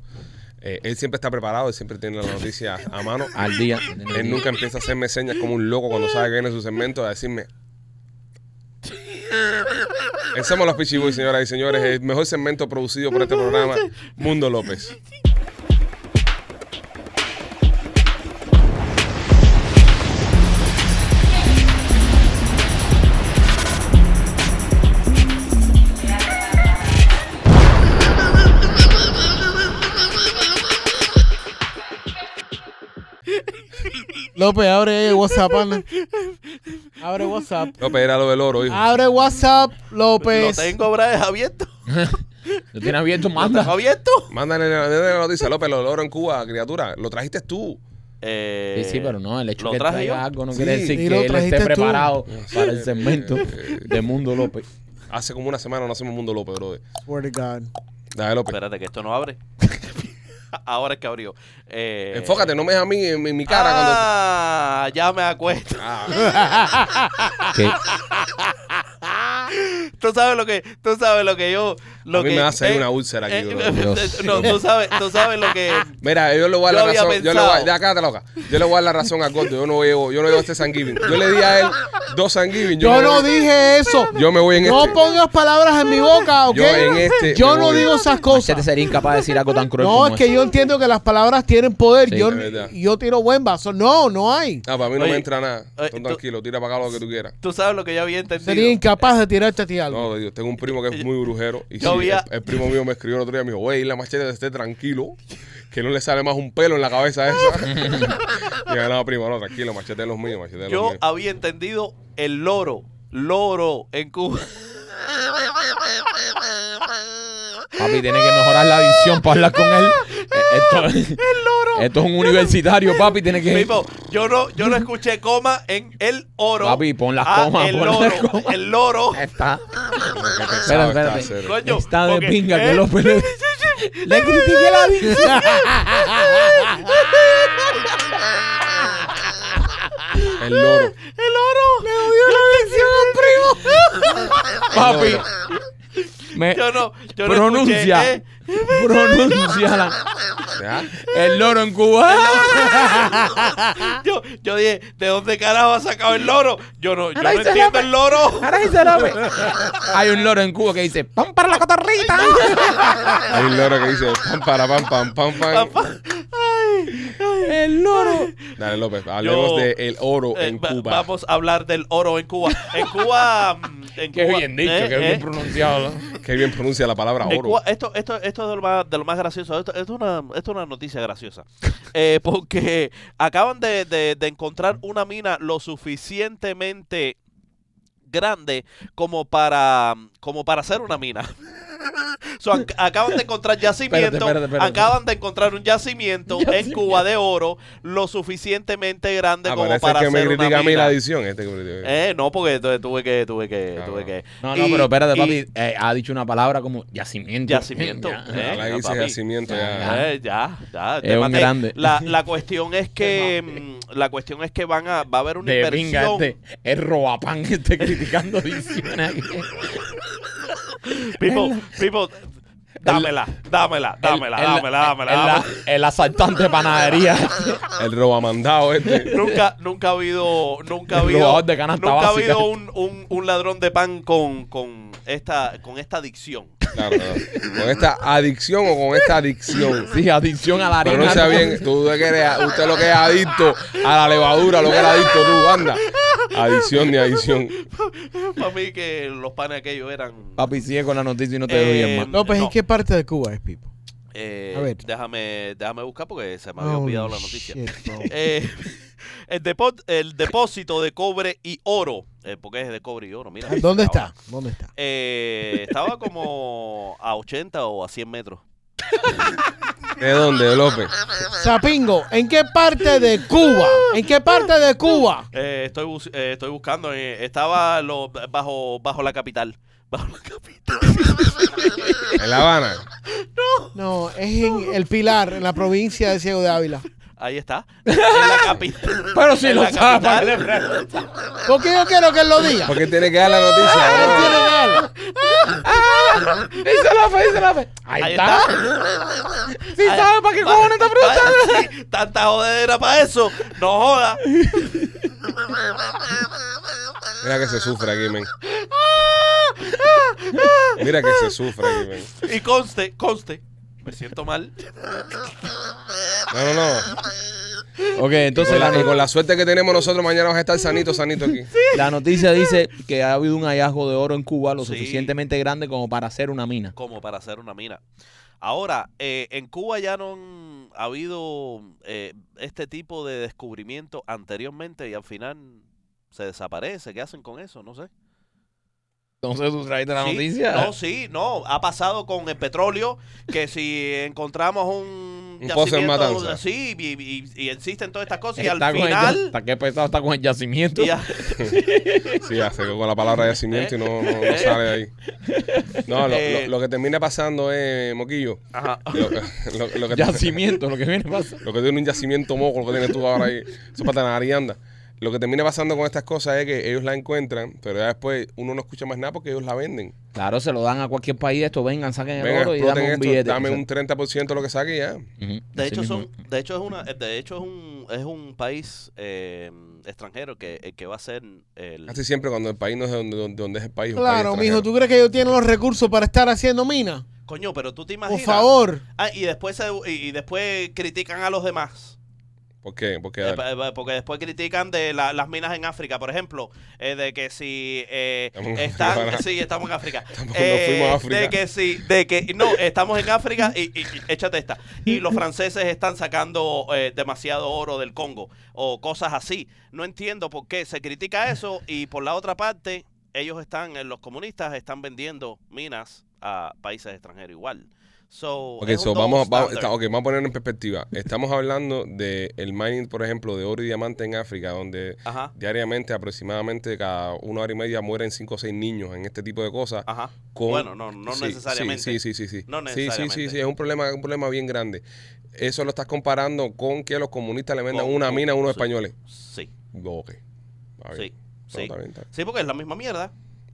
Speaker 1: Eh, él siempre está preparado, él siempre tiene la noticia a mano.
Speaker 2: Al día.
Speaker 1: Él nunca empieza a hacerme señas como un loco cuando sabe que viene su segmento a decirme. Ese somos los Pichiboy, señoras y señores. El mejor segmento producido por este programa, Mundo López.
Speaker 3: López, abre el WhatsApp, Ana. Abre WhatsApp.
Speaker 1: López era lo del oro, hijo.
Speaker 3: Abre WhatsApp,
Speaker 4: Lo
Speaker 2: pues,
Speaker 3: López.
Speaker 4: tengo, Brian, abierto.
Speaker 2: Lo tiene abierto,
Speaker 4: Lo tengo
Speaker 2: manda.
Speaker 4: abierto.
Speaker 1: Mándale la, mándale la noticia, López, lo del oro en Cuba, criatura. Lo trajiste tú.
Speaker 4: Eh,
Speaker 2: Sí, sí, pero no, el hecho
Speaker 4: ¿lo
Speaker 2: que
Speaker 4: traje
Speaker 2: traiga
Speaker 4: yo?
Speaker 2: algo no
Speaker 1: Sí.
Speaker 2: quiere decir
Speaker 3: Y
Speaker 2: que
Speaker 3: lo
Speaker 2: él esté
Speaker 3: trajiste tú.
Speaker 2: preparado para el segmento de Mundo López.
Speaker 1: Hace como una semana no hacemos Mundo López, brother.
Speaker 3: Swear to God.
Speaker 1: Dale,
Speaker 2: pues.
Speaker 1: López.
Speaker 4: Espérate, que esto no abre. Ahora es que abrió. Eh,
Speaker 1: Enfócate, no me dejes a mí en, en mi cara cuando.
Speaker 4: Ah, ya me acuerdo.
Speaker 1: Ah,
Speaker 3: Ah,
Speaker 2: Que
Speaker 4: Tú sabes lo que, tú sabes lo que yo, lo
Speaker 1: a mí
Speaker 4: que-
Speaker 1: me hace
Speaker 4: eh,
Speaker 1: una úlcera aquí,
Speaker 4: eh,
Speaker 1: brother.
Speaker 2: Dios.
Speaker 4: no, tú sabes, tú sabes lo que.
Speaker 1: Mira, yo le voy a dar
Speaker 4: Yo
Speaker 1: la
Speaker 4: había
Speaker 1: razón. Yo le voy a,
Speaker 4: pensado.
Speaker 1: ya, cállate, loca. Yo le voy a dar la razón a Gordo. Yo no llevo, yo no llevo este Thanksgiving. Yo le di a él dos Thanksgiving.
Speaker 3: Yo
Speaker 1: me
Speaker 3: no
Speaker 1: voy-
Speaker 3: dije eso.
Speaker 1: Yo me voy en
Speaker 3: No
Speaker 1: este.
Speaker 3: pongas palabras en mi boca, ¿ok?
Speaker 1: Yo en este
Speaker 3: Yo
Speaker 1: me
Speaker 3: no
Speaker 1: voy.
Speaker 3: digo
Speaker 2: Machete
Speaker 3: esas cosas.
Speaker 2: sería incapaz de decir algo tan cruel
Speaker 3: No,
Speaker 2: como
Speaker 3: es que
Speaker 2: eso.
Speaker 3: yo entiendo que las palabras tienen poder.
Speaker 2: Sí,
Speaker 3: yo,
Speaker 1: es verdad.
Speaker 3: yo tiro buen vaso. No, no hay.
Speaker 1: Ah, para mí no
Speaker 4: Oye,
Speaker 1: me entra nada.
Speaker 4: oye,
Speaker 1: Tú
Speaker 4: tú-
Speaker 1: tranquilo, tira para acá lo que tú quieras.
Speaker 4: Tú sabes lo que yo había entendido.
Speaker 3: Sería incapaz de tirarte a ti algo.
Speaker 1: No, yo tengo un primo que es muy brujero. Y
Speaker 4: Yo
Speaker 1: sí,
Speaker 4: había-
Speaker 1: el, el primo mío me escribió el otro día. Me dijo, güey, la machete esté tranquilo. Que no le sale más un pelo en la cabeza esa. y yo, no, primo, no, tranquilo, machete es los míos, machete es los
Speaker 4: Yo
Speaker 1: míos.
Speaker 4: había entendido el loro, loro en Cuba.
Speaker 2: papi, tiene que mejorar la adicción para hablar con él. Eh, Esto, esto es un universitario, papi, tiene que...
Speaker 4: Pipo, yo no, yo no escuché coma en el oro.
Speaker 2: Papi, pon las
Speaker 4: Ah,
Speaker 2: comas,
Speaker 4: El
Speaker 2: pon las
Speaker 4: loro,
Speaker 2: comas.
Speaker 4: el loro.
Speaker 2: Está...
Speaker 1: Espera,
Speaker 2: espérate.
Speaker 4: Coño, Eh,
Speaker 2: Está de
Speaker 4: porque
Speaker 2: pinga que
Speaker 4: él-
Speaker 2: López le... le critiqué la adicción.
Speaker 1: El loro.
Speaker 2: Papi. Me
Speaker 4: Yo no, yo no
Speaker 2: pronuncia.
Speaker 4: escuché, eh.
Speaker 2: Pronuncia
Speaker 1: ¿Ya?
Speaker 2: el loro en Cuba.
Speaker 4: Yo, yo dije, ¿de dónde carajo ha sacado el loro? Yo no, yo no
Speaker 2: Ahora dice
Speaker 4: entiendo
Speaker 2: López.
Speaker 4: el loro.
Speaker 2: Ahora dice López. Hay un loro en Cuba que dice, ¡pam para la cotorrita!
Speaker 1: Hay un loro que dice pam, para, pam, pam, pam, pam.
Speaker 2: El loro.
Speaker 1: Dale, López, hablemos
Speaker 4: Yo-
Speaker 1: de el oro
Speaker 4: Eh,
Speaker 1: en
Speaker 4: va-
Speaker 1: Cuba.
Speaker 4: Vamos a hablar del oro en Cuba. En Cuba. mm, en
Speaker 2: Qué
Speaker 4: Cuba,
Speaker 2: bien dicho,
Speaker 4: eh,
Speaker 2: qué bien
Speaker 4: eh.
Speaker 2: pronunciado. ¿no?
Speaker 1: Qué bien pronuncia la palabra
Speaker 4: En
Speaker 1: oro.
Speaker 4: Cuba- esto, esto, esto es de lo más, de lo más gracioso. Esto, esto es una, esto es una noticia graciosa. Eh, porque acaban de, de- de encontrar una mina lo suficientemente grande como para como para hacer una mina. So, ac- acaban de encontrar yacimiento,
Speaker 2: espérate, espérate.
Speaker 4: acaban de encontrar un yacimiento, en Cuba de oro lo suficientemente grande
Speaker 1: Ah,
Speaker 4: como
Speaker 1: parece
Speaker 4: para
Speaker 1: que me
Speaker 4: hacer
Speaker 1: critica
Speaker 4: una
Speaker 1: a mí la
Speaker 4: mina.
Speaker 1: edición. Este que me critica.
Speaker 4: Eh, no, porque tu- tuve que, tuve que,
Speaker 1: Ah,
Speaker 4: tuve
Speaker 1: no.
Speaker 4: que.
Speaker 2: No, no,
Speaker 4: Y-
Speaker 2: pero espérate,
Speaker 4: y-
Speaker 2: papi. eh, ha dicho una palabra como yacimiento.
Speaker 4: Yacimiento.
Speaker 2: Ya.
Speaker 4: eh,
Speaker 1: Ahora
Speaker 4: ya,
Speaker 1: dice
Speaker 4: papi.
Speaker 1: yacimiento, ya.
Speaker 4: Eh, ya, ya.
Speaker 2: Es
Speaker 4: te
Speaker 2: un
Speaker 4: maté.
Speaker 2: grande.
Speaker 4: La, la cuestión es que mm, la cuestión es que van a va a haber una
Speaker 2: De pinga
Speaker 4: inversión.
Speaker 2: este. Es robapan este criticando dicciones.
Speaker 4: Pipo, Pipo, dámela, dámela, dámela,
Speaker 2: El- el-
Speaker 4: dámela, dámela.
Speaker 2: el-
Speaker 4: dámela.
Speaker 2: El, asaltante de panadería.
Speaker 1: Ah. El robamandado este.
Speaker 4: Nunca, nunca ha habido, nunca ha
Speaker 2: El
Speaker 4: habido,
Speaker 2: robador de canasta
Speaker 4: nunca ha
Speaker 2: básica.
Speaker 4: habido un, un, un ladrón de pan con, con esta con esta adicción.
Speaker 1: Claro, claro. ¿Con esta adicción o con esta adicción?
Speaker 2: Sí, adicción a la harina.
Speaker 1: Pero no sea bien, tú de que eres- usted lo que es adicto a la levadura, lo que eres adicto tú, anda. Adicción ni adicción.
Speaker 4: Para mí que los panes aquellos eran.
Speaker 2: Papi, sigue con la noticia y no te doy
Speaker 4: Eh,
Speaker 2: más.
Speaker 3: López,
Speaker 4: No.
Speaker 3: ¿en qué parte de Cuba es Pipo?
Speaker 4: eh,
Speaker 3: a ver.
Speaker 4: Déjame, déjame buscar porque se me había
Speaker 3: Holy
Speaker 4: olvidado la noticia.
Speaker 3: shit, bro.
Speaker 4: Eh, el, depo- el depósito de cobre y oro, eh, porque es de cobre y oro, mira.
Speaker 3: ¿Dónde
Speaker 4: Ahora,
Speaker 3: está? ¿Dónde está?
Speaker 4: eh, estaba como a 80 o a 100 metros.
Speaker 1: ¿De dónde, de López?
Speaker 3: Sapingo, ¿en qué parte de Cuba? ¿En qué parte de Cuba?
Speaker 4: Eh, estoy, bus- eh, estoy buscando, eh, estaba lo- bajo, bajo la capital. Bajo la capital.
Speaker 1: En La Habana.
Speaker 3: No, es en El Pilar, en la provincia de Ciego de Ávila.
Speaker 4: Ahí está. En la capital.
Speaker 2: Pero si
Speaker 4: En
Speaker 2: lo
Speaker 4: la
Speaker 2: sabe, ¿para qué
Speaker 4: capital.
Speaker 3: Porque yo quiero que él lo diga. Él
Speaker 1: Porque tiene que dar la noticia.
Speaker 3: tiene
Speaker 1: bro?
Speaker 3: ganas.
Speaker 2: le- Dice la fe, dice la fe. Ahí,
Speaker 4: Ahí
Speaker 2: está. Sí,
Speaker 4: Ahí-
Speaker 2: sabe para qué cojones te pregunta.
Speaker 4: Va- sí, Tanta jodedera para eso. No joda.
Speaker 1: Mira que se sufre aquí, men. Mira que se sufre aquí, men.
Speaker 4: Y conste, conste. Me siento mal.
Speaker 1: No, no, no.
Speaker 2: Ok, entonces
Speaker 1: Con
Speaker 2: la,
Speaker 1: la, y con la suerte que tenemos nosotros, mañana vas a estar sanito, sanito aquí.
Speaker 2: la noticia dice que ha habido un hallazgo de oro en Cuba lo
Speaker 4: Sí.
Speaker 2: suficientemente grande como para hacer una mina.
Speaker 4: como para hacer una mina. Ahora, eh, en Cuba ya no han- ha habido eh, este tipo de descubrimiento anteriormente y al final se desaparece. ¿Qué hacen con eso? No sé.
Speaker 2: Entonces tú traiste la
Speaker 4: Sí,
Speaker 2: noticia.
Speaker 4: No, sí, no. Ha pasado con el petróleo que si encontramos un...
Speaker 1: Un pozo en
Speaker 4: yacimiento,
Speaker 1: Matanza.
Speaker 4: Sí, y, y- y existen todas estas cosas y
Speaker 2: Está
Speaker 4: al
Speaker 2: con el ya-
Speaker 4: final...
Speaker 2: está que pesado está con el yacimiento.
Speaker 4: y a-
Speaker 1: Sí, ya se quedó con la palabra yacimiento y no, no- no sale de ahí. No, lo, lo- lo que termina pasando es, Moquillo.
Speaker 4: Ajá.
Speaker 1: Lo, lo- lo que
Speaker 2: Yacimiento, lo que viene pasa.
Speaker 1: Lo que tiene un yacimiento moco, lo que tienes tú ahora ahí. Eso es para tener arianda. Lo que termina pasando con estas cosas es que ellos la encuentran, pero ya después uno no escucha más nada porque ellos la venden.
Speaker 2: Claro, se lo dan a cualquier país esto, vengan, saquen el
Speaker 1: Venga,
Speaker 2: Eh, oro y
Speaker 1: exploten
Speaker 2: dame un
Speaker 1: esto,
Speaker 2: billete.
Speaker 1: dame
Speaker 2: O sea,
Speaker 1: un 30% de lo que saque y ya.
Speaker 2: ujú,
Speaker 4: De
Speaker 2: así
Speaker 4: hecho,
Speaker 2: mismo.
Speaker 4: son, de hecho es una, de hecho es un, es un país eh, extranjero que, el que va a ser el,
Speaker 1: Casi siempre cuando el país no es de donde, de donde es el país. es un
Speaker 3: Claro,
Speaker 1: país
Speaker 3: mijo, ¿tú
Speaker 1: extranjero.
Speaker 3: crees que yo tengo los recursos para estar haciendo mina?
Speaker 4: Coño, pero tú te
Speaker 3: Por
Speaker 4: imaginas.
Speaker 3: favor.
Speaker 4: Ah, y después se- y y después critican a los demás.
Speaker 1: ¿Por qué? Porque
Speaker 4: Eh, pa- pa- porque después critican de la- las minas en África, por ejemplo, eh, de que si eh,
Speaker 1: Estamos en
Speaker 4: están,
Speaker 1: África, ¿verdad?
Speaker 4: sí, estamos en África.
Speaker 1: Estamos-
Speaker 4: Eh,
Speaker 1: nos fuimos a África.
Speaker 4: De que si, de que no, estamos en África y, y- y échate esta. Y los franceses están sacando eh, demasiado oro del Congo o cosas así. No entiendo por qué se critica eso y por la otra parte ellos están, eh, los comunistas están vendiendo minas a países extranjeros igual. So,
Speaker 1: Ok,
Speaker 4: es un
Speaker 1: so
Speaker 4: double
Speaker 1: vamos, vamos,
Speaker 4: standard.
Speaker 1: está- ok, vamos a poner en perspectiva. Estamos hablando de el mining, por ejemplo, de oro y diamante en África, donde
Speaker 4: Ajá,
Speaker 1: diariamente, aproximadamente cada una hora y media, mueren 5 o 6 niños en este tipo de cosas.
Speaker 4: ajá.
Speaker 1: con-
Speaker 4: Ah, bueno, no, no
Speaker 1: Sí,
Speaker 4: necesariamente.
Speaker 1: Sí, sí, sí, sí. sí.
Speaker 4: No
Speaker 1: Sí, sí, sí, sí,
Speaker 4: necesariamente.
Speaker 1: es un problema, un problema bien grande. Eso lo estás comparando con que los comunistas le vendan
Speaker 4: Con-
Speaker 1: una
Speaker 4: con-
Speaker 1: mina a unos
Speaker 4: sí.
Speaker 1: españoles.
Speaker 4: Sí,
Speaker 1: Ok. Está bien.
Speaker 4: sí,
Speaker 1: No,
Speaker 4: sí.
Speaker 1: está bien, está bien.
Speaker 4: Sí, porque es la misma mierda.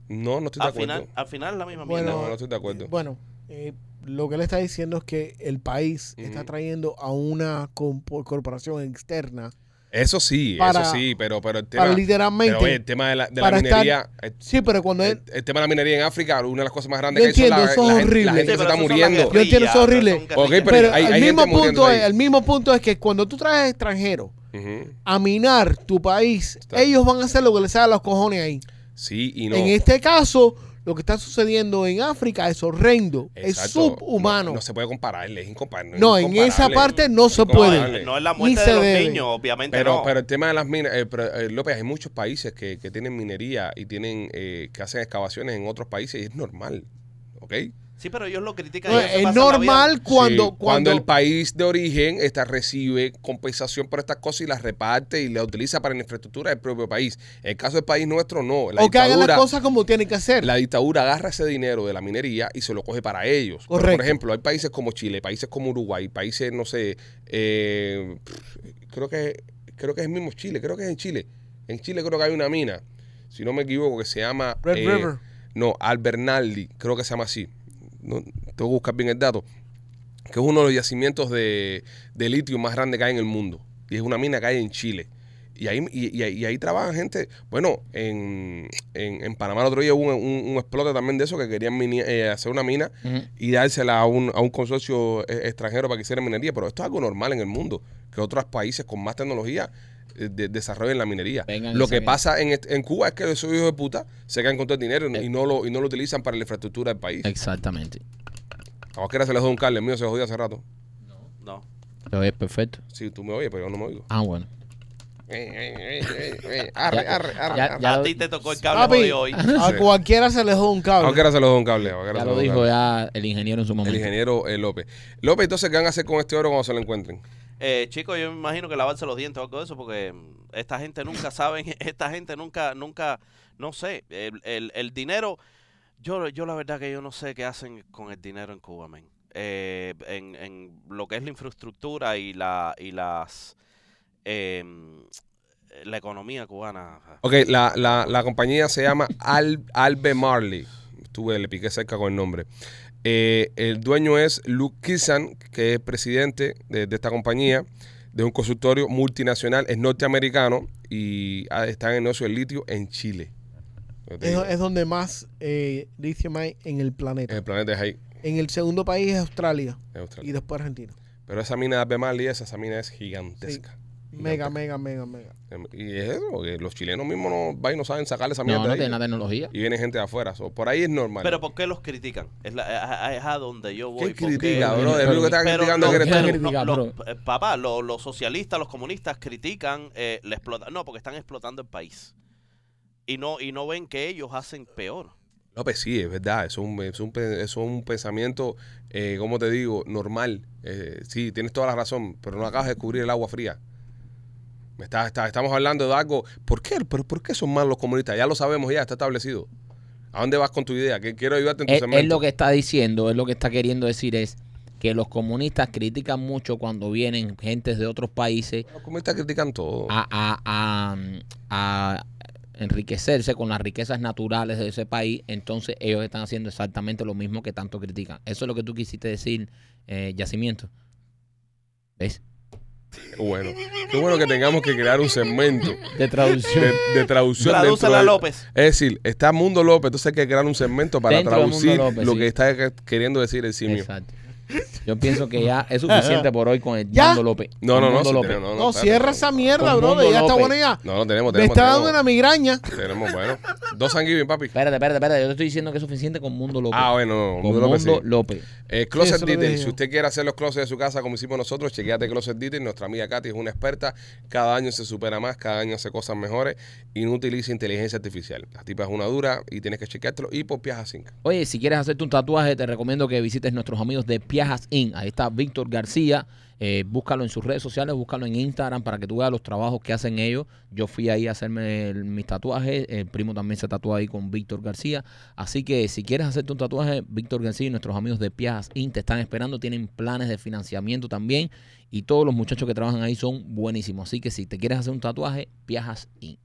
Speaker 1: No, no estoy de
Speaker 4: Al
Speaker 1: acuerdo.
Speaker 4: final, al final es la misma
Speaker 3: Bueno,
Speaker 4: mierda.
Speaker 1: no, no estoy de acuerdo.
Speaker 3: Bueno, eh, lo que él está diciendo es que el país está
Speaker 1: Ujú.
Speaker 3: trayendo a una compo- corporación externa
Speaker 1: Eso sí,
Speaker 3: Para-
Speaker 1: eso sí, pero, pero el tema,
Speaker 3: para
Speaker 1: pero,
Speaker 3: literalmente.
Speaker 1: oye, el tema de la, de la
Speaker 3: para estar-
Speaker 1: minería, eh, el,
Speaker 3: sí, pero cuando él.
Speaker 1: el- el tema de la minería en África, una de las cosas más grandes
Speaker 3: Yo
Speaker 1: que hay
Speaker 3: entiendo, eso es
Speaker 1: la, la gente- la
Speaker 3: horrible.
Speaker 1: gente
Speaker 4: Sí,
Speaker 1: se
Speaker 4: pero
Speaker 1: está
Speaker 4: eso son
Speaker 1: muriendo.
Speaker 4: las
Speaker 3: Yo entiendo,
Speaker 4: guerrillas,
Speaker 3: eso es horrible.
Speaker 4: son guerrillas.
Speaker 1: Ok, pero-
Speaker 3: Pero
Speaker 1: hay-
Speaker 3: el,
Speaker 1: hay gente
Speaker 3: mismo
Speaker 1: muriendo
Speaker 3: punto
Speaker 1: ahí.
Speaker 3: es, el mismo punto es que cuando tú traes extranjeros
Speaker 1: Ujú.
Speaker 3: a minar tu país,
Speaker 1: Está.
Speaker 3: ellos van a hacer lo que les haga los cojones ahí.
Speaker 1: Sí y no.
Speaker 3: En este caso, lo que está sucediendo en África es horrendo, es
Speaker 1: Exacto.
Speaker 3: subhumano.
Speaker 1: No,
Speaker 3: No,
Speaker 1: no se puede compararle, es incomparable.
Speaker 3: en esa parte no se
Speaker 1: No,
Speaker 3: puede.
Speaker 1: dale.
Speaker 4: No, no es la
Speaker 3: Ni
Speaker 4: muerte
Speaker 3: se
Speaker 4: de los
Speaker 3: debe.
Speaker 4: niños, obviamente
Speaker 1: Pero,
Speaker 4: no.
Speaker 1: pero el tema de las minas, eh, pero, eh, López, hay muchos países que, que tienen minería y tienen eh, que hacen excavaciones en otros países y es normal, ¿ok?
Speaker 4: sí, pero ellos lo critican.
Speaker 3: No,
Speaker 4: ellos se
Speaker 3: es
Speaker 4: pasan la vida-
Speaker 3: normal cuando,
Speaker 1: Sí,
Speaker 3: cuando,
Speaker 1: el país de origen esta, recibe compensación por estas cosas y las reparte y la utiliza para la infraestructura del propio país. En el caso del país nuestro, no. La
Speaker 3: o que hagan
Speaker 1: dictadura-
Speaker 3: las cosas como tienen que hacer.
Speaker 1: la dictadura agarra ese dinero de la minería y se lo coge para ellos. Pero,
Speaker 3: Correcto.
Speaker 1: por ejemplo, hay países como Chile, países como Uruguay, países, no sé, eh, pff, creo que creo que es el mismo Chile, creo que es en Chile. En Chile creo que hay una mina, si no me equivoco, que se llama...
Speaker 3: Red
Speaker 1: eh,
Speaker 3: River.
Speaker 1: No, Albernaldi, creo que se llama así. No, tengo que buscar bien el dato. Que es uno de los yacimientos de, de litio más grande que hay en el mundo. Y es una mina que hay en Chile. Y ahí, y, y ahí- y ahí trabajan gente. Bueno, en, en, en Panamá el otro día hubo un, un, un explote también de eso que querían mini- eh, hacer una mina
Speaker 2: Ujú.
Speaker 1: y dársela a un, a un consorcio eh, extranjero para que hiciera minería. Pero esto es algo normal en el mundo, que otros países con más tecnología eh, de- desarrollen la minería.
Speaker 2: Vengan y
Speaker 1: lo
Speaker 2: se
Speaker 1: que
Speaker 2: ven.
Speaker 1: pasa en, est- en Cuba es que esos hijos de puta se quedan con todo el dinero y, y no lo, y no lo utilizan para la infraestructura del país.
Speaker 2: Exactamente.
Speaker 1: A cualquiera se les da un cable, el mío se jodió hace rato.
Speaker 4: No.
Speaker 2: Pero es perfecto.
Speaker 1: Sí, tú me oyes, pero yo no me oigo.
Speaker 2: Ah, bueno.
Speaker 1: Eh, eh, eh, eh, eh, Arre,
Speaker 2: Ya-
Speaker 1: arre, arre.
Speaker 2: ya-
Speaker 1: arre.
Speaker 2: ya
Speaker 4: a
Speaker 2: lo-
Speaker 4: ti te tocó el
Speaker 3: Papi,
Speaker 4: cable de hoy.
Speaker 3: a
Speaker 1: Sí.
Speaker 3: cualquiera se les da un
Speaker 1: A
Speaker 3: cable.
Speaker 1: cualquiera se les da un cable. a cualquiera
Speaker 2: Ya
Speaker 1: se les
Speaker 2: lo
Speaker 1: da un
Speaker 2: dijo
Speaker 1: cable.
Speaker 2: ya el ingeniero en su momento.
Speaker 1: El ingeniero eh, López. López, entonces, ¿qué van a hacer con este oro cuando se lo encuentren?
Speaker 4: Eh, chicos, yo me imagino que lavarse los dientes o algo de eso, porque mm, esta gente nunca saben, esta gente nunca, nunca, no sé, el, el- el dinero, yo, yo la verdad que yo no sé qué hacen con el dinero en Cuba, men. Eh, en, en lo que es la infraestructura y la y las em, la economía cubana.
Speaker 1: Ok, la, la, la compañía se llama Al, Albe Marley. Estuve, le piqué cerca con el nombre. Eh, el dueño es Luke Kissan, que es presidente de, de esta compañía, de un consultorio multinacional, es norteamericano y ah, está en el negocio del litio en Chile. Yo te
Speaker 3: Es,
Speaker 1: digo,
Speaker 3: es donde más eh, lithium hay en el planeta.
Speaker 1: El planeta es ahí,
Speaker 3: En el segundo país es Australia
Speaker 1: en Australia.
Speaker 3: y después Argentina.
Speaker 1: Pero esa mina de Albe Marley, esa, esa mina es gigantesca.
Speaker 3: Mega, mega, mega, mega.
Speaker 1: Em, Y es eso, porque los chilenos mismos no, van y no saben sacarle esa mina.
Speaker 2: No, no tiene la tecnología.
Speaker 1: Y viene gente de afuera. so, por ahí es normal.
Speaker 4: Pero ¿por qué los critican? Es, la- a- a- es a donde yo voy.
Speaker 1: ¿Quién
Speaker 4: porque-
Speaker 1: critica,
Speaker 2: porque-
Speaker 1: bro? El único que está
Speaker 4: Pero
Speaker 1: criticando es
Speaker 4: no,
Speaker 1: que eres tú.
Speaker 2: pero-
Speaker 4: no,
Speaker 2: critica,
Speaker 4: los-
Speaker 2: bro.
Speaker 4: eh, papá, lo- los socialistas, los comunistas critican, eh, la explota- no, porque están explotando el país. Y no, y no ven que ellos hacen peor.
Speaker 1: López, sí, es verdad, es un, es un, pe- es un pensamiento, eh, ¿cómo te digo? Normal. Eh, sí, tienes toda la razón, pero no acabas de descubrir el agua fría. Me está, está- estamos hablando de algo. ¿Por qué? ¿Pero por qué son malos los comunistas? Ya lo sabemos, ya está establecido. ¿A dónde vas con tu idea? Que quiero ayudarte en tu
Speaker 2: Es, es
Speaker 1: segmento.
Speaker 2: lo que está diciendo, es lo que está queriendo decir es que los comunistas critican mucho cuando vienen gentes de otros países
Speaker 1: Los comunistas critican todo.
Speaker 2: a, a- a, mm, a enriquecerse con las riquezas naturales de ese país, entonces ellos están haciendo exactamente lo mismo que tanto critican. Eso es lo que tú quisiste decir, eh, Yacimiento. ¿Ves?
Speaker 1: Qué bueno. Qué bueno que tengamos que crear un segmento
Speaker 2: De traducción.
Speaker 1: de, de traducción. dentro
Speaker 4: Tradúcela a
Speaker 1: del-
Speaker 4: López.
Speaker 1: Es decir, está Mundo López, entonces hay que crear un segmento para
Speaker 2: Dentro de Mundo
Speaker 1: traducir
Speaker 2: López,
Speaker 1: lo
Speaker 2: sí.
Speaker 1: que está que- queriendo decir el simio.
Speaker 2: Exacto. Yo pienso que ya es suficiente por hoy con el
Speaker 3: ¿Ya?
Speaker 2: Mundo López.
Speaker 1: No, no,
Speaker 2: Con
Speaker 1: no,
Speaker 2: Mundo
Speaker 1: sí,
Speaker 2: López.
Speaker 1: tenemos- no,
Speaker 3: No,
Speaker 1: no, espérate,
Speaker 3: cierra
Speaker 1: no,
Speaker 3: esa
Speaker 1: no,
Speaker 3: mierda,
Speaker 2: Con
Speaker 3: bro.
Speaker 2: Mundo
Speaker 3: Ya está
Speaker 2: López.
Speaker 3: buena ya.
Speaker 1: No, no tenemos, tenemos.
Speaker 3: Me está dando una
Speaker 1: tenemos.
Speaker 3: migraña.
Speaker 1: Tenemos, bueno. Dos sanguíneos, papi.
Speaker 2: Espérate, espérate, espérate. Yo te estoy diciendo que es suficiente con Mundo López.
Speaker 1: Ah, bueno, no, no,
Speaker 2: con
Speaker 1: Mundo López. sí.
Speaker 2: López.
Speaker 1: Eh, closet
Speaker 3: eso lo
Speaker 1: Detail.
Speaker 3: dije yo.
Speaker 1: Si usted quiere hacer los closets de su casa como hicimos nosotros, chequeate Closet Detail. Nuestra amiga Katy es una experta. Cada año se supera más, cada año hace cosas mejores y no utiliza inteligencia artificial. La tipa es una dura y tienes que chequeártelo y por Piaja 5.
Speaker 2: Oye, si quieres hacerte un tatuaje, te recomiendo que visites nuestros amigos de Viajas In. Ahí está Víctor García. Eh, búscalo en sus redes sociales, búscalo en Instagram para que tú veas los trabajos que hacen ellos. Yo fui ahí a hacerme el- mis tatuajes. El primo también se tatuó ahí con Víctor García. Así que si quieres hacerte un tatuaje, Víctor García y nuestros amigos de Piajas Inc. te están esperando. Tienen planes de financiamiento también. Y todos los muchachos que trabajan ahí son buenísimos. Así que si te quieres hacer un tatuaje, Piajas Inc.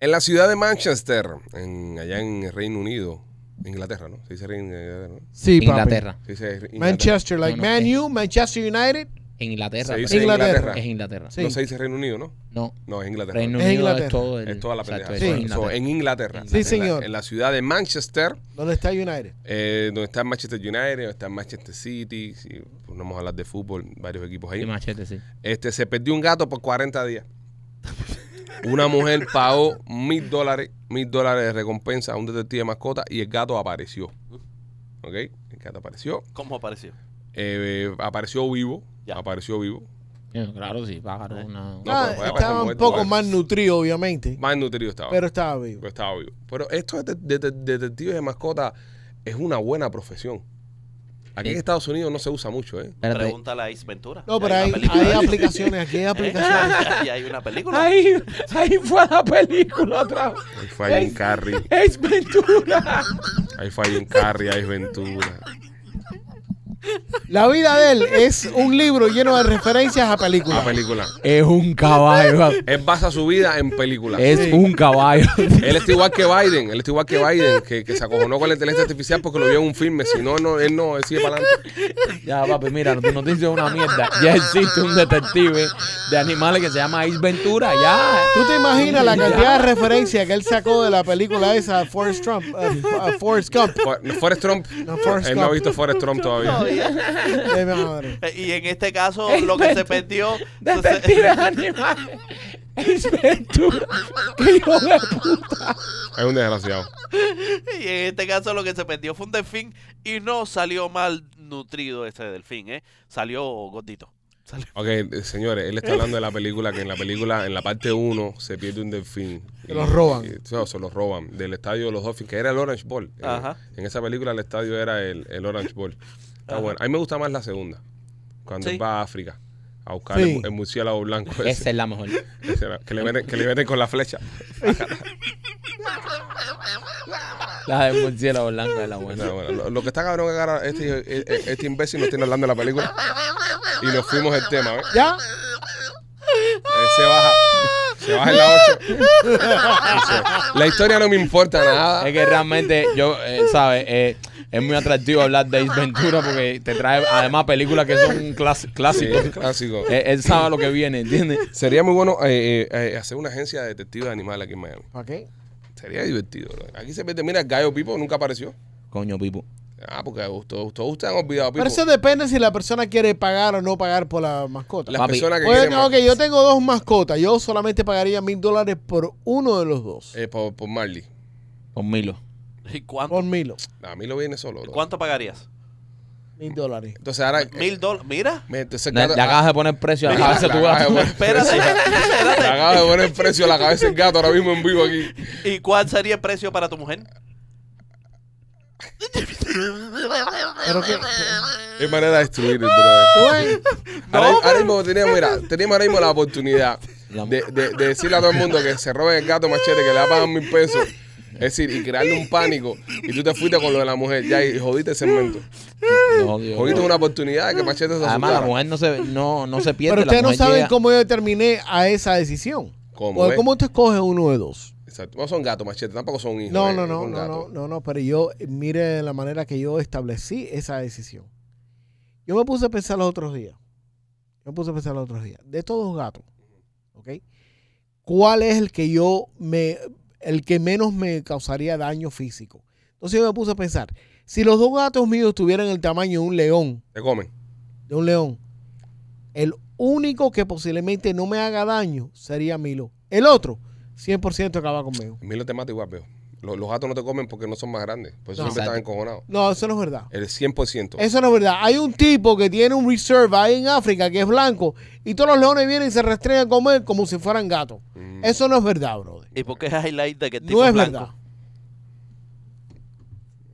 Speaker 1: En la ciudad de Manchester, en, allá en el Reino Unido, Inglaterra, ¿no? Se dice Reino Inglaterra, ¿no?
Speaker 3: Sí, papi.
Speaker 2: Inglaterra.
Speaker 1: Se dice Inglaterra.
Speaker 3: Manchester, like
Speaker 2: No, no,
Speaker 3: Man
Speaker 2: eh.
Speaker 3: U, Manchester United.
Speaker 2: En Inglaterra.
Speaker 1: Se
Speaker 2: pero-
Speaker 1: dice
Speaker 3: Inglaterra.
Speaker 1: Inglaterra.
Speaker 2: Es Inglaterra.
Speaker 3: Sí.
Speaker 1: No se dice Reino Unido, ¿no?
Speaker 2: No,
Speaker 1: No, es Inglaterra.
Speaker 2: Reino
Speaker 3: Es
Speaker 2: Unido
Speaker 3: Inglaterra.
Speaker 2: es todo el.
Speaker 1: Es toda la
Speaker 2: exacto,
Speaker 1: pendeja.
Speaker 2: es
Speaker 3: Sí.
Speaker 1: So,
Speaker 2: Inglaterra.
Speaker 1: en Inglaterra.
Speaker 2: Sí,
Speaker 3: señor.
Speaker 1: En la ciudad de Manchester,
Speaker 3: ¿Dónde está United?
Speaker 1: eh, donde está Manchester United, donde está Manchester City, si pues, no vamos a hablar de fútbol, varios equipos ahí.
Speaker 2: Sí, machete, sí.
Speaker 1: Este, se perdió un gato por 40 días. Una mujer pagó mil dólares, mil dólares de recompensa a un detective de mascota y el gato apareció. ¿Ok? El gato apareció.
Speaker 4: ¿Cómo apareció?
Speaker 1: Eh, apareció vivo.
Speaker 4: Ya.
Speaker 1: Apareció vivo.
Speaker 2: Eh, Claro, sí, pájaro. Una...
Speaker 1: No,
Speaker 3: Ah,
Speaker 1: pero puede
Speaker 3: estaba
Speaker 1: aparecer
Speaker 3: un
Speaker 1: muerto,
Speaker 3: poco
Speaker 1: vale.
Speaker 3: más nutrido, obviamente.
Speaker 1: Más nutrido estaba.
Speaker 3: Pero estaba vivo.
Speaker 1: pero estaba vivo. Pero estos det- det- detectives de mascota es una buena profesión. Aquí en
Speaker 2: Sí.
Speaker 1: Estados Unidos no se usa mucho, ¿eh?
Speaker 2: Espérate.
Speaker 4: Pregúntale a Ace Ventura.
Speaker 3: No,
Speaker 4: Ya
Speaker 3: pero hay,
Speaker 4: una película
Speaker 3: hay
Speaker 4: de eso.
Speaker 3: aplicaciones, aquí hay
Speaker 4: ¿Eh?
Speaker 3: aplicaciones.
Speaker 4: Ya ya hay una película.
Speaker 2: Ahí, ahí fue la película otra vez.
Speaker 1: Ahí falla en Carrie,
Speaker 2: Es Ventura.
Speaker 1: ahí falla en Carrie, ahí Ventura.
Speaker 3: La vida de él es un libro lleno de referencias a
Speaker 1: La
Speaker 3: películas.
Speaker 1: película.
Speaker 2: Es un caballo.
Speaker 1: Él basa su vida en películas.
Speaker 2: Es un caballo.
Speaker 1: Él está igual que Biden, él está igual que Biden, que, que se acojonó con la inteligencia artificial porque lo vio en un filme. Si no, no él no, él sigue para adelante.
Speaker 2: Ya, papi, mira, tu noticia es una mierda. Ya existe un detective de animales que se llama Ace Ventura. Ya.
Speaker 3: ¿Tú te imaginas la cantidad de referencias que él sacó de la película esa, Forrest Trump? a- a Forrest Gump.
Speaker 1: For- Forrest Trump.
Speaker 3: No, Forrest
Speaker 1: él no ha
Speaker 3: Gump.
Speaker 1: visto Forrest Trump todavía.
Speaker 3: De mi madre.
Speaker 4: Eh, Y en este caso,
Speaker 2: Ace
Speaker 4: lo que se
Speaker 2: Ventura.
Speaker 4: perdió.
Speaker 2: Detective de animales. Ace Ventura. Qué hijo de puta.
Speaker 1: Es un desgraciado.
Speaker 4: Y en este caso lo que se perdió fue un delfín y no salió mal nutrido ese delfín, ¿eh? Salió gordito. Salió-
Speaker 1: Ok, eh, señores, él está hablando de la película que en la película, en la parte 1, se pierde un delfín.
Speaker 3: Se
Speaker 1: Y-
Speaker 3: los roban.
Speaker 1: y- no, se los roban del estadio de los Dolphins, que era el Orange Bowl. Eh,
Speaker 4: Ajá.
Speaker 1: En esa película el estadio era el, el Orange Bowl. Está
Speaker 4: Ajá.
Speaker 1: bueno. A mí me gusta más la segunda, cuando
Speaker 4: Sí.
Speaker 1: él va a África a buscar
Speaker 3: Sí.
Speaker 1: el, el murciélago blanco. ese.
Speaker 2: Esa es la mejor.
Speaker 1: Ese era, que, le viene, que le viene con la flecha.
Speaker 2: La de murciélago blanco es la
Speaker 1: No,
Speaker 2: buena.
Speaker 1: bueno, lo, lo que está cabrón es que ahora este, eh, eh, este imbécil nos tiene hablando de la película y nos fuimos del tema. ¿eh? ¿ves?
Speaker 3: ¿Ya?
Speaker 1: Él se baja, se baja en la 8. La historia no me importa nada.
Speaker 2: Es que realmente, yo, eh, ¿sabes? Eh, es muy atractivo hablar de Ace Ventura porque te trae además películas que son clas-
Speaker 1: Sí,
Speaker 2: clásicos.
Speaker 1: es clásico.
Speaker 2: Él, él sabe lo que viene, ¿entiendes?
Speaker 1: Sería muy bueno eh, eh, eh, hacer una agencia de detectives de animales aquí en Miami.
Speaker 3: ¿Para qué?
Speaker 1: Sería divertido. bro. Aquí se pierde. Mira, el gallo Pipo nunca apareció.
Speaker 2: Coño, Pipo.
Speaker 1: Ah, porque todos todos ustedes han olvidado a Pipo.
Speaker 3: Pero eso depende si la persona quiere pagar o no pagar por la mascota.
Speaker 1: Las
Speaker 2: Papi.
Speaker 1: personas que
Speaker 3: Oye,
Speaker 1: quieren
Speaker 3: no,
Speaker 1: más-
Speaker 3: que yo tengo dos mascotas. Yo solamente pagaría mil dólares por uno de los dos.
Speaker 1: eh, por, por Marley.
Speaker 2: Con Milo.
Speaker 4: ¿Y cuánto,
Speaker 3: Por Milo.
Speaker 1: A mí lo viene solo. bro.
Speaker 4: cuánto pagarías?
Speaker 3: Mil dólares.
Speaker 1: Entonces ahora. eh,
Speaker 4: Mil dólares. Mira.
Speaker 1: me- entonces,
Speaker 2: Le,
Speaker 1: claro,
Speaker 2: le acabas de poner precio a la
Speaker 1: Mira,
Speaker 2: cabeza de tu
Speaker 1: le acabas
Speaker 2: gato.
Speaker 1: de poner-
Speaker 4: Espérate, espérate.
Speaker 1: Le acaba de poner precio a la cabeza el gato ahora mismo en vivo aquí.
Speaker 4: ¿Y cuál sería el precio para tu mujer?
Speaker 3: Pero que,
Speaker 1: Es manera de destruir el brother.
Speaker 3: Bueno,
Speaker 1: Ahora, ahora mismo teníamos, mira, teníamos ahora mismo la oportunidad
Speaker 2: La-
Speaker 1: de, de- de decirle a todo el mundo que se roben el gato machete, que le va a pagar mil pesos. Es decir, y crearle un pánico. Y tú te fuiste con lo de la mujer. Ya, y jodiste el segmento.
Speaker 2: No, Dios.
Speaker 1: Jodiste una oportunidad de que machete se
Speaker 2: Además, la
Speaker 1: asustara.
Speaker 2: mujer no se, no, no se pierde.
Speaker 3: pero
Speaker 2: la
Speaker 3: ustedes no
Speaker 2: mujer
Speaker 3: saben
Speaker 2: llega-
Speaker 3: cómo yo determiné a esa decisión.
Speaker 1: ¿Cómo
Speaker 3: Porque
Speaker 1: es?
Speaker 3: ¿Cómo tú escoges uno de dos?
Speaker 1: Exacto. No son gatos machete, tampoco son hijos.
Speaker 3: No,
Speaker 1: eh,
Speaker 3: no, no,
Speaker 1: son
Speaker 3: no,
Speaker 1: gatos.
Speaker 3: no, no, no, pero yo, eh, mire la manera que yo establecí esa decisión. Yo me puse a pensar los otros días. Yo me puse a pensar los otros días. De todos los gatos, ¿ok? ¿Cuál es el que yo me, el que menos me causaría daño físico? Entonces yo me puse a pensar, si los dos gatos míos tuvieran el tamaño de un león,
Speaker 1: Te comen.
Speaker 3: de un león, el único que posiblemente no me haga daño sería Milo. El otro, 100% acaba conmigo.
Speaker 1: Milo te mata igual, veo. Los, los gatos no te comen porque no son más grandes. Por eso
Speaker 3: No.
Speaker 1: siempre están
Speaker 2: Exacto.
Speaker 1: encojonados.
Speaker 3: No, eso no es verdad.
Speaker 1: El 100%.
Speaker 3: Eso no es verdad. Hay un tipo que tiene un reserve ahí en África que es blanco y todos los leones vienen y se restregan a comer como si fueran gatos.
Speaker 1: Mm.
Speaker 3: Eso no es verdad, brother.
Speaker 4: ¿Y por qué highlight de que el tipo
Speaker 3: No es
Speaker 4: blanco?
Speaker 3: verdad.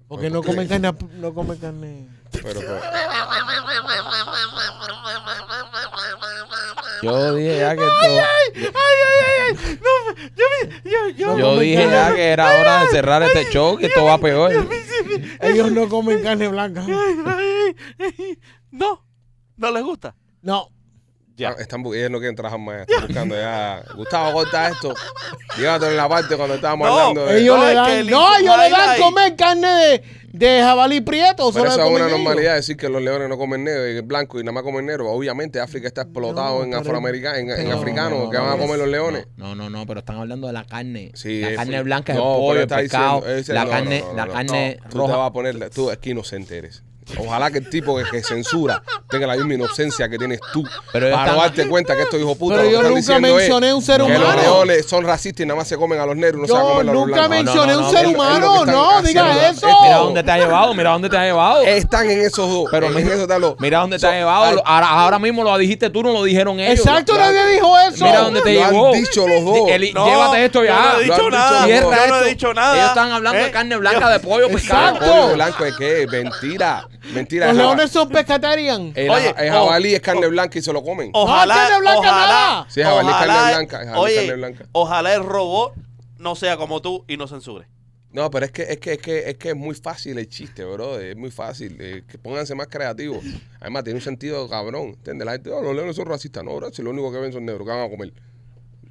Speaker 3: Porque no
Speaker 1: ¿Por qué?
Speaker 3: comen carne, no comen carne.
Speaker 1: Pero, pero-
Speaker 2: Yo dije ya que esto-
Speaker 4: Yo, yo,
Speaker 2: yo dije ya que era hora de cerrar este show, que esto va peor.
Speaker 3: Ellos no comen carne blanca.
Speaker 4: No, no les gusta.
Speaker 3: No.
Speaker 4: Ya.
Speaker 1: Ah, Están, bu- ellos no quieren trabajar más. Están buscando ya. Gustavo, corta esto. Llévatelo en la parte cuando estábamos
Speaker 4: No,
Speaker 1: hablando de.
Speaker 3: Ellos
Speaker 4: No,
Speaker 3: le
Speaker 4: es que
Speaker 3: dan,
Speaker 4: el
Speaker 3: no, ellos le dan
Speaker 4: highlight-
Speaker 3: comer carne de, de jabalí prieto.
Speaker 1: Pero
Speaker 3: solo
Speaker 1: eso
Speaker 3: de
Speaker 1: es una
Speaker 3: comer ellos.
Speaker 1: normalidad decir que los leones no comen negro y blanco y nada más comen negro. Obviamente África está explotado
Speaker 3: No,
Speaker 1: en
Speaker 3: pero-
Speaker 1: afroamericanos, en, en
Speaker 3: No,
Speaker 1: africanos,
Speaker 3: no, no,
Speaker 1: que van a
Speaker 3: no,
Speaker 1: comer los leones.
Speaker 2: No, no, no, pero están hablando de la carne.
Speaker 1: Sí,
Speaker 2: la
Speaker 1: es-
Speaker 2: carne blanca es
Speaker 1: no,
Speaker 2: el
Speaker 1: pero
Speaker 2: pollo, el
Speaker 1: está
Speaker 2: pescado.
Speaker 1: diciendo- ese-
Speaker 2: la
Speaker 1: no,
Speaker 2: carne,
Speaker 1: no, no,
Speaker 2: la
Speaker 1: no.
Speaker 2: carne
Speaker 1: Tú te vas
Speaker 2: roja.
Speaker 1: a poner, tú aquí no se enteres. Ojalá que el tipo que, que censura tenga la misma inocencia que tienes tú
Speaker 2: Pero ellos
Speaker 1: para
Speaker 2: están-
Speaker 1: no darte cuenta que estos hijos putos
Speaker 3: Pero
Speaker 1: lo que
Speaker 3: yo
Speaker 1: están
Speaker 3: nunca
Speaker 1: diciendo es
Speaker 3: mencioné un ser
Speaker 1: que los
Speaker 2: humano.
Speaker 1: leones son racistas y nada más se comen a los negros y no se van a
Speaker 3: Yo
Speaker 1: comer a los
Speaker 3: nunca
Speaker 1: blancos.
Speaker 2: No,
Speaker 3: mencioné
Speaker 2: no,
Speaker 3: un
Speaker 2: no,
Speaker 3: ser
Speaker 1: es lo- es lo que
Speaker 3: humano.
Speaker 1: están
Speaker 3: No,
Speaker 1: haciendo.
Speaker 3: diga eso.
Speaker 2: Mira dónde te ha llevado, mira dónde te ha llevado.
Speaker 1: Están en esos dos.
Speaker 2: Pero
Speaker 1: en
Speaker 2: mira,
Speaker 1: esos dos, lo-
Speaker 2: mira dónde te ha
Speaker 1: son-
Speaker 2: llevado.
Speaker 1: han-
Speaker 2: Lo- Ahora, ahora mismo lo dijiste tú, no lo dijeron ellos.
Speaker 3: Exacto,
Speaker 1: lo-
Speaker 3: nadie dijo eso.
Speaker 2: Mira dónde te
Speaker 1: lo han
Speaker 2: llevó.
Speaker 1: dicho los dos.
Speaker 2: Di- Eli, llévate esto
Speaker 4: Yo
Speaker 2: ya.
Speaker 4: no he
Speaker 1: Lo han
Speaker 4: dicho
Speaker 1: dicho
Speaker 4: nada.
Speaker 1: los dos.
Speaker 4: Yo no
Speaker 2: esto.
Speaker 4: he dicho nada.
Speaker 2: Ellos están hablando de
Speaker 4: ¿Eh?
Speaker 2: carne blanca, de pollo, pescado.
Speaker 1: Ah, Exacto.
Speaker 3: Exacto.
Speaker 1: Pollo blanco es que mentira. Mentira.
Speaker 3: Los
Speaker 1: es jaba-
Speaker 3: leones oh, son pescatarian.
Speaker 1: El,
Speaker 4: Oye,
Speaker 1: el
Speaker 4: o-
Speaker 1: jabalí es carne blanca y se lo comen.
Speaker 4: Ojalá,
Speaker 3: carne blanca
Speaker 4: ojalá,
Speaker 3: nada.
Speaker 1: Sí, jabalí,
Speaker 4: ojalá-
Speaker 1: carne blanca, jabalí,
Speaker 4: oye,
Speaker 1: carne blanca.
Speaker 4: ojalá el robot no sea como tú y no censure.
Speaker 1: No, pero es que es que es que es que es muy fácil el chiste, bro. Es muy fácil. Eh, que pónganse más creativos. Además, tiene un sentido cabrón. ¿Entiendes? La gente, oh, los leones son racistas. No, bro, si lo único que ven son negros, ¿qué van a comer?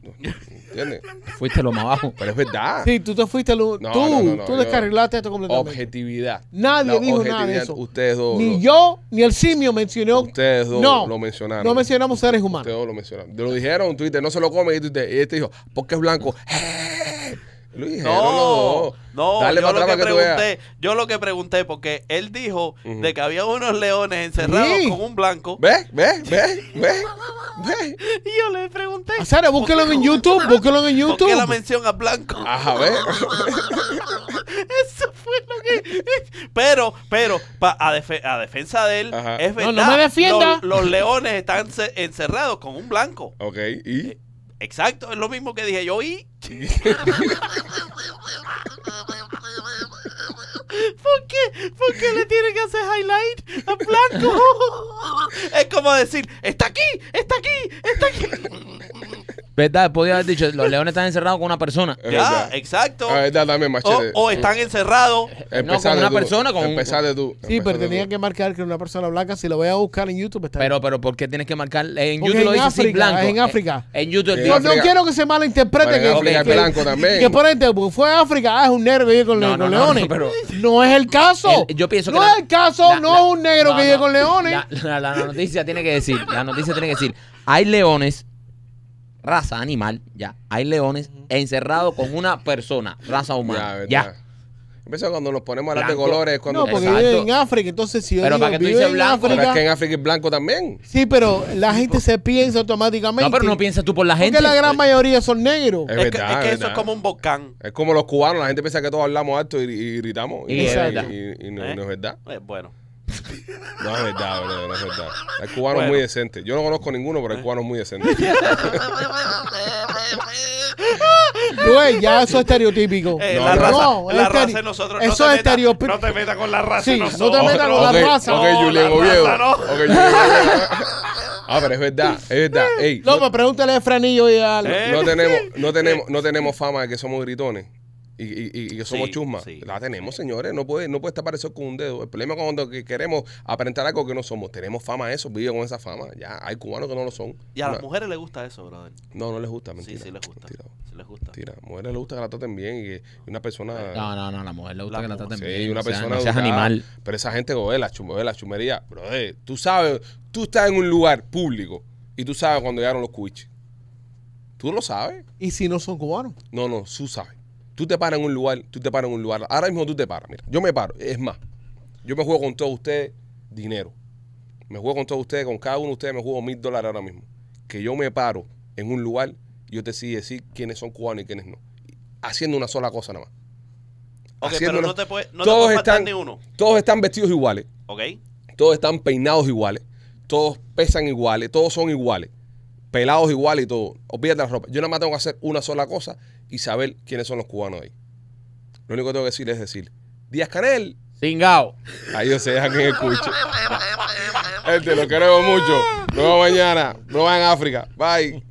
Speaker 1: No, ¿Entiendes?
Speaker 2: Oh, Fuiste lo más bajo.
Speaker 1: Pero es verdad.
Speaker 3: Sí, tú te fuiste, Lu-
Speaker 1: No,
Speaker 3: tú,
Speaker 1: no, no, no,
Speaker 3: tú
Speaker 1: yo-
Speaker 3: descarrilaste esto completamente.
Speaker 1: Objetividad.
Speaker 3: Nadie
Speaker 1: La
Speaker 3: dijo nada de
Speaker 1: objetividad,
Speaker 3: eso.
Speaker 1: Ustedes dos.
Speaker 3: Ni
Speaker 1: lo-
Speaker 3: yo ni el simio mencionó.
Speaker 1: Ustedes dos
Speaker 3: no,
Speaker 1: lo mencionaron.
Speaker 3: Ah, No mencionamos seres
Speaker 1: Ustedes
Speaker 3: humanos.
Speaker 1: dos lo mencionaron. Te lo dijeron en Twitter, no se lo come. Y, Twitter, y este dijo, porque es blanco. ¡Eh! Lo dijeron los
Speaker 4: No,
Speaker 1: dos.
Speaker 4: no,
Speaker 1: Dale
Speaker 4: yo
Speaker 1: para atrás
Speaker 4: lo que
Speaker 1: para que tú veas.
Speaker 4: pregunté, yo lo que pregunté, porque él dijo
Speaker 1: Ujú.
Speaker 4: de que había unos leones encerrados
Speaker 3: Sí.
Speaker 4: con un blanco.
Speaker 1: ¿Ves? ¿Ves? ¿Ves? ¿Ves? ¿Ves?
Speaker 4: Y yo le pregunté.
Speaker 3: Sara, búsquelo en YouTube, búsquelo en
Speaker 4: ¿Por qué la
Speaker 3: YouTube. Ah.
Speaker 4: mención a blanco?
Speaker 1: Ajá, ¿ves?
Speaker 4: Eso fue lo que. Pero, pero, pa- a, defe- a defensa de él,
Speaker 1: Ajá.
Speaker 4: es
Speaker 3: No,
Speaker 4: verdad.
Speaker 3: no me defienda.
Speaker 4: Los, los leones están ce- encerrados con un blanco.
Speaker 1: Ok, y.
Speaker 4: Exacto, es lo mismo que dije yo. ¿Y por qué? ¿Por qué le tienen que hacer highlight a blanco? es como decir: está aquí, está aquí, está aquí.
Speaker 2: ¿Verdad? Podía haber dicho, los leones están encerrados con una persona.
Speaker 1: Es
Speaker 4: ya,
Speaker 1: verdad.
Speaker 4: exacto. Oh,
Speaker 1: Ah, es verdad, también,
Speaker 4: O,
Speaker 1: machete.
Speaker 4: o están encerrados.
Speaker 2: No, con una persona, con un-
Speaker 1: Empezaste tú.
Speaker 3: Sí, pero
Speaker 1: empezaste
Speaker 3: tenía
Speaker 1: tú.
Speaker 3: que marcar que era una persona blanca. Si lo voy a buscar en YouTube, está
Speaker 2: Pero, pero, ¿por qué tienes que marcar? En
Speaker 3: Porque
Speaker 2: YouTube lo
Speaker 3: en
Speaker 2: dice sin
Speaker 3: África,
Speaker 2: blanco.
Speaker 3: en
Speaker 2: Eh,
Speaker 3: África.
Speaker 2: En YouTube
Speaker 1: Sí,
Speaker 3: bien. No,
Speaker 2: dice.
Speaker 3: no
Speaker 1: África-
Speaker 3: quiero que se malinterprete
Speaker 1: Bueno, en
Speaker 3: que,
Speaker 1: África es
Speaker 3: que-
Speaker 1: blanco también.
Speaker 3: que por ejemplo, porque fue a África, ah, es un negro que vive con,
Speaker 2: No,
Speaker 3: con
Speaker 2: no, no,
Speaker 3: leones.
Speaker 2: no,
Speaker 3: No,
Speaker 2: pero-
Speaker 3: es el caso.
Speaker 2: El- yo pienso
Speaker 3: no
Speaker 2: que
Speaker 3: es
Speaker 2: la-
Speaker 3: el caso,
Speaker 2: la-
Speaker 3: no
Speaker 2: la-
Speaker 3: es un negro
Speaker 2: no,
Speaker 3: que
Speaker 2: no.
Speaker 3: vive con leones.
Speaker 2: La, la- la noticia tiene que decir, la noticia tiene que decir, hay leones, raza animal, ya, hay leones encerrados con una persona, raza
Speaker 1: Ya,
Speaker 2: humana,
Speaker 1: ¿verdad?
Speaker 2: ya.
Speaker 1: Empieza cuando nos ponemos a hablar de
Speaker 2: Blanco.
Speaker 1: colores. Cuando
Speaker 3: no, porque
Speaker 2: Exacto.
Speaker 3: vive en África, entonces si yo
Speaker 2: Pero
Speaker 3: digo,
Speaker 2: ¿para qué tú
Speaker 3: vive
Speaker 2: dices
Speaker 3: en
Speaker 2: blanco?
Speaker 1: Pero es
Speaker 3: África,
Speaker 1: que en África es blanco también.
Speaker 3: sí, pero la gente se piensa automáticamente.
Speaker 2: No, pero no piensas tú por la gente. Eh.
Speaker 3: Porque la gran mayoría son negros.
Speaker 1: Es
Speaker 4: Es, que-
Speaker 1: verdad,
Speaker 4: es que,
Speaker 1: es
Speaker 4: eso es
Speaker 1: verdad.
Speaker 4: como un volcán.
Speaker 1: Es como los cubanos, la gente piensa que todos hablamos alto y, y gritamos.
Speaker 2: Y
Speaker 1: no,
Speaker 2: es
Speaker 1: y-
Speaker 2: verdad.
Speaker 1: y- y no-
Speaker 4: ¿Eh?
Speaker 1: no es verdad.
Speaker 4: Eh, bueno.
Speaker 1: No es verdad, bro, no es verdad. Hay cubanos
Speaker 4: Bueno. Eh.
Speaker 1: muy decentes. Yo no conozco ninguno, pero hay cubanos muy decentes.
Speaker 3: Luis, ya eso es estereotípico.
Speaker 4: Eh,
Speaker 1: No,
Speaker 4: la
Speaker 1: no.
Speaker 4: raza,
Speaker 3: No,
Speaker 4: la
Speaker 3: es
Speaker 4: raza
Speaker 3: estere-
Speaker 4: de nosotros.
Speaker 3: Eso
Speaker 4: no te
Speaker 3: es estereotipo.
Speaker 4: Metas, no te metas con la raza.
Speaker 3: Sí,
Speaker 4: de
Speaker 3: no te
Speaker 4: nosotros.
Speaker 3: metas con la
Speaker 1: Ok,
Speaker 3: raza.
Speaker 1: Ok,
Speaker 4: No,
Speaker 1: Julián
Speaker 4: la
Speaker 1: Oviedo.
Speaker 4: raza no.
Speaker 1: Ok, Julián Oviedo. Ah, pero es verdad, es verdad. Ey, no,
Speaker 3: López, pregúntale a Franillo y a...
Speaker 4: Eh.
Speaker 1: no tenemos, no, tenemos, no tenemos fama de que somos gritones. Y, y- y- y que somos
Speaker 4: Sí,
Speaker 1: chusmas.
Speaker 4: sí.
Speaker 1: La tenemos, señores. No puede, no puede tapar eso con un dedo. El problema es cuando que queremos aparentar algo que no somos. Tenemos fama de eso, viven con esa fama. Ya, hay cubanos que no lo son.
Speaker 4: Y a las
Speaker 1: No,
Speaker 4: mujeres les gusta eso, brother.
Speaker 1: no, no les gusta, mentira.
Speaker 4: sí, sí les gusta.
Speaker 1: Mentira,
Speaker 4: Sí les gusta.
Speaker 1: mentira. A mujeres les gusta que la traten bien y que una persona.
Speaker 2: No, no, no, la mujer le gusta
Speaker 4: La
Speaker 2: que la
Speaker 4: mujer,
Speaker 2: traten
Speaker 1: Sí,
Speaker 2: bien.
Speaker 1: una
Speaker 2: o sea,
Speaker 1: persona
Speaker 2: no seas
Speaker 1: educada.
Speaker 2: animal.
Speaker 1: Pero esa gente que ve la, chum- ve la chumería, brother, tú sabes, tú estás en un lugar público y tú sabes cuando llegaron los cuiches. Tú lo sabes.
Speaker 3: Y si no son cubanos.
Speaker 1: No, no, tú sabes. Tú te paras en un lugar, tú te paras en un lugar. Ahora mismo tú te paras, mira. Yo me paro, es más. Yo me juego con todos ustedes dinero. Me juego con todos ustedes, con cada uno de ustedes me juego mil dólares ahora mismo. Que yo me paro en un lugar y yo te sí decir quiénes son cubanos y quiénes no. Haciendo una sola cosa nada más.
Speaker 4: Ok,
Speaker 1: Haciendo
Speaker 4: pero
Speaker 1: una-
Speaker 4: no te puede, no te
Speaker 1: todos
Speaker 4: puede faltar
Speaker 1: están-
Speaker 4: ni uno.
Speaker 1: Todos están vestidos iguales.
Speaker 4: ¿Ok?
Speaker 1: todos están peinados iguales, todos pesan iguales, todos son iguales, pelados iguales y todo. Olvídate la ropa. Yo nada más tengo que hacer una sola cosa y saber quiénes son los cubanos ahí. Lo único que tengo que decir es decir, Díaz Canel
Speaker 2: Tingao.
Speaker 1: Ahí ellos se dejan que escuche. Gente, lo queremos mucho. Nos vemos mañana. Nos vemos en África. Bye.